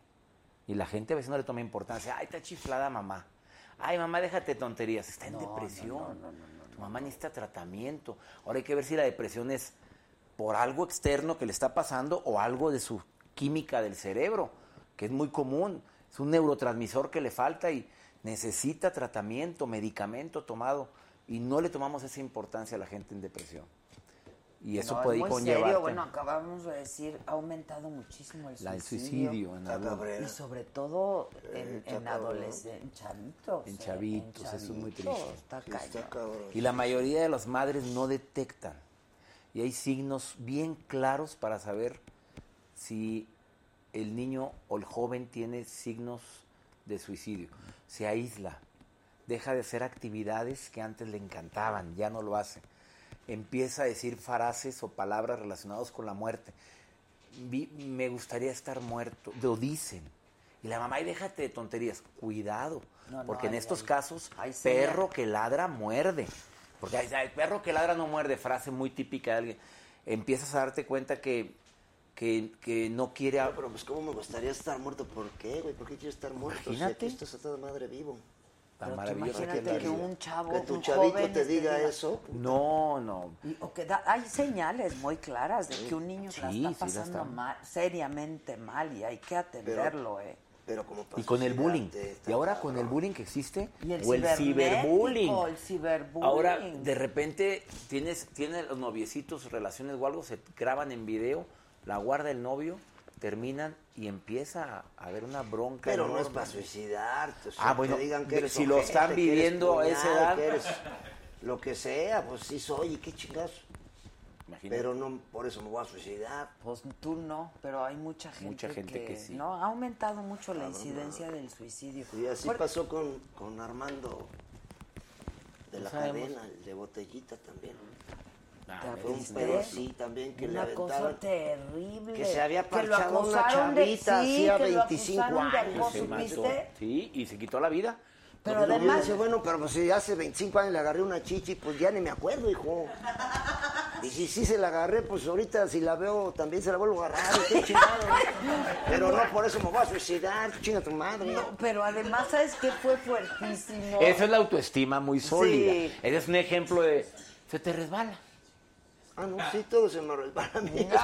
Y la gente a veces no le toma importancia. Ay, está chiflada mamá. Ay, mamá, déjate de tonterías. Está en depresión. tu mamá necesita tratamiento. Ahora hay que ver si la depresión es por algo externo que le está pasando o algo de su química del cerebro, que es muy común. Es un neurotransmisor que le falta y necesita tratamiento, medicamento tomado. Y no le tomamos esa importancia a la gente en depresión. Y eso No, es puede muy conllevar. serio. Bueno, acabamos de decir, ha aumentado muchísimo el suicidio. La- el suicidio en Está adultos. cabrón. Y sobre todo Eh, en, está en cabrón. adolescentes, en chavitos. En eh, chavitos, en eso es muy chavitos, triste. Está Sí, está cañón. Y la mayoría de las madres no detectan. Y hay signos bien claros para saber si el niño o el joven tiene signos de suicidio. Se aísla, deja de hacer actividades que antes le encantaban, ya no lo hace. Empieza a decir frases o palabras relacionadas con la muerte. Vi- me gustaría estar muerto. Lo dicen. Y la mamá, y déjate de tonterías. Cuidado. No, no, porque en ahí, estos ahí. casos, sí, perro ya. que ladra muerde. Porque ahí está, el perro que ladra no muerde. Frase muy típica de alguien. Empiezas a darte cuenta que, que, que no quiere. a- Pero pues cómo me gustaría estar muerto, ¿por qué, güey? ¿Por qué quiero estar muerto? Imagínate. Si aquí estás a toda madre vivo. Pero Tan tú maravilloso imagínate la que vida. un chavo, Que tu un chavito joven, te este, diga eso. No, no. Y- o que da- hay señales muy claras de que un niño la Sí, sí, está la pasando está- mal, seriamente mal y hay que atenderlo, ¿eh? Pero como Y con el bullying. Y ahora con el bullying que existe, o el ciberbullying. cibernético, El ciberbullying. Ahora, de repente, tienes, tienes los noviecitos, relaciones o algo, se graban en video, la guarda el novio, terminan y empieza a haber una bronca. Pero no es enorme. para suicidarte. O sea, Ah, bueno, que digan que de- eres si lo ojete, están que eres viviendo a esa puñal, edad. que eres lo que sea, pues sí soy, y qué chingados. Imagínate. Pero no, por eso me voy a suicidar. Pues tú no, pero hay mucha gente, Mucha gente que sí. No, ha aumentado mucho la Cabrón, incidencia del suicidio. Y así Por- pasó con, con Armando de No la sabemos. cadena, el de botellita también. Ah, Fue un ¿viste? pedo así también que le Una cosa aventaron. terrible. que se había lo parchado una acusaron de- chavita sí, hacía que lo 25 acusaron de años, acoso, se mató. ¿viste? Sí, y se quitó la vida. Pero Porque lo vi y además, decía, bueno, pero pues si hace 25 años le agarré una chichi, pues ya ni me acuerdo, hijo. Y si sí se la agarré, pues ahorita si la veo también se la vuelvo a agarrar, qué chingado. Pero no por eso me voy a suicidar, chinga tu madre. no, pero además, ¿sabes qué fue fuertísimo? Esa es la autoestima muy sólida. Sí. Ese es un ejemplo de. Se te resbala. Ah, no, sí, todo se me resbala a mí.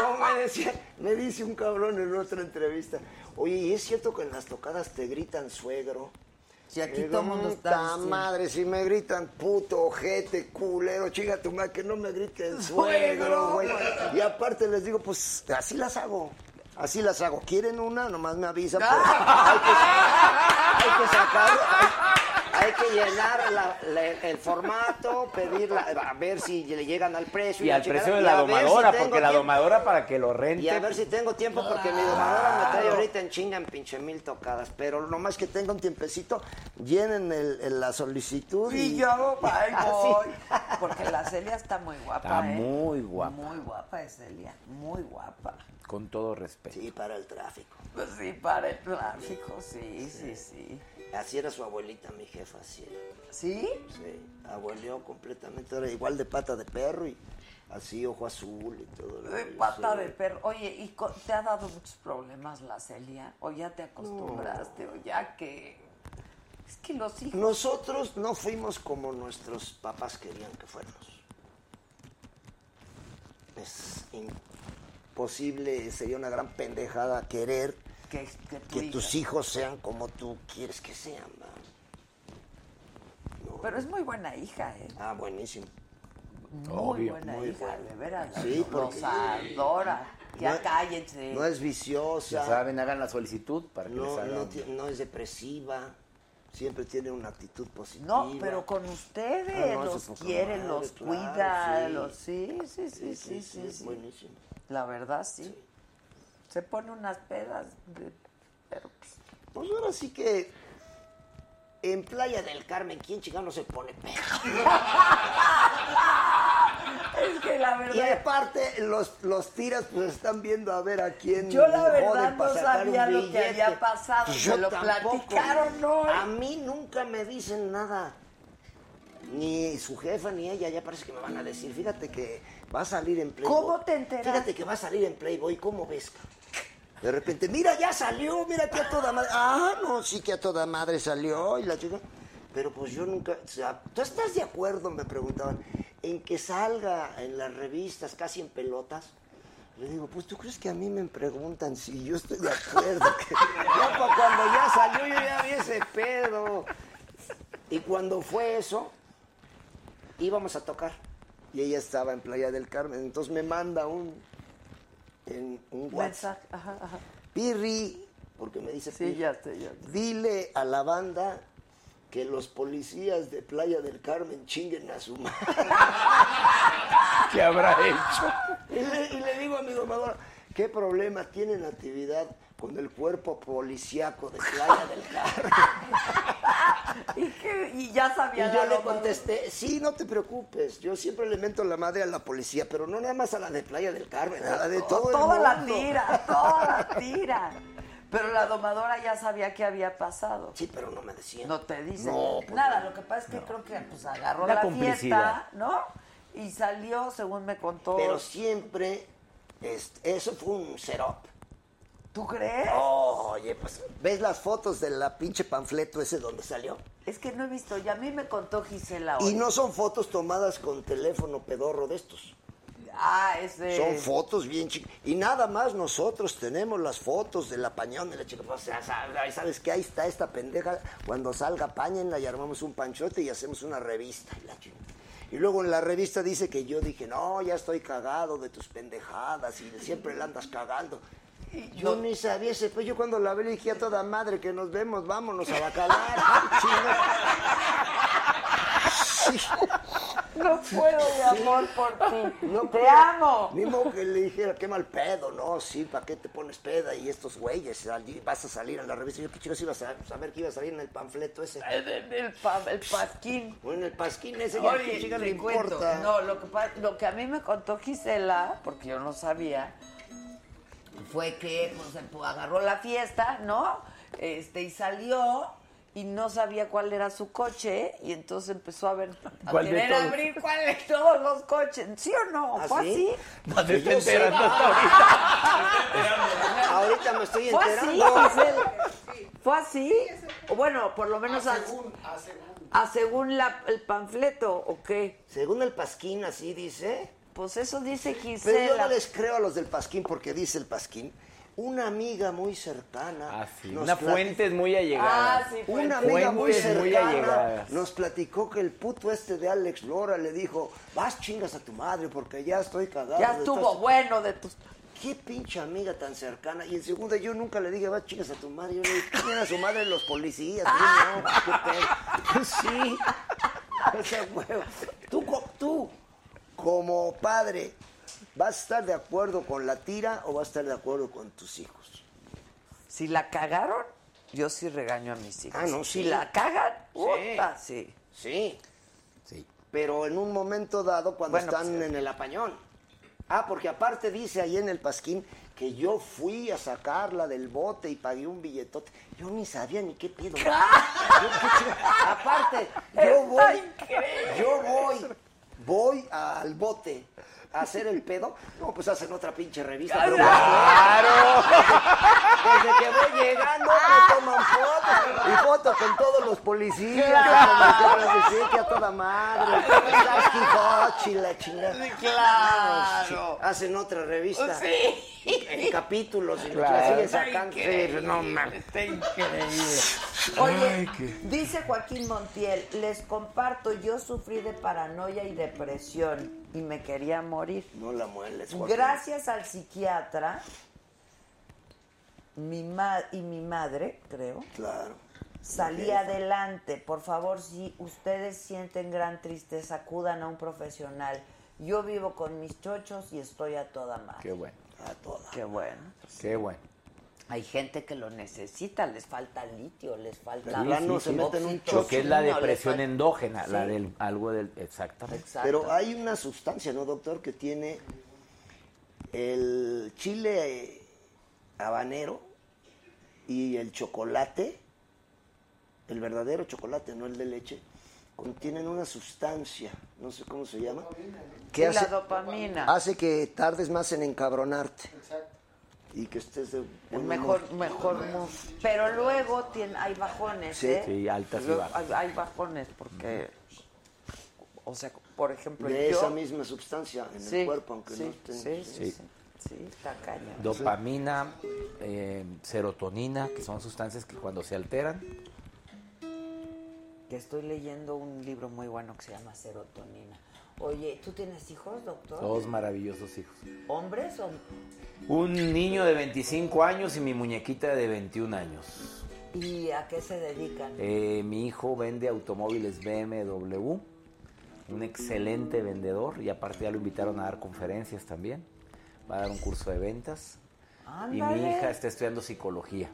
No, me decía, me dice un cabrón en otra entrevista. Oye, ¿y es cierto que en las tocadas te gritan suegro? Si aquí Digo, todo el mundo está Eh, "Puta diciendo". madre, si me gritan puto, ojete, culero, chinga tu madre, que no me griten suegro, güey. Y aparte les digo, pues así las hago. Así las hago. ¿Quieren una? Nomás me avisan. pero hay, que, hay que sacar. Hay, hay que llenar la- la- el formato, pedirla, a ver si le llegan al precio. Y la al precio chingada, de y la a ver si domadora, tengo porque la tiempo. domadora para que lo Y a ver rente. si tengo tiempo, porque mi domadora me trae ahorita en chinga en pinche mil tocadas. Pero nomás que tenga un tiempecito, llenen el- el- la solicitud. Y yo, ay, Así. voy. Porque la Celia está muy guapa. Está ¿eh? muy guapa. Muy guapa es Celia. Muy guapa. Con todo respeto. Sí, para el tráfico. Pues sí, para el tráfico, sí, sí, sí. Así era su abuelita, mi jefa, así era. ¿Sí? Sí, abueleó completamente, era igual de pata de perro y así, ojo azul y todo. el De rollo, Eh, pata sí. de perro. Oye, ¿y co- te ha dado muchos problemas la Celia? ¿O ya te acostumbraste? ¿O ya que.? Es que los hijos. Nosotros no fuimos como nuestros papás querían que fuéramos. Es imposible, sería una gran pendejada querer Que, que, tu que hija- tus hijos sean como tú quieres que sean. ¿va? No. Pero es muy buena hija, ¿eh? Ah, buenísimo. Muy Obvio, buena muy hija, buena. de veras. Sí, los porque- adora. Ya No es- cállense. Mm. No es viciosa. Ya saben, hagan la solicitud para que les No, hagan. no, ti- no es depresiva, siempre tiene una actitud positiva. No, pero con ustedes Ah, no, los se poca quiere, madre, los claro, cuida, sí. los sí, sí, sí, sí, sí, es sí. buenísimo. La verdad sí. Se pone unas pedas, de- pero pues, Pues ahora sí que en Playa del Carmen, ¿quién chingado no se pone pedo? es que la Y verdad aparte, los, los tiras pues están viendo a ver a quién Yo la verdad joden pa' no sacar sabía un lo que billete. había pasado, Pues me lo platicaron hoy. A mí nunca me dicen nada. Ni su jefa ni ella, ya parece que me van a decir, fíjate que va a salir en Playboy. ¿Cómo te enteraste? Fíjate que va a salir en Playboy, ¿cómo ves? cabrón? De repente, mira, ya salió, mira que a toda madre. Ah, no, sí que a toda madre salió y la chica. Pero pues yo nunca. o sea, ¿Tú estás de acuerdo? Me preguntaban. En que salga en las revistas, casi en pelotas. Le digo, pues tú crees que a mí me preguntan si yo estoy de acuerdo. Que ya pa' cuando ya salió, yo ya vi ese pedo. Y cuando fue eso, íbamos a tocar y ella estaba en Playa del Carmen. Entonces me manda un, en, un WhatsApp. Mensaje, ajá, ajá. Pirri, porque me dice Sí, Pirri, ya sé, ya sé. dile a la banda que los policías de Playa del Carmen chinguen a su madre. ¿Qué habrá hecho? Y le, y le digo a mi gobernador, ¿qué problema tiene la actividad con el cuerpo policíaco de Playa del Carmen? ¿Y, ya sabía yo la le gobernadora. contesté, sí, no te preocupes, yo siempre le mento la madre a la policía, pero no nada más a la de Playa del Carmen, a la de todo el toda la mundo". tira, toda la tira. Pero la domadora ya sabía qué había pasado. Sí, pero no me decía. No te dice No, pues nada. Lo que pasa es que creo que pues, agarró La la, complicidad. fiesta, ¿no? Y salió, según me contó. Pero siempre, este, eso fue un serop. ¿Tú crees? oye, pues, ¿ves las fotos de la pinche panfleto ese donde salió? Es que no he visto. Y a mí me contó Gisela hoy. Y no son fotos tomadas con teléfono pedorro de estos. Ah, ese. Son fotos bien chicas. Y nada más nosotros tenemos las fotos de la pañón de la chica. pues, O sea, ¿sabes, ¿sabes qué? Ahí está esta pendeja. Cuando salga, pañenla y armamos un panchote y hacemos una revista. Y, la chingada. y luego en la revista dice que yo dije, no, ya estoy cagado de tus pendejadas y siempre la andas cagando. Yo ni sabía ese, pues yo cuando la vi le dije a toda madre que nos vemos, vámonos a bacalar. Chinga. Sí. No puedo de amor por ti. No, te pues, amo. Mismo que le dijera, qué mal pedo, ¿no? Sí, ¿para qué te pones peda? Y estos güeyes, sal- vas a salir a la revista. Yo, qué chicos, ibas a saber que iba a salir en el panfleto ese. El, el, el pa- el pasquín. O en el pasquín ese, ya Oye, qué chingas te le cuento. importa. No, lo que, pa- lo que a mí me contó Gisela, porque yo no sabía, fue que pues, se pu- agarró la fiesta, ¿no? Este, y salió y no sabía cuál era su coche y entonces empezó a ver a ¿Cuál de querer todos? abrir cuál de todos los coches sí o no ¿Ah, fue así sí? No te Que yo enteras sepa. hasta ahorita. Ahorita me estoy fue así enterando. Gisela? fue así o bueno por lo menos a, Según, a según. a Ah, según la- el panfleto o qué Según el pasquín, así dice. pues eso dice Gisela Pero yo no les creo a los del pasquín porque dice el pasquín. Una amiga muy cercana. Ah, sí, nos Una platicó- fuente es muy allegada. Ah, sí, Fuentes Una amiga muy muy cercana allegadas. nos platicó que el puto este de Alex Lora le dijo, vas chingas a tu madre porque ya estoy cagado. Ya de estuvo estas-". bueno de tus. Qué pinche amiga tan cercana. Y en segunda yo nunca le dije, vas chingas a tu madre. Yo le dije, ¿quién era su madre? Los policías. Yo, no, qué pedo. Sí. O sea, huevo. Tú, co- tú, como padre, ¿vas a estar de acuerdo con la tira o vas a estar de acuerdo con tus hijos? Si la cagaron, yo sí regaño a mis hijos. Ah, no, Si sí. la cagan, puta, sí. Sí. Sí. pero en un momento dado cuando Bueno, están pues, en el apañón. Ah, porque aparte dice ahí en el pasquín que yo fui a sacarla del bote y pagué un billetote. Yo ni sabía ni qué pido. Yo, qué chinga- aparte, yo voy, yo voy, voy al bote a hacer el pedo. No, pues hacen otra pinche revista. Pero desde que voy llegando me toman fotos y fotos con todos los policías, con los que decir que a toda madre, estás Quijote, la chingada. Claro. Hacen otra revista. Sí. En capítulos y Claro. la siguen sacando. Increíble. Sí, no mames. Está increíble. Oye, Ay, qué- dice Joaquín Montiel, les comparto, yo sufrí de paranoia y depresión y me quería morir. No la mueles, Joaquín. Gracias al psiquiatra mi ma- y mi madre, creo, Claro. Salí adelante. Por favor, si ustedes sienten gran tristeza, acudan a un profesional. Yo vivo con mis chochos y estoy a toda madre. Qué bueno. A toda. Qué bueno. Qué bueno. Hay gente que lo necesita, les falta litio, les falta... De plano se meten un oxitocina, Lo que es la les depresión falta- endógena, la Sí, del algo del exactamente. exacto. Pero hay una sustancia, ¿no, doctor? Que tiene el chile eh, habanero y el chocolate, el verdadero chocolate, no el de leche, contienen una sustancia, no sé cómo se llama, Y que hace, la dopamina. Ah, hace que tardes más en encabronarte Exacto. y que estés de El buen mejor, humor. mejor move. Pero luego tiene, hay bajones, Sí, ¿eh? sí, altas y Luego bajas. Hay, hay bajones porque... O sea, por ejemplo, de yo... esa misma sustancia en el cuerpo, aunque sí, no Sí, estén... sí, Sí. sí. Sí, está cañón. Dopamina, eh, serotonina, que son sustancias que cuando se alteran, que estoy leyendo un libro muy bueno que se llama Serotonina. Oye, ¿tú tienes hijos, doctor? Dos maravillosos hijos. ¿Hombres o...? Un niño de 25 años y mi muñequita de 21 años. ¿Y a qué se dedican? Eh, mi hijo vende automóviles BMW, un excelente vendedor y aparte ya lo invitaron a dar conferencias también. Va a dar un curso de ventas. Y mi Ándale. hija está estudiando psicología.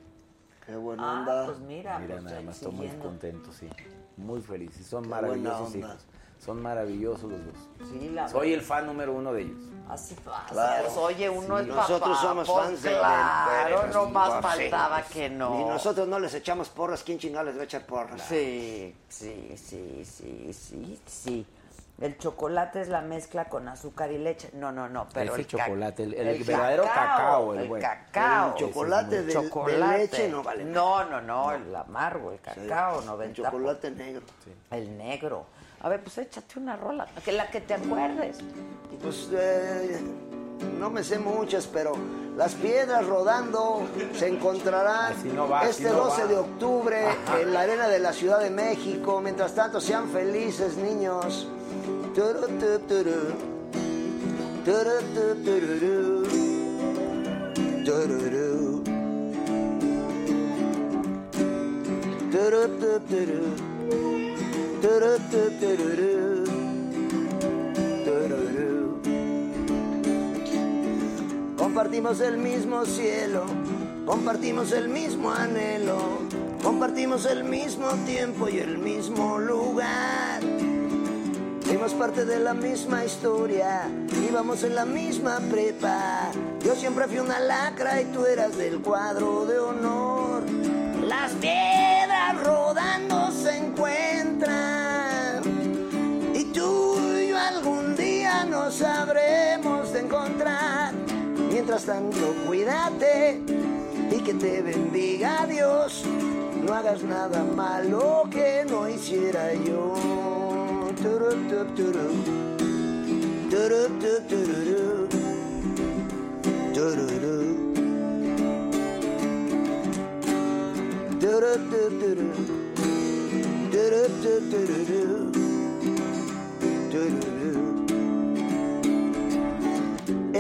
Qué buena Ah, onda. pues mira, Mira, pues nada estoy más, estoy muy siguiendo. contento, sí. Muy feliz. Y son Qué buena maravillosos onda. hijos. Son maravillosos los dos. Sí, la Soy verdad. el fan número uno de ellos. Así pasa. Claro. Pues, oye, uno Sí. es papá. Nosotros somos pues, fans de Claro, de- no más Sí. faltaba que no. Y nosotros no les echamos porras, ¿quién chingado les va a echar porras? Sí, sí, sí, sí, sí, sí. El chocolate es la mezcla con azúcar y leche. No, no, no, pero Ese el ca- chocolate, el- el verdadero cacao, el el bueno. cacao. El chocolate Ese es de- muy- de chocolate. leche no vale No, no, no, el amargo, el cacao, El 90. chocolate negro. El negro. A ver, pues échate una rola, que la que te acuerdes. Pues eh, no me sé muchas, pero las piedras rodando se encontrarán Así no va, así este no 12 va. de octubre en la arena de la Ciudad de México. Mientras tanto, sean felices, niños. Turu, tu, turu. Turu, tu, tururú. Tururú. Turu, tu, turú. Turu, tu, tururú. Tururú. Compartimos el mismo cielo, compartimos el mismo anhelo, compartimos el mismo tiempo y el mismo lugar. Fuimos parte de la misma historia, íbamos en la misma prepa. Yo siempre fui una lacra y tú eras del cuadro de honor. Las piedras rodando se encuentran. Y tú y yo algún día nos sabremos de encontrar. Mientras tanto, cuídate y que te bendiga Dios. No hagas nada malo que no hiciera yo. Turu, tu, turu. Turu, tu, tururú. Tururú. Turu, tu, turu. Turu, tu, tururú. Tururú.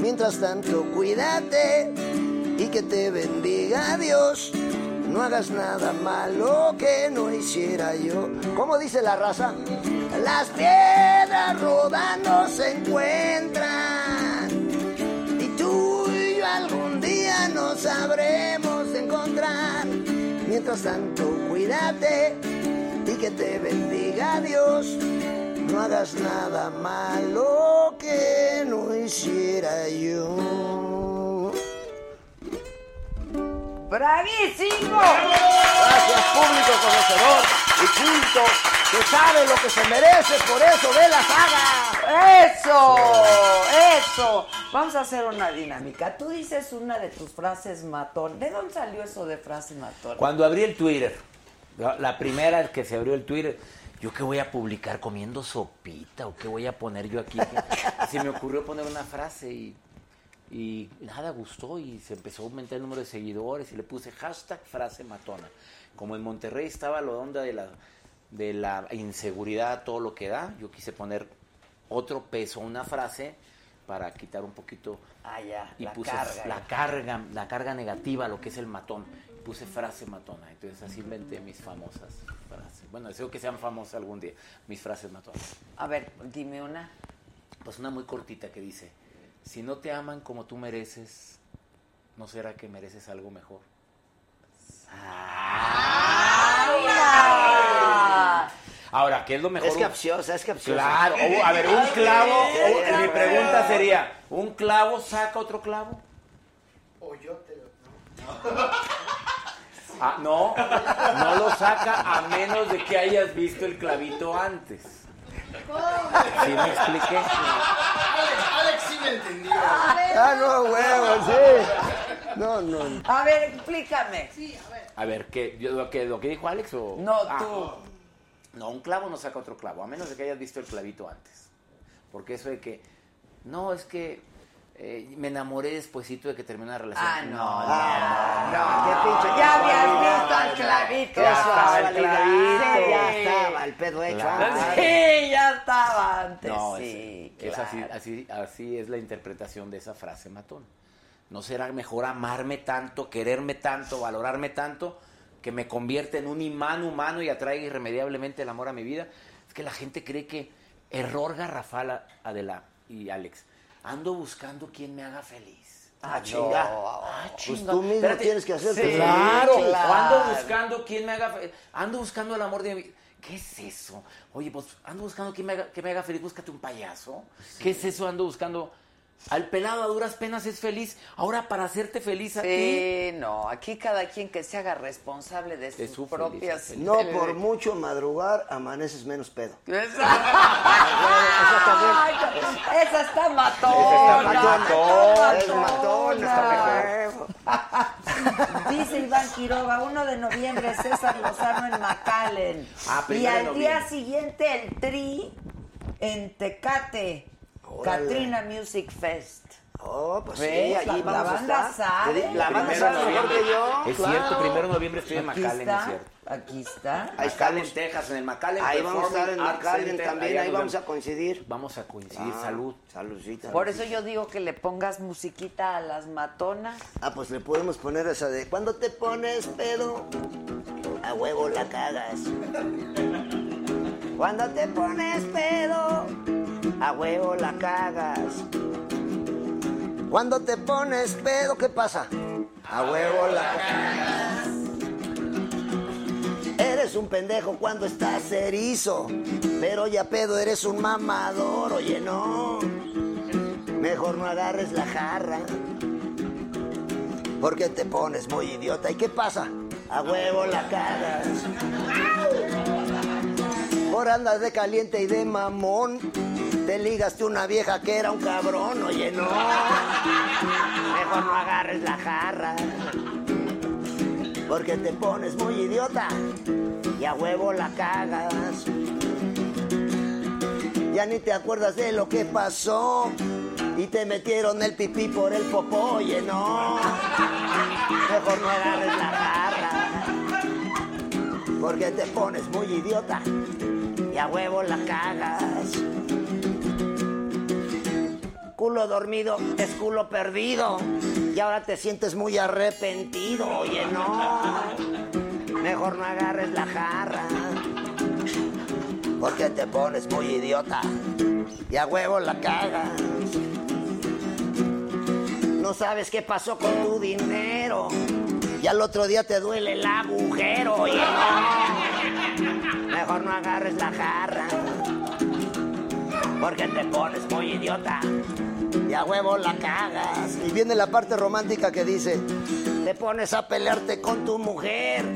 Mientras tanto, cuídate y que te bendiga Dios. No hagas nada malo que no hiciera yo. ¿Cómo dice la raza? Las piedras rodando se encuentran. Y tú y yo algún día nos sabremos de encontrar. Mientras tanto, cuídate y que te bendiga Dios. No hagas nada malo que no hiciera yo. ¡Bravísimo! Gracias, público conocedor y culto que sabe lo que se merece, por eso ve la saga. ¡Eso! ¡Eso! Vamos a hacer una dinámica. Tú dices una de tus frases matón. ¿De dónde salió eso de frase matón? Cuando abrí el Twitter, la, la primera que se abrió el Twitter, ¿yo qué voy a publicar? ¿Comiendo sopita? ¿O qué voy a poner yo aquí? Y se me ocurrió poner una frase y, y nada gustó y se empezó a aumentar el número de seguidores y le puse hashtag frase matona. Como en Monterrey estaba la onda de la, de la inseguridad, todo lo que da, yo quise poner otro peso a una frase para quitar un poquito Ah, ya, y la puse carga. eh. la carga, la carga negativa, lo que es el matón. Puse frase matona, entonces así inventé mis famosas frases. Bueno, deseo que sean famosas algún día, mis frases matonas. A ver, dime una. Pues una muy cortita que dice, si no te aman como tú mereces, ¿no será que mereces algo mejor? ¡Mira! Ahora, ¿qué es lo mejor? Ah. Es capciosa, es capciosa. Claro, oh, a ver, un clavo, oh, mi pregunta sería, ¿un clavo saca otro clavo? O yo te lo. Ah, no, no lo saca a menos de que hayas visto el clavito antes. ¿Sí me expliqué? Alex, Alex sí me entendió. Ah, no, huevo, sí. No, no. no. Ah, A ver, explícame. Sí, a ver. A ver, ¿qué, yo- lo, que, ¿lo que dijo Alex o...? No, Ah, tú. No, un clavo no saca otro clavo, a menos de que hayas visto el clavito antes. Porque eso de que... No, es que eh, me enamoré despuesito de que terminé una relación. Ah, no, qué pinche Ya habías visto casualidad. al clavito. Ya Eso, estaba el casualidad. clavito, Sí. ya estaba el pedo hecho. Claro. antes. Sí, ya estaba antes. No, sí, es, es claro. así, así, así es la interpretación de esa frase, matón. ¿No será mejor amarme tanto, quererme tanto, valorarme tanto, que me convierta en un imán humano y atraiga irremediablemente el amor a mi vida? Es que la gente cree que error garrafal, a- Adela y Alex. Ando buscando quien me haga feliz. Ah, chinga. no. Ah, Pues chinga. tú mismo tienes que hacerte feliz. Claro. Claro. O ando buscando quien me haga fe- Ando buscando el amor de mi vida. ¿Qué es eso? Oye, pues ando buscando quien me haga, que me haga feliz. Búscate un payaso. ¿Qué es eso? Ando buscando. Al pelado a duras penas es feliz. Ahora para hacerte feliz a ti. Sí, Eh, no, aquí cada quien que se haga responsable de sus su propias... felicidad. No por Eh. mucho madrugar, amaneces menos pedo. Esa, esa está matona. Esa está matona, es matona, está Dice Iván Quiroga, 1 de noviembre César Lozano en McAllen. Ah, y primero de al día noviembre. siguiente el Tri en Tecate. Órale. Katrina Music Fest. Oh, pues sí, ¿Ves? allí La- la vamos a banda estar. sabe. Te di- La banda Primero de sabe mejor que noviembre. yo. Es claro. cierto, primero de noviembre estoy en Aquí McAllen, es está, cierto. aquí está. McAllen, Ahí estamos. Texas, en el McAllen. Ahí vamos a estar en Performing Arts McAllen Center, también, allá ahí nos vamos a vemos. coincidir. Vamos a coincidir, Ah, salud. Saludcita. Por eso yo digo que le pongas musiquita a las matonas. Ah, pues le podemos poner esa de cuando te pones pedo, a huevo la cagas. Cuando te pones pedo, a huevo la cagas. Cuando te pones pedo, ¿qué pasa? A huevo la cagas. Eres un pendejo cuando estás erizo, pero ya pedo eres un mamador, oye no. Mejor no agarres la jarra. Porque te pones muy idiota. ¿Y qué pasa? A huevo la cagas. Por andas de caliente y de mamón, te ligaste una vieja que era un cabrón. Oye, no. Mejor no agarres la jarra. Porque te pones muy idiota y a huevo la cagas. Ya ni te acuerdas de lo que pasó y te metieron el pipí por el popó. Oye, no. Mejor no agarres la garra. Porque te pones muy idiota y a huevo la cagas. Culo dormido es culo perdido. Y ahora te sientes muy arrepentido. Oye, no. Mejor no agarres la jarra. Porque te pones muy idiota y a huevo la cagas. No sabes qué pasó con tu dinero. Y al otro día te duele el agujero. oye, no. mejor no agarres la jarra. Porque te pones muy idiota. Y a huevo la cagas. Y viene la parte romántica que dice, te pones a pelearte con tu mujer.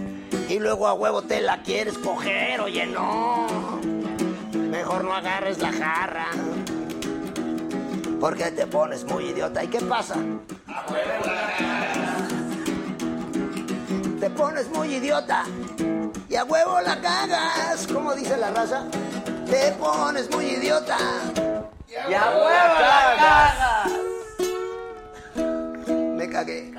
Y luego a huevo te la quieres coger. Oye, no. Mejor no agarres la jarra. Porque te pones muy idiota. ¿Y qué pasa? Te pones muy idiota y a huevo la cagas. ¿Cómo dice la raza? Te pones muy idiota. ¡Y a huevo la cagas! Me cagué.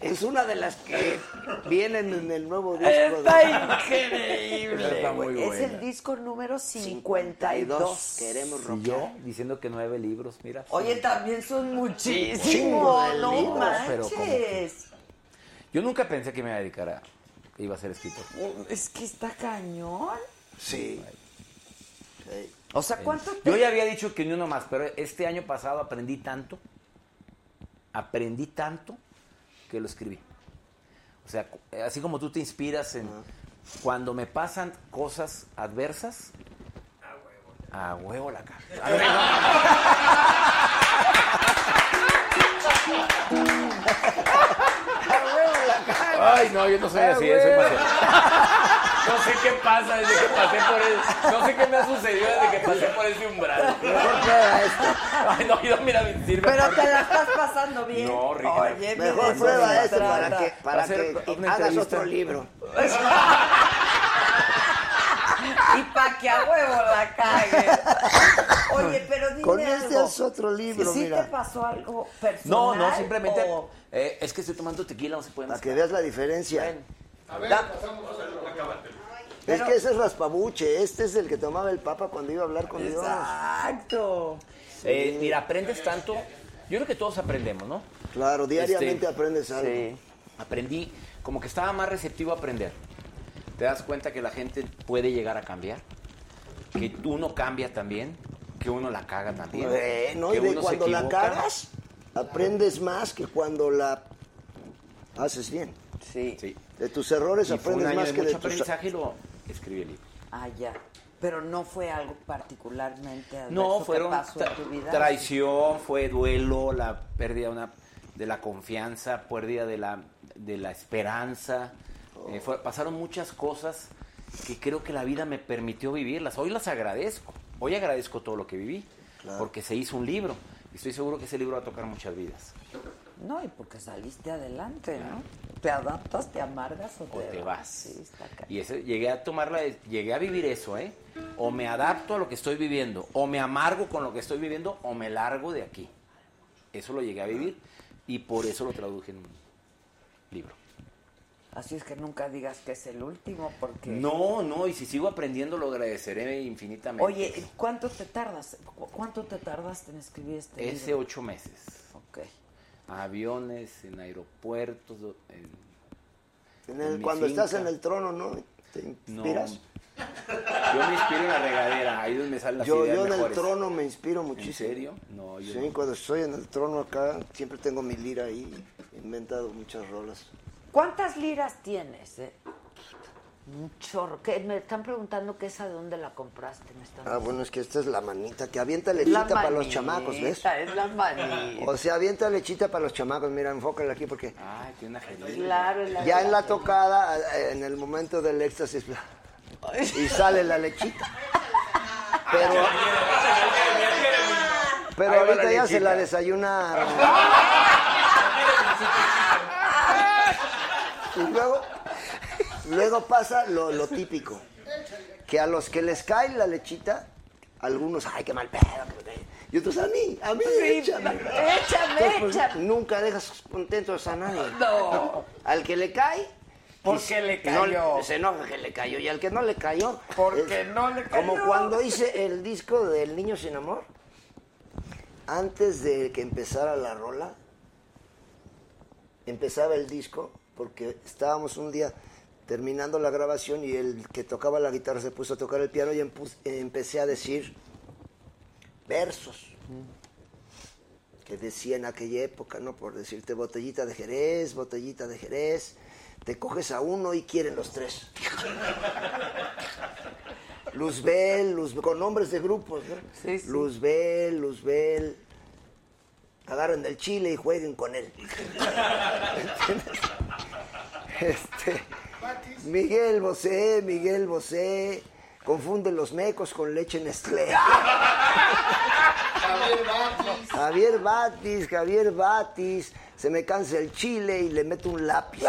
Es una de las que vienen en el nuevo disco. de- Está increíble. Está muy güey. Es buena. el disco número 52. Queremos Y romper. yo diciendo que nueve libros, mira. Oye, también son Chingo muchísimos. de No libros, pero como- manches. Yo nunca pensé que me iba a dedicar a. que iba a ser escritor. Oh, Es que está cañón. Sí. Sí. O sea, ¿cuánto Yo te- ya había dicho que ni uno más, pero este año pasado aprendí tanto, aprendí tanto que lo escribí. O sea, cu- eh, así como tú te inspiras en cuando me pasan cosas adversas, a huevo la cara. A huevo la cagas. Ay, no, yo no soy así, yo soy más- No sé qué pasa desde que pasé por el. No sé qué me ha sucedido desde que pasé por ese umbral. Mejor prueba esto. Ay, no, yo mira mi sirve. Pero aparte. te la estás pasando bien. No, Ricky, Oye, no. Mejor mira, prueba se eso para trata. que, Va para a ser que una hagas entrevista. otro libro. Y pa' que a huevo la cague. Oye, pero dime Con algo. este es otro libro, ¿Sí mira. te pasó algo personal? No, no, simplemente. o- eh, es que estoy tomando tequila, no se puede Para más. que veas la diferencia. A ver, Da- pasamos a otro. es que ese es raspabuche, este es el que tomaba el Papa cuando iba a hablar con Dios. Exacto. Eh, mira, aprendes tanto. Yo creo que todos aprendemos, ¿no? Claro, diariamente Este, aprendes algo. sí. Aprendí, como que estaba más receptivo a aprender. Te das cuenta que la gente puede llegar a cambiar, que uno cambia también, que uno la caga también. Bueno, y que de uno se cuando la equivoca. cagas, aprendes más que cuando la haces bien. Sí. Sí. De tus errores Y fue un aprendes año más de que mucho de tus... aprendizaje y lo escribí el libro. Ah, ya. Pero no fue algo particularmente adverso No, que fueron pasó en tu tra- vida. traición, fue duelo, la pérdida de una- de la confianza, pérdida de la, de la esperanza. Eh, fue- pasaron muchas cosas que creo que la vida me permitió vivirlas. Hoy las agradezco. Hoy agradezco todo lo que viví, porque se hizo un libro. Y estoy seguro que ese libro va a tocar muchas vidas. No, y porque saliste adelante, ¿no? Te adaptas, te amargas o te, O te vas. Sí, está acá. Y ese, llegué a tomarla, llegué a vivir eso, ¿eh? O me adapto a lo que estoy viviendo, o me amargo con lo que estoy viviendo, o me largo de aquí. Eso lo llegué a vivir y por eso lo traduje en un libro. Así es que nunca digas que es el último, porque... No, no, y si sigo aprendiendo lo agradeceré infinitamente. Oye, eh, ¿cuánto te tardas? ¿Cu- ¿Cuánto te tardaste en escribir este ese libro? ocho meses. Ok. Aviones, en aeropuertos, do- en, En el- en mi cuando estás en finca. el trono, ¿no? ¿Te No, inspiras? Yo me inspiro en la regadera, ahí es donde me salen las yo ideas yo en el mejores. trono me inspiro muchísimo. ¿En serio? No, yo Sí, no. cuando estoy en el trono acá, siempre tengo mi lira ahí. He inventado muchas rolas. ¿Cuántas liras tienes? eh? Un chorro. ¿Qué? Me están preguntando que esa de dónde la compraste. Me están Ah, bueno, es que esta es la manita, que avienta La lechita para los manita, chamacos, ¿ves? Es la manita. O sea, avienta lechita para los chamacos. Mira, enfócala aquí porque Ay, tiene una jeringa. Claro, es la ya en la tocada, eh, en el momento del éxtasis, bla, y sale la lechita. Pero, pero Ahí va la ahorita ya se lechita. la desayunaron. Y luego, luego pasa lo, lo típico, que a los que les cae la lechita, algunos, ay, qué mal pedo, que me cae". y otros, a mí, a mí, échame. Échame, Entonces, pues, échame. Nunca dejas contentos a nadie. No. Al que le cae. Porque le no- cayó. se enoja que le cayó. Y al que no le cayó. Porque no le Como cayó. cuando hice el disco del Niño Sin Amor. Antes de que empezara la rola, empezaba el disco porque estábamos un día terminando la grabación y el que tocaba la guitarra se puso a tocar el piano y empu- empecé a decir versos mm, que decía en aquella época, ¿no? Por decirte botellita de Jerez, botellita de Jerez, te coges a uno y quieren los tres. Luzbel, Luzbel, con nombres de grupos, ¿no? Sí, sí. Luzbel, Luzbel. Agarren del chile y jueguen con él. Este, Miguel Bosé, Miguel Bosé, confunde los mecos con leche Nestlé. Javier Batis. Javier Batis, Javier Batis, se me cansa el chile y le meto un lápiz.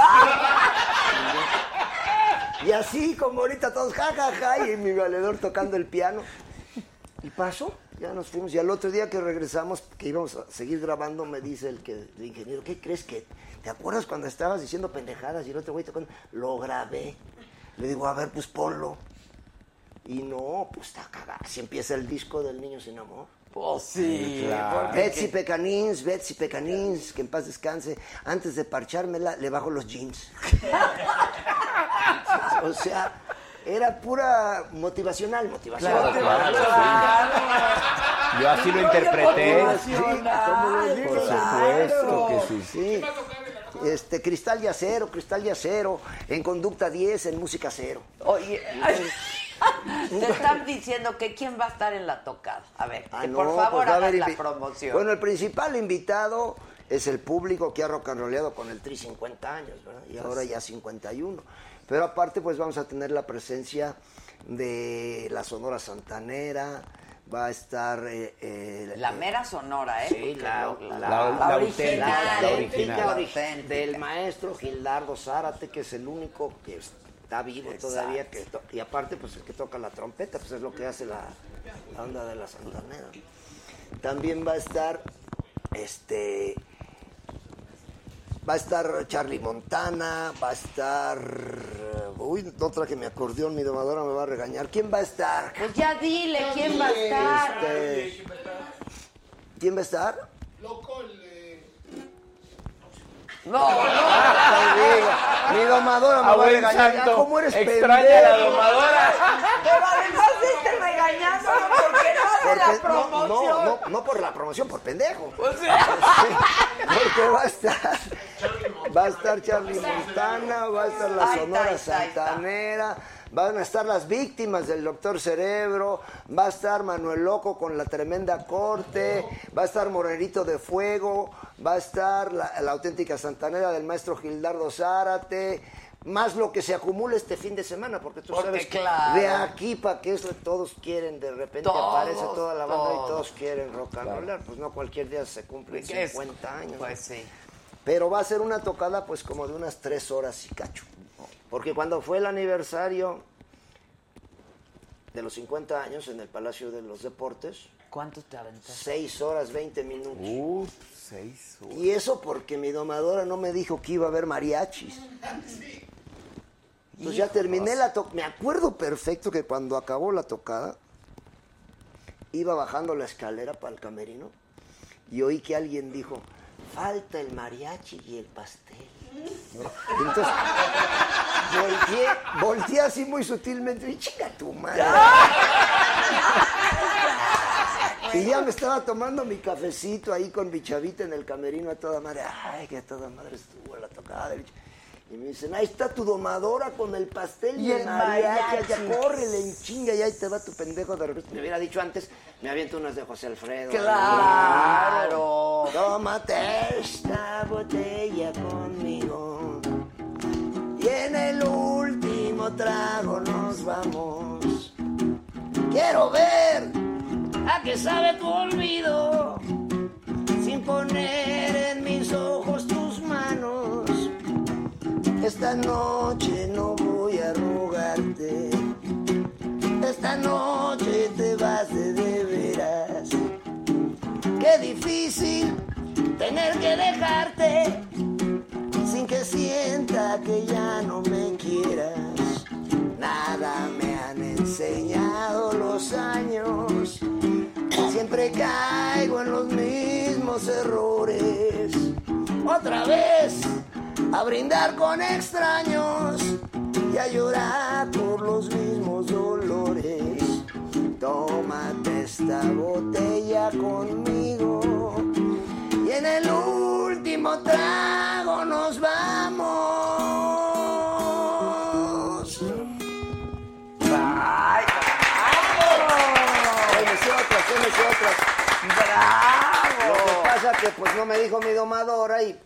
y así como ahorita todos jajaja y mi valedor tocando el piano. Y pasó, ya nos fuimos. Y al otro día que regresamos, que íbamos a seguir grabando, me dice el, que, el ingeniero, ¿qué crees que? ¿Te acuerdas cuando estabas diciendo pendejadas y el otro güey tocando? Lo grabé. Le digo, a ver, pues ponlo. Y no, pues está cagada. Si empieza el disco del niño sin amor. Pues sí. porque- Betsy Pecanins, Betsy Pecanins, que en paz descanse. Antes de parchármela, le bajo los jeans. o sea, era pura motivacional, motivacional. claro, Yo así lo Sí, interpreté. como lo digo, Por claro. supuesto que sí. Sí. Este, cristal y acero, cristal y acero, en conducta 10, en música cero. Oye, te están diciendo que quién va a estar en la tocada. A ver, Ah, que no, por favor pues va a hagan haber la invi- promoción. Bueno, el principal invitado es el público que ha rock and rollado con el Tri 50 años, ¿verdad? Y ahora ya 51. Pero aparte, pues vamos a tener la presencia de la Sonora Santanera, va a estar... eh, eh, La eh, mera sonora, ¿eh? Sí, la, Porque lo- la- la- la la original, auténtica, la la auténtica, auténtica. ori- del maestro Gildardo Zárate, que es el único que está vivo Exacto. todavía, que to- y aparte, pues el que toca la trompeta, pues es lo que hace la, la onda de la Santanera. También va a estar, este, va a estar Charlie Montana, va a estar, uy, otra que me acordeón, mi domadora me va a regañar. ¿Quién va a estar? Pues ya dile, ¿quién va a estar? Este, ¿Quién va a estar? Loco, el de... No, Te digo, Mi domadora Ah, me va a Abuelo regañar. santo, Ah, Ya, ¿Cómo eres extraña la pendejo? domadora. Pero además de este regañándolo porque no hace Porque- la no, no, promoción. Pues no, no por la promoción, por pendejo. Porque va a estar. Va a estar Charlie Montana, va a estar la Ahí está, ahí Sonora está, ahí está. Santanera, van a estar las víctimas del Doctor Cerebro, va a estar Manuel Loco con la tremenda corte, va a estar Morerito de Fuego, va a estar la, la auténtica Santanera del maestro Gildardo Zárate. Más lo que se acumula este fin de semana, porque tú Porque sabes que claro. de aquí para que eso todos quieren, de repente Todos, aparece toda la banda todos. y todos quieren rock and rollar, pues no cualquier día se cumplen ¿Qué es? 50 años. Pues sí. Pero va a ser una tocada pues como de unas tres horas y cacho. Porque cuando fue el aniversario de los 50 años en el Palacio de los Deportes, ¿Cuánto te aventaste? 6 horas 20 minutos. Uh, seis. Y eso porque mi domadora no me dijo que iba a haber mariachis. Entonces ya terminé la tocada. Me acuerdo perfecto que cuando acabó la tocada, iba bajando la escalera para el camerino y oí que alguien dijo, falta el mariachi y el pastel. Entonces, volteé, volteé así muy sutilmente y chinga tu madre. Y ya me estaba tomando mi cafecito ahí con mi chavita en el camerino a toda madre. Ay, que a toda madre estuvo la tocada. Y me dicen, ahí está tu domadora con el pastel y, el mariachi. Ya córrele en chinga y ahí te va tu pendejo de repente. Me hubiera dicho antes, me aviento unas de José Alfredo. Claro. Tómate esta botella conmigo. Y en el último trago nos vamos. Quiero ver a qué sabe tu olvido. Sin poner en mis ojos tus manos. Esta noche no voy a rogarte. Esta noche te vas de, de veras. Qué difícil tener que dejarte sin que sienta que ya no me quieras. Nada me han enseñado los años. Siempre caigo en los mismos errores. Otra vez a brindar con extraños y a llorar por los mismos dolores. Tómate esta botella conmigo. Y en el último trago nos vamos. ¡Ay, bravo! Óyeme, sí otras, óyeme, sí otras. Lo que ¡Bravo! pasa que pues no me dijo mi domadora y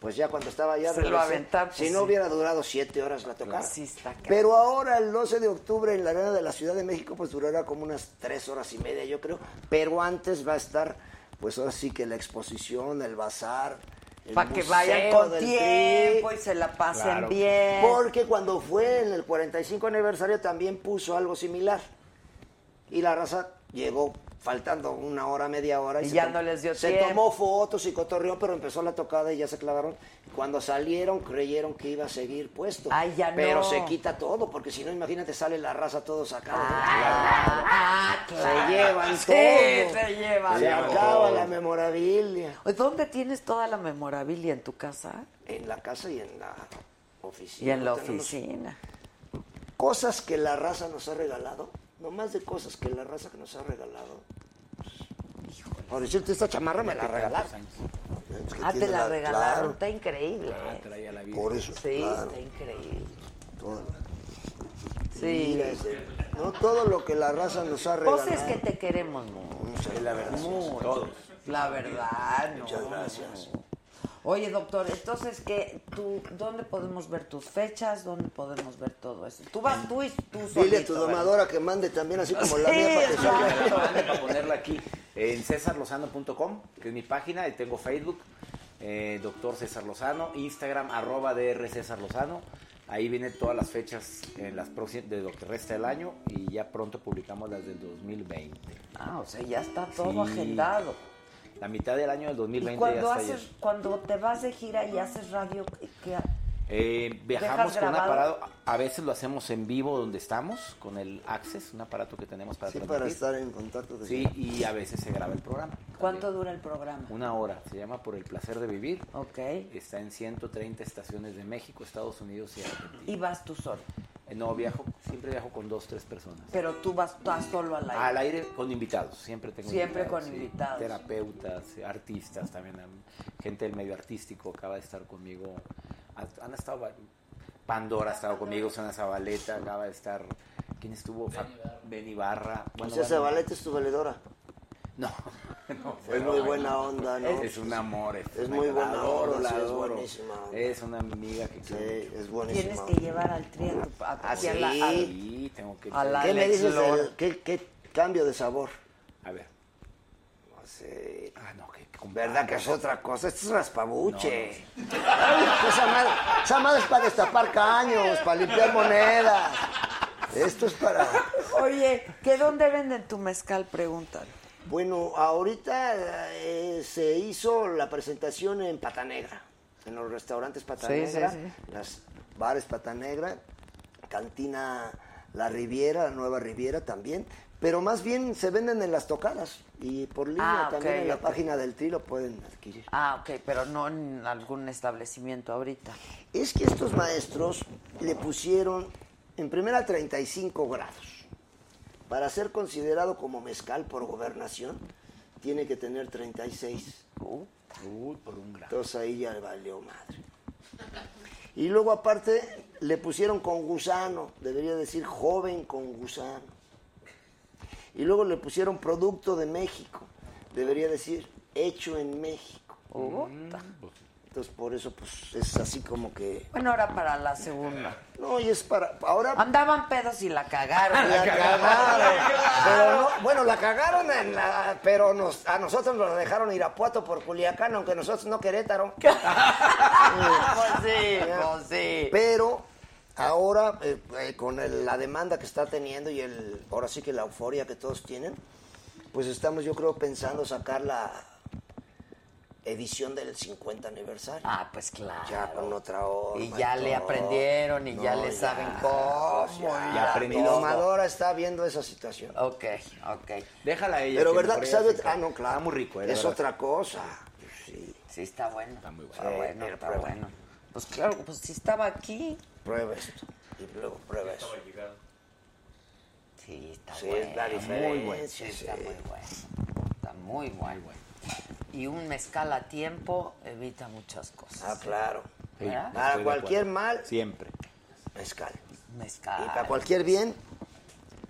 pues ya cuando estaba ya Se lo regresé. aventaste, Si no sí. hubiera durado siete horas la tocada. Sí, está cabrón. Pero ahora el 12 de octubre en la arena de la Ciudad de México pues durará como unas tres horas y media yo creo. Pero antes va a estar pues ahora sí que la exposición, el bazar. el Para que museo vayan con del Tri. tiempo y se la pasen bien. Porque cuando fue en el 45 aniversario también puso algo similar. Y la raza llegó faltando una hora, media hora. Y se ya tom- no les dio Se tiempo. tomó fotos y cotorreó, pero empezó la tocada y ya se clavaron. Cuando salieron creyeron que iba a seguir puesto. Ay, ya no. Pero se quita todo, porque si no, imagínate, sale la raza todos acá. Ah, claro. Se llevan Sí, todo. se llevan. Se todo. acaba la memorabilia. Oye, ¿Dónde tienes toda la memorabilia? ¿En tu casa? En la casa y en la oficina. Y en la Tenemos oficina. cosas que la raza nos ha regalado, nomás de cosas que la raza que nos ha regalado. pues, Por decirte, esta chamarra me la regalaron. Es que Ah, te tiene la regalaron. claro, Está increíble. ¿eh? Traía la vida. por eso, Sí, claro, está increíble. todo. Sí. Mira, este, no todo lo que la raza nos ha regalado. Pues es que te queremos mucho. No sé, la verdad. Mucho. Todos. La verdad, no. Muchas gracias. Oye, doctor, entonces, ¿qué, tú, ¿dónde podemos ver tus fechas? ¿Dónde podemos ver todo eso? Tú vas tú y tú Dile a solito, tu domadora que mande también así como la Sí, mía para que salga. Me la mande para ponerla aquí en cesarlozano.com, que es mi página, y tengo Facebook, eh, doctor César Lozano, Instagram, arroba DR César Lozano. Ahí vienen todas las fechas en las próximas, de lo que resta del año y ya pronto publicamos las del 2020. Ah, o sea, ya está todo agendado. La mitad del año del ¿verdad? 2020 Y cuando, ya está haces, cuando te vas de gira y haces radio, ¿qué- ¿qué, Eh, viajamos Dejas con un grabado. aparato, a veces lo hacemos en vivo donde estamos, con el Access, un aparato que tenemos para Sí, transmitir. para estar en contacto. con- Sí, y a veces se graba el programa. ¿Cuánto dura el programa? Una hora, se llama Por el Placer de Vivir. Ok. Está en 130 estaciones de México, Estados Unidos y Argentina. Y vas tú solo. Eh, No, viajo, siempre viajo con dos, tres personas. Pero tú vas, tú vas solo al aire. Al aire con invitados, siempre tengo Siempre invitados, con sí. invitados. Terapeutas, artistas también, am- gente del medio artístico acaba de estar conmigo. Ha- Han estado va- Pandora ha estado conmigo, Susana Zabaleta acaba de estar. ¿Quién estuvo? Fa- Benny Barra. O Bueno, sea, bueno, Zabaleta es tu valedora. No, no, Es muy buena onda, ¿no? Es, es un amor. Es, Es una- muy la buena adoro, onda, la sí, es adoro. buenísima onda. Es una amiga que quiero Sí, mucho. es buenísima. Tienes que llevar al tri a tu- a tu- Ah, a la- sí. al- Sí, tengo que. A la- ¿Qué me Alex dices del- Lord. qué, qué cambio de sabor? A ver. No sé. Ah, no, que. que- ¿Verdad que es otra cosa? Esto es raspabuche. Pues No, Esa, madre, esa madre es para destapar caños, para limpiar monedas. Esto es para... Oye, ¿qué dónde venden tu mezcal? Pregúntale. Bueno, ahorita eh, se hizo la presentación en Pata Negra, en los restaurantes Pata Sí, sí, Negra, sí. las bares Pata Negra, Cantina La Riviera, la Nueva Riviera también, pero más bien se venden en las tocadas y por línea Ah, también ok, en la ok. página del Tri lo pueden adquirir. Ah, ok, pero no en algún establecimiento ahorita. Es que estos maestros le pusieron en primera 35 grados. Para ser considerado como mezcal por gobernación, tiene que tener 36. Uy, Uh, por un grado. Entonces ahí ya valió madre. Y luego aparte le pusieron con gusano, debería decir joven con gusano. Y luego le pusieron producto de México, debería decir hecho en México. Puta. Entonces por eso pues es así como que... Bueno, ahora para la segunda. No, y es para... Ahora Andaban pedos y la cagaron. La Ah, cagaron. Pero no- bueno, la cagaron, en la- pero nos- a nosotros nos dejaron Irapuato por Culiacán, aunque nosotros no Querétaro. Pues sí, pues sí. Pero ahora, eh, eh, con el- la demanda que está teniendo y el, ahora sí que la euforia que todos tienen, pues estamos yo creo pensando sacar la edición del 50 aniversario. Ah, pues claro. Ya con otra horma Y ya le todo. aprendieron y ya No, le ya, saben cómo. ya. y Ya aprendió. Mi domadora está viendo esa situación. Ok, ok. Déjala a ella. Pero que verdad mejor que ella sabe, se encarga. ah no, claro, Está muy rico, eh, la es verdad. otra cosa. Sí, Sí, está bueno. Está muy bueno. Está Sí, bueno, pero está prueba. bueno. Pues claro, pues si estaba aquí. prueba esto y luego prueba eso. Estaba llegado. Sí, está Sí, bueno. es la Muy bueno. diferencia, Está sí. muy bueno. Está muy bueno. Y un mezcal a tiempo evita muchas cosas. Ah, claro. Sí, ¿Verdad? estoy Para de cualquier acuerdo. mal, Siempre. mezcal. Mezcal. Y para cualquier bien,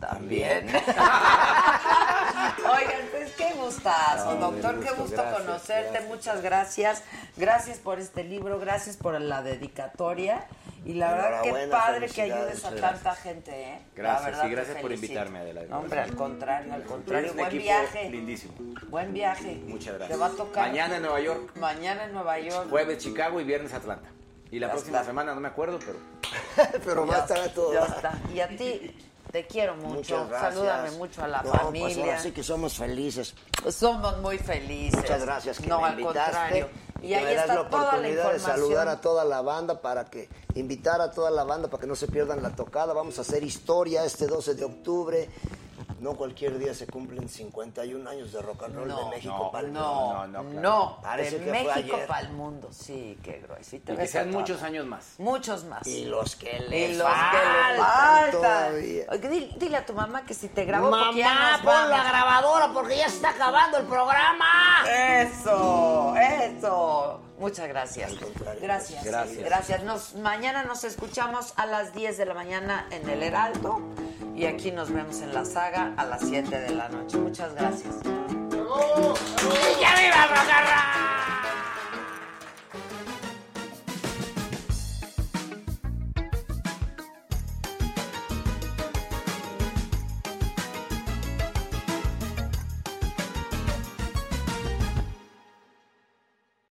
Ah. También. Oigan, pues qué gustazo, No, doctor, de qué gusto, gusto gracias, conocerte, gracias. muchas gracias. Gracias por este libro, gracias por la dedicatoria. Y la verdad, qué Enhorabuena, padre que felicidades, ayudes a muchas tanta gente, ¿eh? La Gracias, verdad, y gracias te por felicito. invitarme, Adelaide. No, hombre, al contrario, al contrario. Tienes un Buen equipo viaje. lindísimo. Buen viaje. Muchas gracias. Te va a tocar. Mañana en Nueva York. Mañana en Nueva York. Jueves Chicago y viernes Atlanta. Y la Ya próxima está. semana, no me acuerdo, pero pero va a estar a todo. Ya dar. está. Y a ti, te quiero mucho. Muchas gracias. Salúdame mucho a la No, familia. Pues ahora sí que somos felices. Somos muy felices. Muchas gracias que no, me al invitaste. contrario. que Y ahí me das está la toda la oportunidad información. de saludar a toda la banda para que invitar a toda la banda para que no se pierdan la tocada. Vamos a hacer historia este 12 de octubre. No cualquier día se cumplen 51 años de rock and roll no, de México no, para el mundo. no, No, no, claro. no. Parece de que fue México ayer. para el mundo. Sí, qué grueso. Y, te y que ves a sean toda- muchos años más. Muchos más. Y los que le Y los que le faltan faltan. todavía. Oye, dile, dile a tu mamá que si te grabó Mamá, porque ya nos pon la vamos. grabadora porque ya se está acabando el programa. Eso, eso. Muchas gracias. Gracias. Gracias. Gracias. Nos, mañana nos escuchamos a las 10 de la mañana en el Heraldo y aquí nos vemos en la saga a las 7 de la noche. Muchas gracias. ¡Bravo! ¡Y ya viva Rocarra!